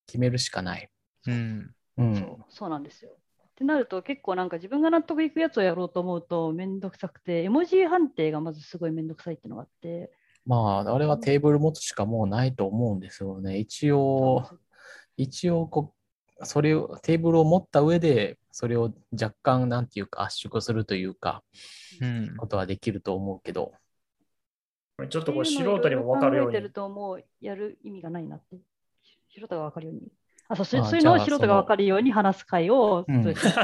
A: 決めるしかない。
E: うん。
A: うん、
D: そうそうなんですよ。ってなると結構なんか自分が納得いくやつをやろうと思うとめんどくさくて、絵文字判定がまずすごいめんどくさいっていうのがあって、
A: まあ、あれはテーブル持つしかもうないと思うんですよね。一応、一応こう、それをテーブルを持った上で、それを若干、なんていうか、圧縮するというか、
E: うん。
A: ことはできると思うけど、
B: ちょっとこう
D: って
B: 素
D: いうのを
B: 人にも分かるよう
D: いろいろ考えて
B: に
D: る。ともうやる意味がないなって。素人が分かるように。あそうそう
A: あ
D: そういうのを
A: じゃあ
D: 素人が分かるように話す会を、
A: うん
D: そうですス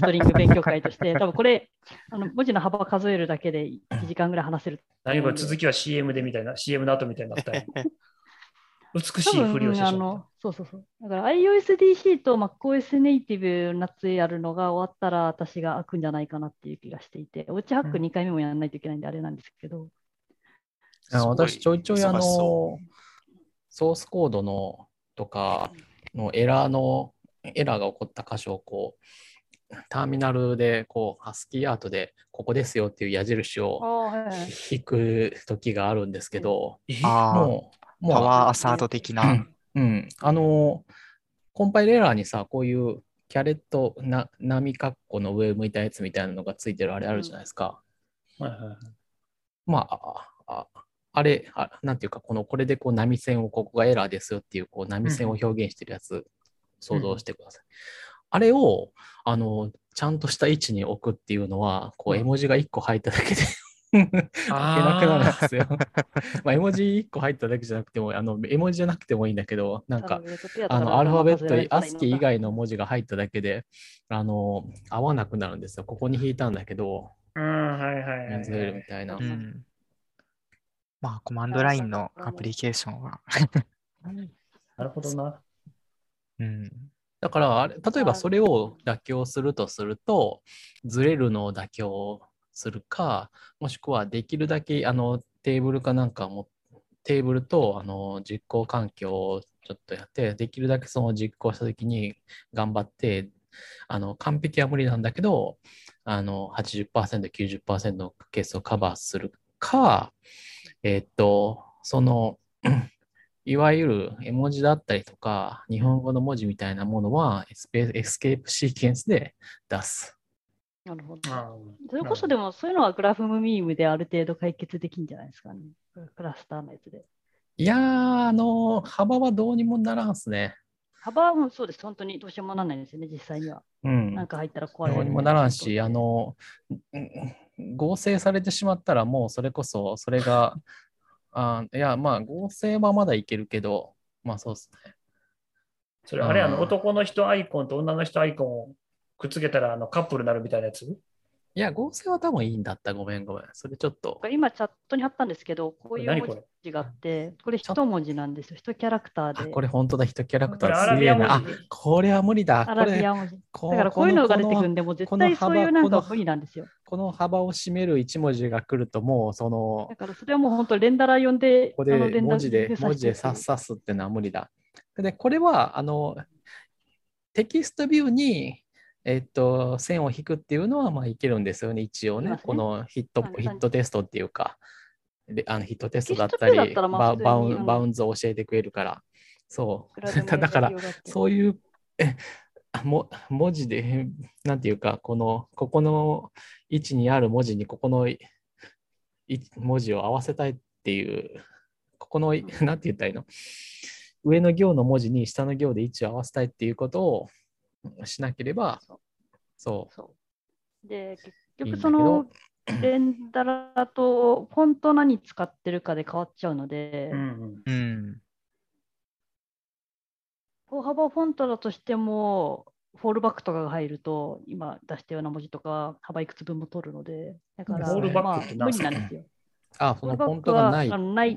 D: トリング勉強会 として、多分これ、あの文字の幅数えるだけで1時間ぐらい話せる。
B: 何か続きは CM でみたいな、CM の後みたいにな ったり。美しいふりをして
D: あ
B: しまっ
D: のそうそうそう。だから iOSDC と MacOS ネイティブ夏やるのが終わったら私が開くんじゃないかなっていう気がしていて、おうちハック
B: うん
D: 2回目もやらないといけないんであれなんですけど、
A: あ私ちょいちょいあの
C: 忙しそ
A: ソースコードのとかのエラーのエラーが起こった箇所をこうターミナルでこうハスキーアートでここですよっていう矢印を引く時があるんですけど、
B: た。
E: ああ、
A: もう
E: パ
A: も
E: ワーアサード的
A: う
E: な。
A: うんあのコンパイルエラーにさこういうキャレットな波括弧の上向いたやつみたいなのがついてるあれあるじゃないですか。
B: えはいはいはい
A: まあ、あああれあ、なんていうか、このこれでこう波線を、ここがエラーですよっていうこう波線を表現してるやつ、想像してください。あれをあのちゃんとした位置に置くっていうのは、こう
B: うん
A: 絵文字が1個入っただけで 書けなくなるんですよ。 まあ、絵文字1個入っただけじゃなくても、あの絵文字じゃなくてもいいんだけど、なんか、あのアルファベット、アスキー以外の文字が入っただけで、あの合わなくなるんですよ。ここに引いたんだけど、
B: うん、はいはいはい
A: メンズウェルみたいな
E: う。ん。まあ、コマンドラインのアプリケーションは。
B: なるほどな。
E: うん。
A: だからあれ、例えば
D: あ
A: それを妥協するとすると、ずれるのを妥協するか、もしくはできるだけあのテーブルかなんかもテーブルとあの実行環境をちょっとやって、できるだけその実行したときに頑張って、あの完璧は無理なんだけど、あの80%、90%のケースをカバーするか、えーっと、その、いわゆる絵文字だったりとか、日本語の文字みたいなものはエスペエスケープシーケンスで出す。
D: なるほど。
B: あ
D: それこそでも、そういうのはグラフムミームである程度解決できんじゃないですかね。クラスターのやつで。
A: いやー、あのー幅はどうにもならんっすね。
D: 幅はうんそうです。本当にどうしようもならないんですよね、実際には。
A: うん。
D: なんか入ったら壊れ
A: どう
D: る。
A: にもならんし、あの、うん合成されてしまったら、もうそれこそ、それが、 あいや、まあ、合成はまだいけるけど、まあそうですね。
B: それあれ、あ
A: う
B: の
A: ん
B: 男の人アイコンと女の人アイコンをくっつけたらあのカップルになるみたいなやつ
A: いや、合成は多分いいんだった。ごめん、ごめん。それちょっと。
D: 今チャットに貼ったんですけど、こういう
B: 何これ
D: 文字があって、これ一文字なんですよ。一キャラクタ
A: あ、
D: ーで。
A: これ本当だ、一キャラクタ
B: これア
A: ー
B: ラ
A: す
B: ビ
A: げえ
B: ア文
A: な。あ、
B: 字
A: これは無理だ。
D: ア
A: こ
D: ラビ
A: れ、
D: ア文字。
A: こ
D: だからこういうのが出てくるん
A: こ
D: で、もう絶
A: この
D: 対そういうなん
A: この
D: か
A: 幅
D: 無理なんですよ。
A: この幅を占める一文字が来ると、もうその
D: だ、からそれはもう本当、レンダラー読んで、
A: ここ
D: あの
A: で
D: レンダ
A: 文
D: ラー
A: 字で、文字でさっさすってのは無理だ。で、これは、あの、テキストビューに、えっと、線を引くっていうのは、まあ、いけるんですよね、一応
D: い
A: ね。
D: ますね
A: このヒット、
D: はい
A: ヒットテストっていうか、であのヒットテストだった
D: テキストビューだ
A: り、
D: ったらまあ
A: バ
D: 普
A: バウ
D: 通にう
A: ン
D: ん
A: バウンズを教えてくれるから、そう。
D: いくらでも
A: だから
D: やりようがあって
A: そういう、えあも文字で、なんていうか、この、ここの位置にある文字に、ここのいい文字を合わせたいっていう、ここのい、なんて言ったらいいの上の行の文字に下の行で位置を合わせたいっていうことをしなければ、
D: そう
A: そ
D: そうで、結
A: いいんだ
D: 局
A: けど
D: そのレンダラーとフォント何使ってるかで変わっちゃうので、
B: うんうん
E: うん。
D: 大幅フォントだとしても、フォールバックとかが入ると、今出したような文字とか、幅いくつ分も取るので、だから、
A: フォールバ
B: ックって
D: まあ、
B: 何
D: 無
B: す
D: 理
B: か
D: なんですよ。
A: う。あ、その
D: フォールバ
A: ポ
D: ッ
A: ン
D: ク
A: ト
D: は
A: がない
D: あ。のない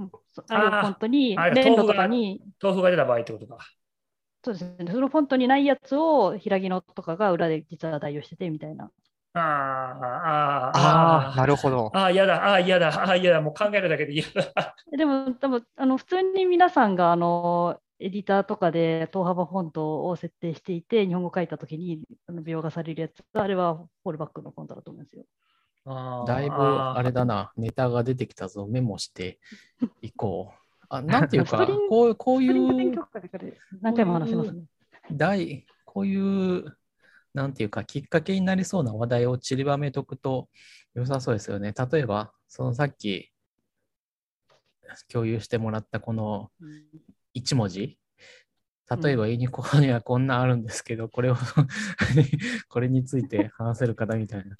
D: うんそうある
B: あー
D: フォントに、
B: あれ
D: レンドとかに、
B: 豆腐が出た場合ってことか。
D: そうですね、そのフォントにないやつを、平木のとかが裏で実は代用しててみたいな。
B: あーあー、あ
E: ああ、
B: あ、
E: なるほど。
B: ああ、嫌だ、ああ、嫌だ、ああ、嫌だ、もう考えるだけで嫌 だ。
D: でも、多分あの普通に皆さんがあのエディターとかで等幅フォントを設定していて、日本語書いたときにあの描画されるやつ、あれはフォールバックのフォントだと思うんですよ。
B: あー
A: だいぶ、
B: あー
A: あれだな、ネタが出てきたぞ、メモしていこう。あ、なんていう
D: スト
A: か
D: リン、
A: こうこう
D: ス
A: い
D: プリング勉
A: う
D: 強会でこれ何回も話せますね。
A: 大こういうなんていうかきっかけになりそうな話題を散りばめとくと良さそうですよね。例えばそのさっき共有してもらったこの
D: うん
A: 1文字例えばユニコーンにはこんなあるんですけど、これを これについて話せる方みたいな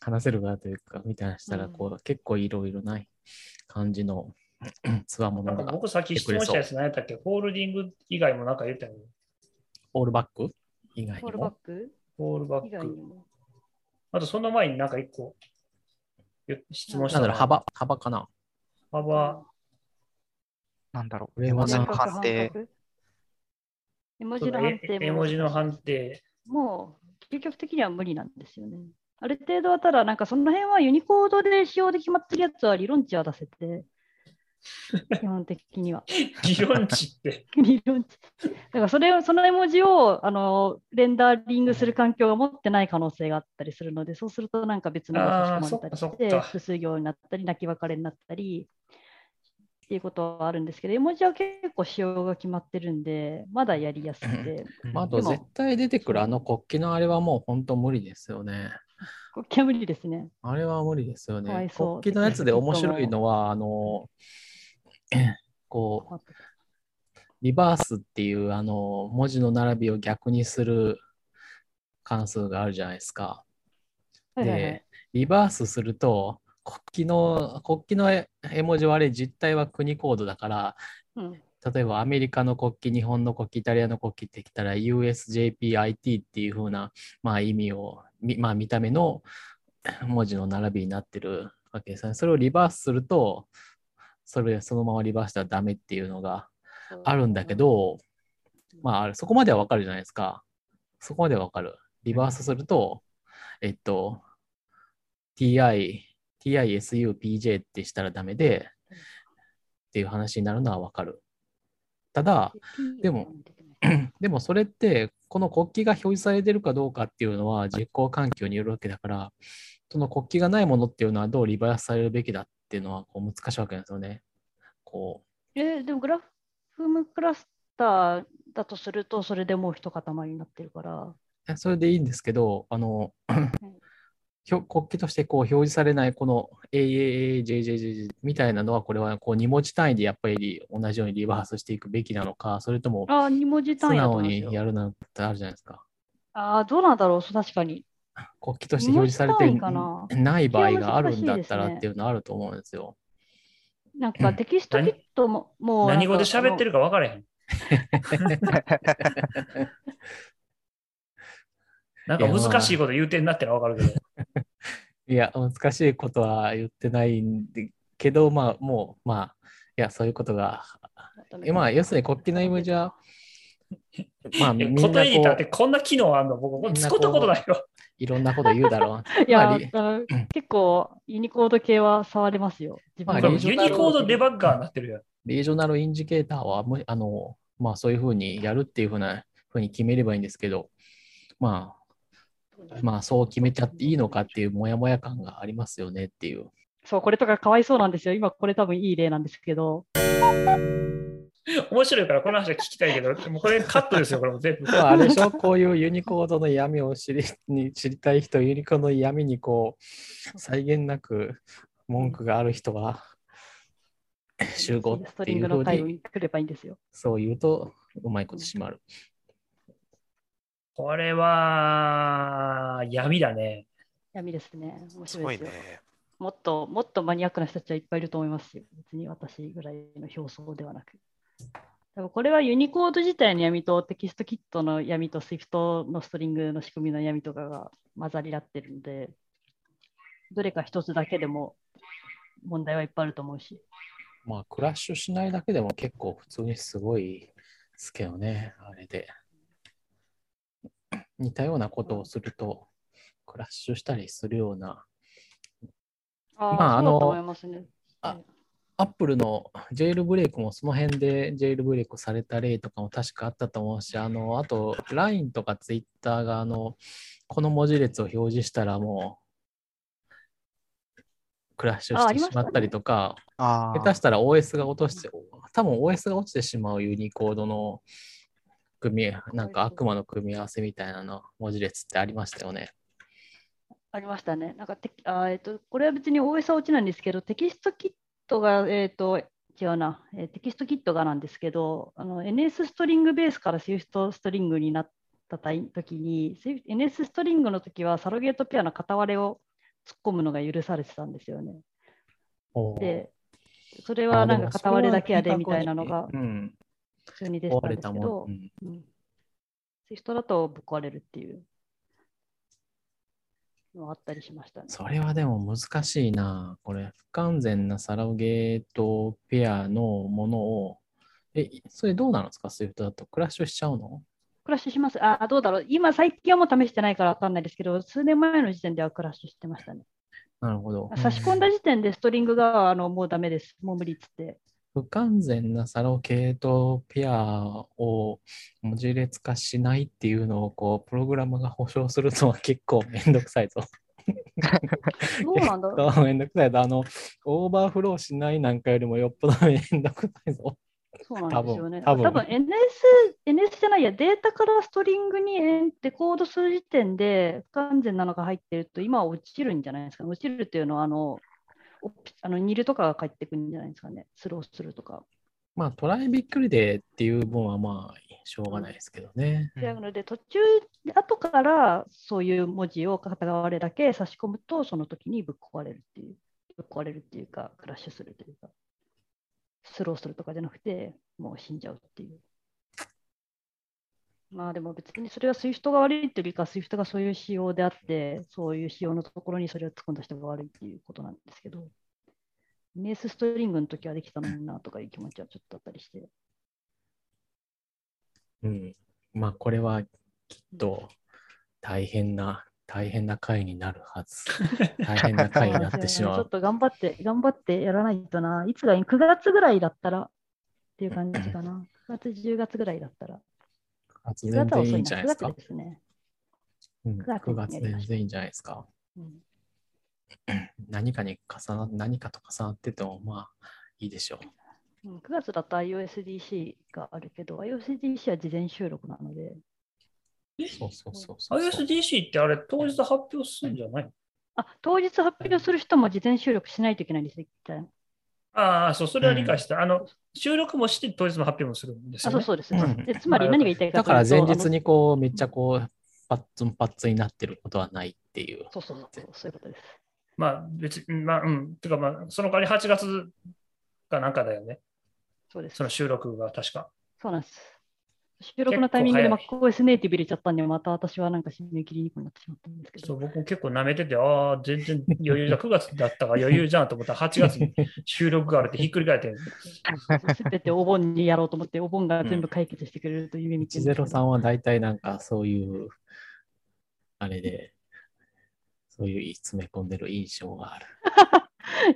A: 話せる方というかみたいなしたら
D: うん
A: こう、結構いろいろない感じのつわも
B: な
A: の
B: んか
A: が
B: 僕さっき質問したやつ何やったっけホールディング以外もなんか言ったよね。
A: オールバック以外
D: フォ
A: に
D: ールバッ
A: も
D: ク
B: ホールバッ
D: 以外に
B: ク。
D: も。
B: あとその前になんか一個言質問し
A: な
B: た
A: んだろう
B: な。
A: 幅幅かな
B: 幅。
E: なんだろ
A: こ
E: う。
A: れ
E: 絵
A: は
E: 文字
A: な
E: の
A: んか
E: 判定。
D: 絵文
B: そ
D: 字
B: うだ
D: の判定
B: え絵文字の判 定。
D: もう究極的には無理なんですよね。ある程度はただ、なんかその辺はユニコードで使用で決まってるやつは理論値は出せ て、基本的には。
B: 理論値って。
D: 理論値。だからそれを、その絵文字をあのレンダリングする環境が持ってない可能性があったりするので、そうするとなんか別の
B: あー
D: 場所に込まれた
B: そっ
D: り
B: かそ
D: して、
B: っか
D: 複数行になったり、泣き別れになったり。っていうことはあるんですけど、絵文字は結構使用が決まってるんで、まだやりやすくて、
A: まあ、あ
D: で
A: と
D: も
A: 絶対出てくるあの国旗のあれはもう本当無理ですよね。
D: こっちは無理ですね。
A: あれは無理ですよ
D: かわ
A: ね
D: い。そう
A: 国旗のやつで面白いのは、あの、 こう、リバースっていうあの文字の並びを逆にする関数があるじゃないですか。
D: はいはいはい
A: で、リバースすると、国旗の、国旗の絵絵文字はあれ実態は国コードだから、
D: うん
A: 例えばアメリカの国旗、日本の国旗、イタリアの国旗ってきたら USJPIT っていう風な、まあ、意味を、みまあ、見た目の文字の並びになってるわけですね。それをリバースすると、それそのままリバースしたらダメっていうのがあるんだけ、ど、まああれ、そこまではわかるじゃないですか。そこまではわかる。リバースすると、えっと、ti, tisupj ってしたらダメで、っていう話になるのはわかる。ただ、でも、でもそれって、この国旗が表示されてるかどうかっていうのは実行環境によるわけだから、その国旗がないものっていうのはどうリバースされるべきだっていうのはこう難しいわけなんですよね。こ
D: えーでもグラフムクラスターだとすると、それでもう一塊になってるから。
A: うえそれでいいんですけど、あの、ひょ国旗としてこう表示されないこの AAAJJJ みたいなのはこれはこう2文字単位でやっぱり同じようにリバースしていくべきなのか、それとも
D: ああ、二文字
A: 素
D: 単位だと
A: 直
D: 思うんで
A: に
D: すよ
A: やるなんてあるじゃないですか。
D: ああ、どうなんだろう、そう確かに。
A: 国旗として表示されて
D: 二文字単位
A: ない場合があるんだった
D: いや難しいです
A: ら
D: ね
A: っていうのはあると思うんですよ。
D: なんかテキストキットも、 もうなんか
B: 何語で喋ってるか分から へん。なんか難しいこと言うてんなってのは分かるけど。
A: いや、難しいことは言ってないんでけど、まあ、もう、まあ、いや、そういうことが、
D: その
A: えまあ、要するに国旗の絵文字は、まあ、み
B: え
A: ん
B: こ
A: な
B: とエディターっ
A: こ
B: て
A: う
B: こんな機能あんの僕、これ使ったことないよ。
A: いろんなこと言うだろう。
D: いや、
A: まあり
D: あの結構ユニコード系は触れますよ。自
A: まあ
D: 分
A: こ
D: で
A: う
B: ユ
A: リ
B: ニ
A: ージョナル
B: コードデバッガーになってるやん。
A: リージョナルインジケーターはむ、あの、まあ、そういうふうにやるっていうふうな、ふうに決めればいいんですけど、まあ、まあ、そう決めちゃっていいのかっていう、もやもや感がありますよねっていう。
D: そう、これとかかわいそうなんですよ。今、これ多分いい例なんですけど。
B: 面白いからこの話は聞きたいけど、もうこれカットですよ、これも 全部。
A: まあ、あれ でしょ、こういうユニコードの闇を知りに知りたい人、ユニコードの闇にこう、際限なく文句がある人は、集合
D: スト
A: って
D: リン
A: いう
D: グ
A: ふ
D: の
A: う
D: 回路
A: に、
D: に来ればいいんですよ。
A: そう言うと、うまいこと閉まる。
B: これは闇だね。
D: 闇ですね。面
C: す
D: 白
C: ご
D: い
C: い
D: ですよ。
C: ね。
D: もっと、もっとマニアックな人たちはいっぱいいると思いますよ。別に私ぐらいの表層ではなく。でもこれはユニコード自体の闇とテキストキットの闇と Swift のストリングの仕組みの闇とかが混ざり合ってるので、どれか一つだけでも問題はいっぱいあると思うし。
A: まあ、クラッシュしないだけでも結構普通にすごいですけどね、あれで。似たようなことをすると、クラッシュしたりするような、
D: あ
A: まああの
D: そうだと思いますね。
A: あアップルのジェイルブレイクもその辺でジェイルブレイクされた例とかも確かあったと思うし、あの、あと LINE とか Twitter があの、この文字列を表示したらもう、クラッシュ
D: あ
A: し
D: あ
A: て
D: りまし
A: したまったりとか、
E: あ
A: 下手したら OS が落として、多分 OS が落ちてしまうユニコードの組み、なんか悪魔の組み合わせみたいなの文字列ってありましたよね。
D: ありましたね。なんかテキあ、えっと、これは別に OS は落ちないんですけど、テキストキットが、えっと、違うな、えーテキストキットがなんですけど、あの NS ストリングベースから Swift ストリングになったたい時に、Swift- NS ストリングの時はサロゲートペアの片割れを突っ込むのが許されてたんですよね。で、それ
A: あ
D: は
A: で
D: なん
A: もそれ
D: か片
A: は
D: 割れだけやでみたいなのが
A: うん、
D: 普通に出て
A: 壊
D: たん
A: れ
D: です
A: た
D: け
A: も
D: ど
A: んう、ん。
D: うん、Swift だとぶっ壊れるっていうのがあったりしましたね。
A: それはでも難しいな。これ、不完全なサロゲートペアのものを、え、それどうなのですか ?Swift だとクラッシュしちゃうの
D: クラッシュします。あ、どうだろう。今、最近はもう試してないから分かんないですけど、数年前の時点ではクラッシュしてましたね。
A: なるほど。
D: 差し込んだ時点でストリングがあのもうダメです。もう無理っつって。
A: 不完全なサロケートペアを文字列化しないっていうのをこうプログラムが保証するのは結構めんどくさいぞ。
D: どうなんだろう。
A: めんどくさいぞ。あの、オーバーフローしないなんかよりもよっぽどめんどくさいぞ。
D: そうなんですよね。
A: 多
D: 多
A: 分
D: 分
A: 多分
D: NS、NS じゃないや、データからストリングにデコードする時点で不完全なのが入ってると、今は落ちるんじゃないですか、落ちるっていうのは、あの、オプあのニルとかが返ってくるんじゃないですかね。スローするとか。
A: まあ、トライびっくりでっていう分はまあ、しょうがないですけどね。
D: なので途中後からそういう文字を片側れだけ差し込むとその時にぶっ壊れるっていうぶっ壊れるっていうかクラッシュするというかスローするとかじゃなくてもう死んじゃうっていうまあでも別にそれは SWIFT が悪いというよりか SWIFT がそういう仕様であってそういう仕様のところにそれを突っ込んだ人が悪いっていうことなんですけどネースストリングの時はできたのになとかいう気持ちはちょっとあったりして
A: うん。まあ、これはきっと大変な大変な回になるは ず。大変な回になってしま
D: ちょっ
A: う。
D: と頑張って、頑張ってやらないとな。いつがいい ?9 月ぐらいだったらっていう感じかな。9月、10月ぐらいだったら。
A: 9
D: 9
A: 月全
D: 月
A: 然い
D: は遅
A: い
D: い
A: んじゃ
D: な。
A: ないです
D: 9
A: か。
D: 月ですね。
A: うん
D: 9月
A: 9月全然いいんじゃないですか。
D: うん
A: 何かに重な、何かと重なってても、まあ、いいでしょう。
D: うん9月だと iOSDC があるけど、iOSDC は事前収録なので、
A: そうそうそうそうそう
B: ISDC ってあれ、当日発表するんじゃない
D: あ当日発表する人も事前収録しないといけないんですよ、一旦
B: ああ、そう、それは理解した。あの、収録もして当日の発表もするんです
D: あ
B: よ、
D: そう
B: ね。
D: そうです
E: うん。
D: でつまり何が言いたいか
A: だ
D: と
A: か
D: い
A: ら
D: うと
A: 前日にこう、めっちゃこう、パッツンパッツンになってることはないっていう
D: あの。そうそうそう、そういうことです。
B: まあ、別に、まあ、うん。てか、まあ、その代わり8月かなんかだよね。
D: そうです。
B: その収録が確か。
D: そうなんです。収録のタイミングで MacOS ネイティブ入れちゃったんで、また私はなんか締め切りにくくなってしまったんですけ
B: そ
D: ど。
B: う僕も結構舐めてて、ああ、全然余裕だ。9月だったから余裕じゃんと思ったら、8月に収録があるってひっくり返ってる。
D: すべてお盆にやろうと思って、お盆が全部解決してくれるという夢見てるんですけど
A: 103は大体なんかそういう、あれで、そういう詰め込んでる印象がある。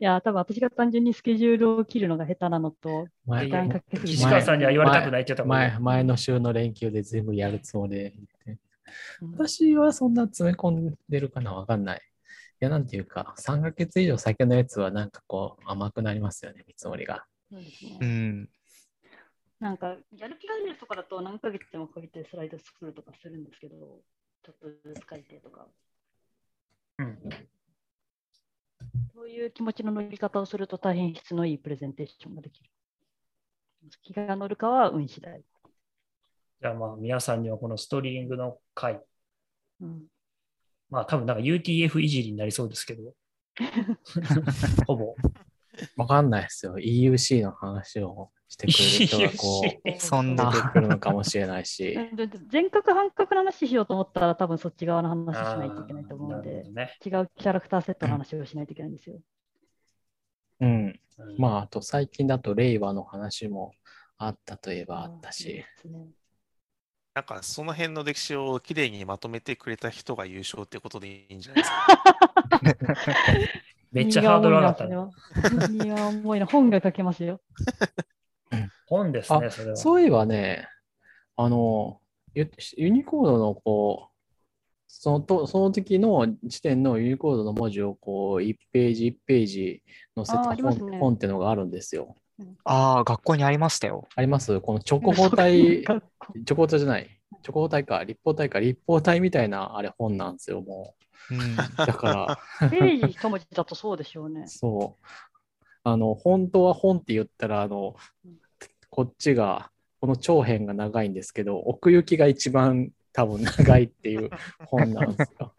D: いや、多分私が単純にスケジュールを切るのが下手なのと、
A: 前
D: 時間かけすぎ
B: 岸
D: て
B: 川さんには言われたくないって言ったもんね
A: 前前の週の連休で全部やるつもりで。
D: うん
A: 私はそんな詰め込んでるかなわかんない。いや、なんていうか、3ヶ月以上先のやつはなんかこう甘くなりますよね、見積もりが。
D: そうですね
E: うん。
D: なんか、やる気が出るとかだと何ヶ月でもかけてスライド作るとかするんですけど、ちょっとずつ書いてとか、
B: うん。
D: そういう気持ちの乗り方をすると大変質のいいプレゼンテーションができる。気が乗るかは運次第。
B: じゃあまあ、皆さんにはこのストリーングの回、
D: うん、
B: まあ多分なんか UTF いじりになりそうですけ ど、ほぼ。
A: わかんないですよ。EUC の話をしてくれる人がこう。
E: そんな
A: 出てくるのかもしれないし
D: う、んでで全角半角の話しようと思ったら、多分そっち側の話しないといけないと思うの
B: あーなるほ
D: で
B: ど、ね
D: 違うキャラクターセットの話をしないといけないんですよ。
A: うん、
B: うん
A: まああと最近だと令和の話もあったといえばあった
D: そうで
A: し、
D: すね
C: なんかその辺の歴史をきれいにまとめてくれた人が優勝ってことでいいんじゃない ですか。
B: めっちゃハードル上がったね。
D: いや、重いな。本が書けますよ。
B: 本ですね、それは。
A: そういえばね、あの、ユユニコードのこう、そのとその時の時点のユニコードの文字をこう1ページ1ページ載せた
D: あーあります
A: 本,、
D: ね
A: 本ってのがあるんですよ。
E: ああ、学校にありましたよ。
A: ありますこの直方 体、
D: 学校
A: 直方体じゃない、直方体か、立方体か、立方体みたいなあれ本なんですよ、も
E: う
A: う。
E: ん。
A: だから、。
D: ページ一文字だとそうでしょうね
A: そう。あの、本当は本って言ったら、あの
D: うん、
A: こっちが、この長編が長いんですけど、奥行きが一番多分長いっていう本なんですよ。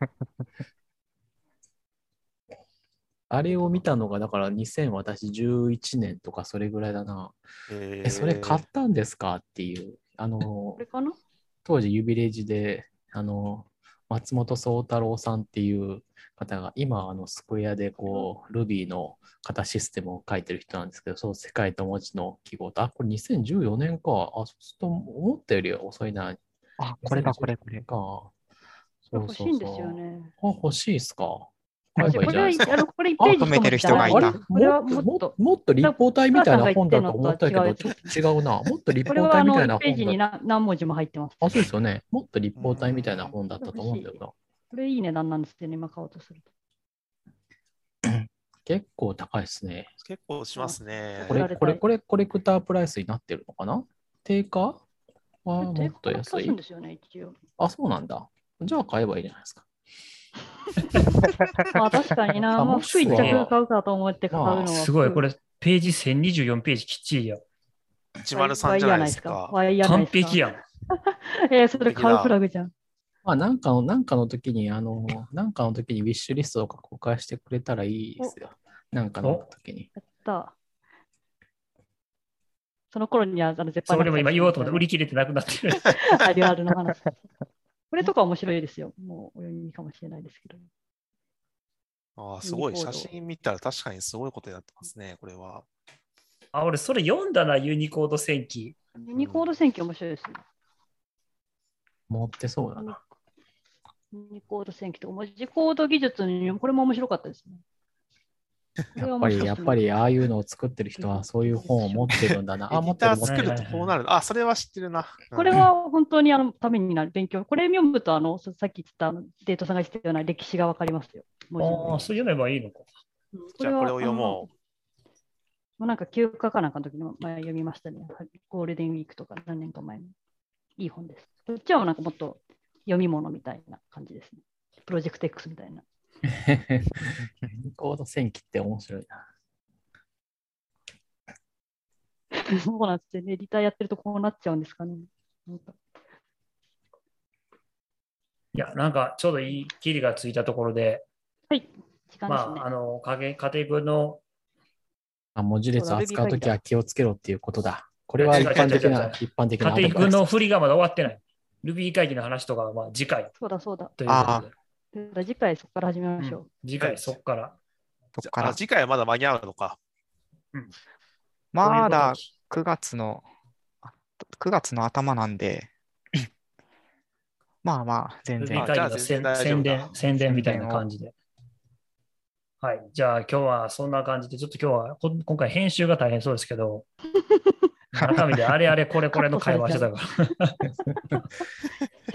A: あれを見たのが、だから2000、私11年とかそれぐらいだな。
C: え
A: え、それ買ったんですかっていう。あの
D: これ、かな
A: 当時ユビレッジで、あの、松本宗太郎さんっていう方が、今、あの、スクエアで、こう、Ruby の型システムを書いてる人なんですけど、そう、世界と文字の記号と、あ、これ2014年か。あ、そうすると思ったより遅いな、
E: あ、これだ、これ、これ。
A: か。そ
D: 欲しいんですよ。ね。
A: あ、欲しいですか。
D: こ
A: 買えばいいじゃないですか。
D: れは、あのこれ1ページ
E: あ止めてる人がいた
D: 一文字じゃなこれ
A: も
D: は
A: っともっ
D: もっと
A: と、。もっと立方体みたいな本だと思ったけ
D: お
A: ど、
D: 母
A: ち
D: さ
A: ょ
D: ん
A: っ
D: が
A: と違うな。もっと立
D: これ
A: 方
D: はあ
A: 体みたい
D: の
A: な
D: 1ページ
A: 本
D: に
A: だ。
D: な何文字も入ってます。
A: あ、そうですよね。もっと立方体みたいな本だったと思うんだよな。
D: これいい値段なんですよね、今買おうとすると。
A: 結構高いですね。
C: 結構しますね。
A: こ
D: 売
A: れ、
D: られたい
A: これ、これ、コレクタープライスになってるのかな定価はもっと安
D: 定価で出すん
A: い。
D: ですよね、一応。
A: あ、そうなんだ。じゃあ買えばいいじゃないですか。
D: まあ確かにな、
A: あ
D: ま
A: も
D: あ、
A: しく
D: 服
A: は
D: 一着買うかと思って買うのは。
B: すごい、これ、ページ1024ページきっちりや。
C: 103じゃないですか。
D: ワイヤーない
B: 完
D: ですか
B: 璧やん。
D: えーそれ買うフラグじゃん。
A: まあ、なんかの、なんかの時に、あの、なんかの時にウィッシュリストを公開してくれたらいいですよ。なんかの時に。
D: やった。その頃には、あの、絶
B: それでも今言おうと思って売り切れてなくなってる。
D: あるあるの話。 これとか面白いですよ。もうお読みかもしれないですけど。
C: ああ、すごい。
D: ユニコ
C: 写
D: ード
C: 真見たら確かにすごいことになってますね、これは。
B: あ、俺、それ読んだな、ユニコード戦記。
D: ユニコード選挙面白いですよ。
A: 持ってそうだな。
D: ユニコード戦記とか文字コード技術に、これも面白かったですね。これ
A: や
D: は
A: っぱ
D: 面白
A: り、
D: い
A: やっぱり、ああいうのを作ってる人は、そういう本を持ってるんだな。あ、
C: エデ
A: 持っ
C: ィ
A: てる、
C: ター
A: 持っ
C: 作
A: て
C: る
A: る
C: と。こうなる。あ、それは知ってるな。うん
D: これは本当にあのためになる勉強。これ読むと、あのささっき言ってたあのデートさんが言ってたような歴史がわかりますよ。文字
B: ああ、そう読めばいいのか。
D: うん
C: じゃあ
D: は
C: これを読もう。
D: あのもうなんか休暇かなんかの時に前読みましたね。はいゴールデンウィークとか何年か前に。いい本です。こっちはなんかもっと読み物みたいな感じですね。プロジェクト X みたいな。
A: ユニコード戦記って面白いな。
D: そうなんですよね。エディターやってるとこうなっちゃうんですかね。なんか
B: いや、なんかちょうどいい切りがついたところで、
D: 時間
B: ま
D: ですね。
B: あ、あの、家計家庭分の、
A: あ、文字列を扱うときは気をつけろっていうことだ。これは
B: 違
A: 一
B: う
A: 般 的
B: 違う違
A: な
B: う、
A: 一般的な
B: 家
A: アドバイ
B: 庭
A: ス。
B: 分の振りがまだ終わってない。Ruby 会議の話とかはまあ次回
D: そうだそうだ。
B: ということで、
D: そうだ次回そこから始めましょう。
B: 次
C: は
B: 回
C: い
B: そこから。
E: そっから
C: あ。次回はまだ間に合うのか。
E: まだ
B: という
E: 9月の、あ9月の頭なん で、まあまあ、全
B: ことで、Ruby
E: 然。
B: 会
C: あ
B: 議の
C: じゃあ全然大丈夫だ
B: 宣宣伝、宣伝みたいな感じで。はい。じゃあ今日はそんな感じで、ちょっと今日はこ今回編集が大変そうですけど、中身であれあれこれこれの会話してたから。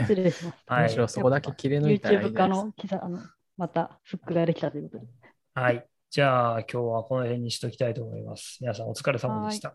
D: 失 礼します。
B: は
A: む
B: い
A: し。ろそこだけ切り抜いたらいい
D: YouTube
A: じゃ
D: 化
A: ないですか
D: の記載あのまたフックができたということで。
B: はい。じゃあ今日はこの辺にしときたいと思います。皆さんお疲れ様でした。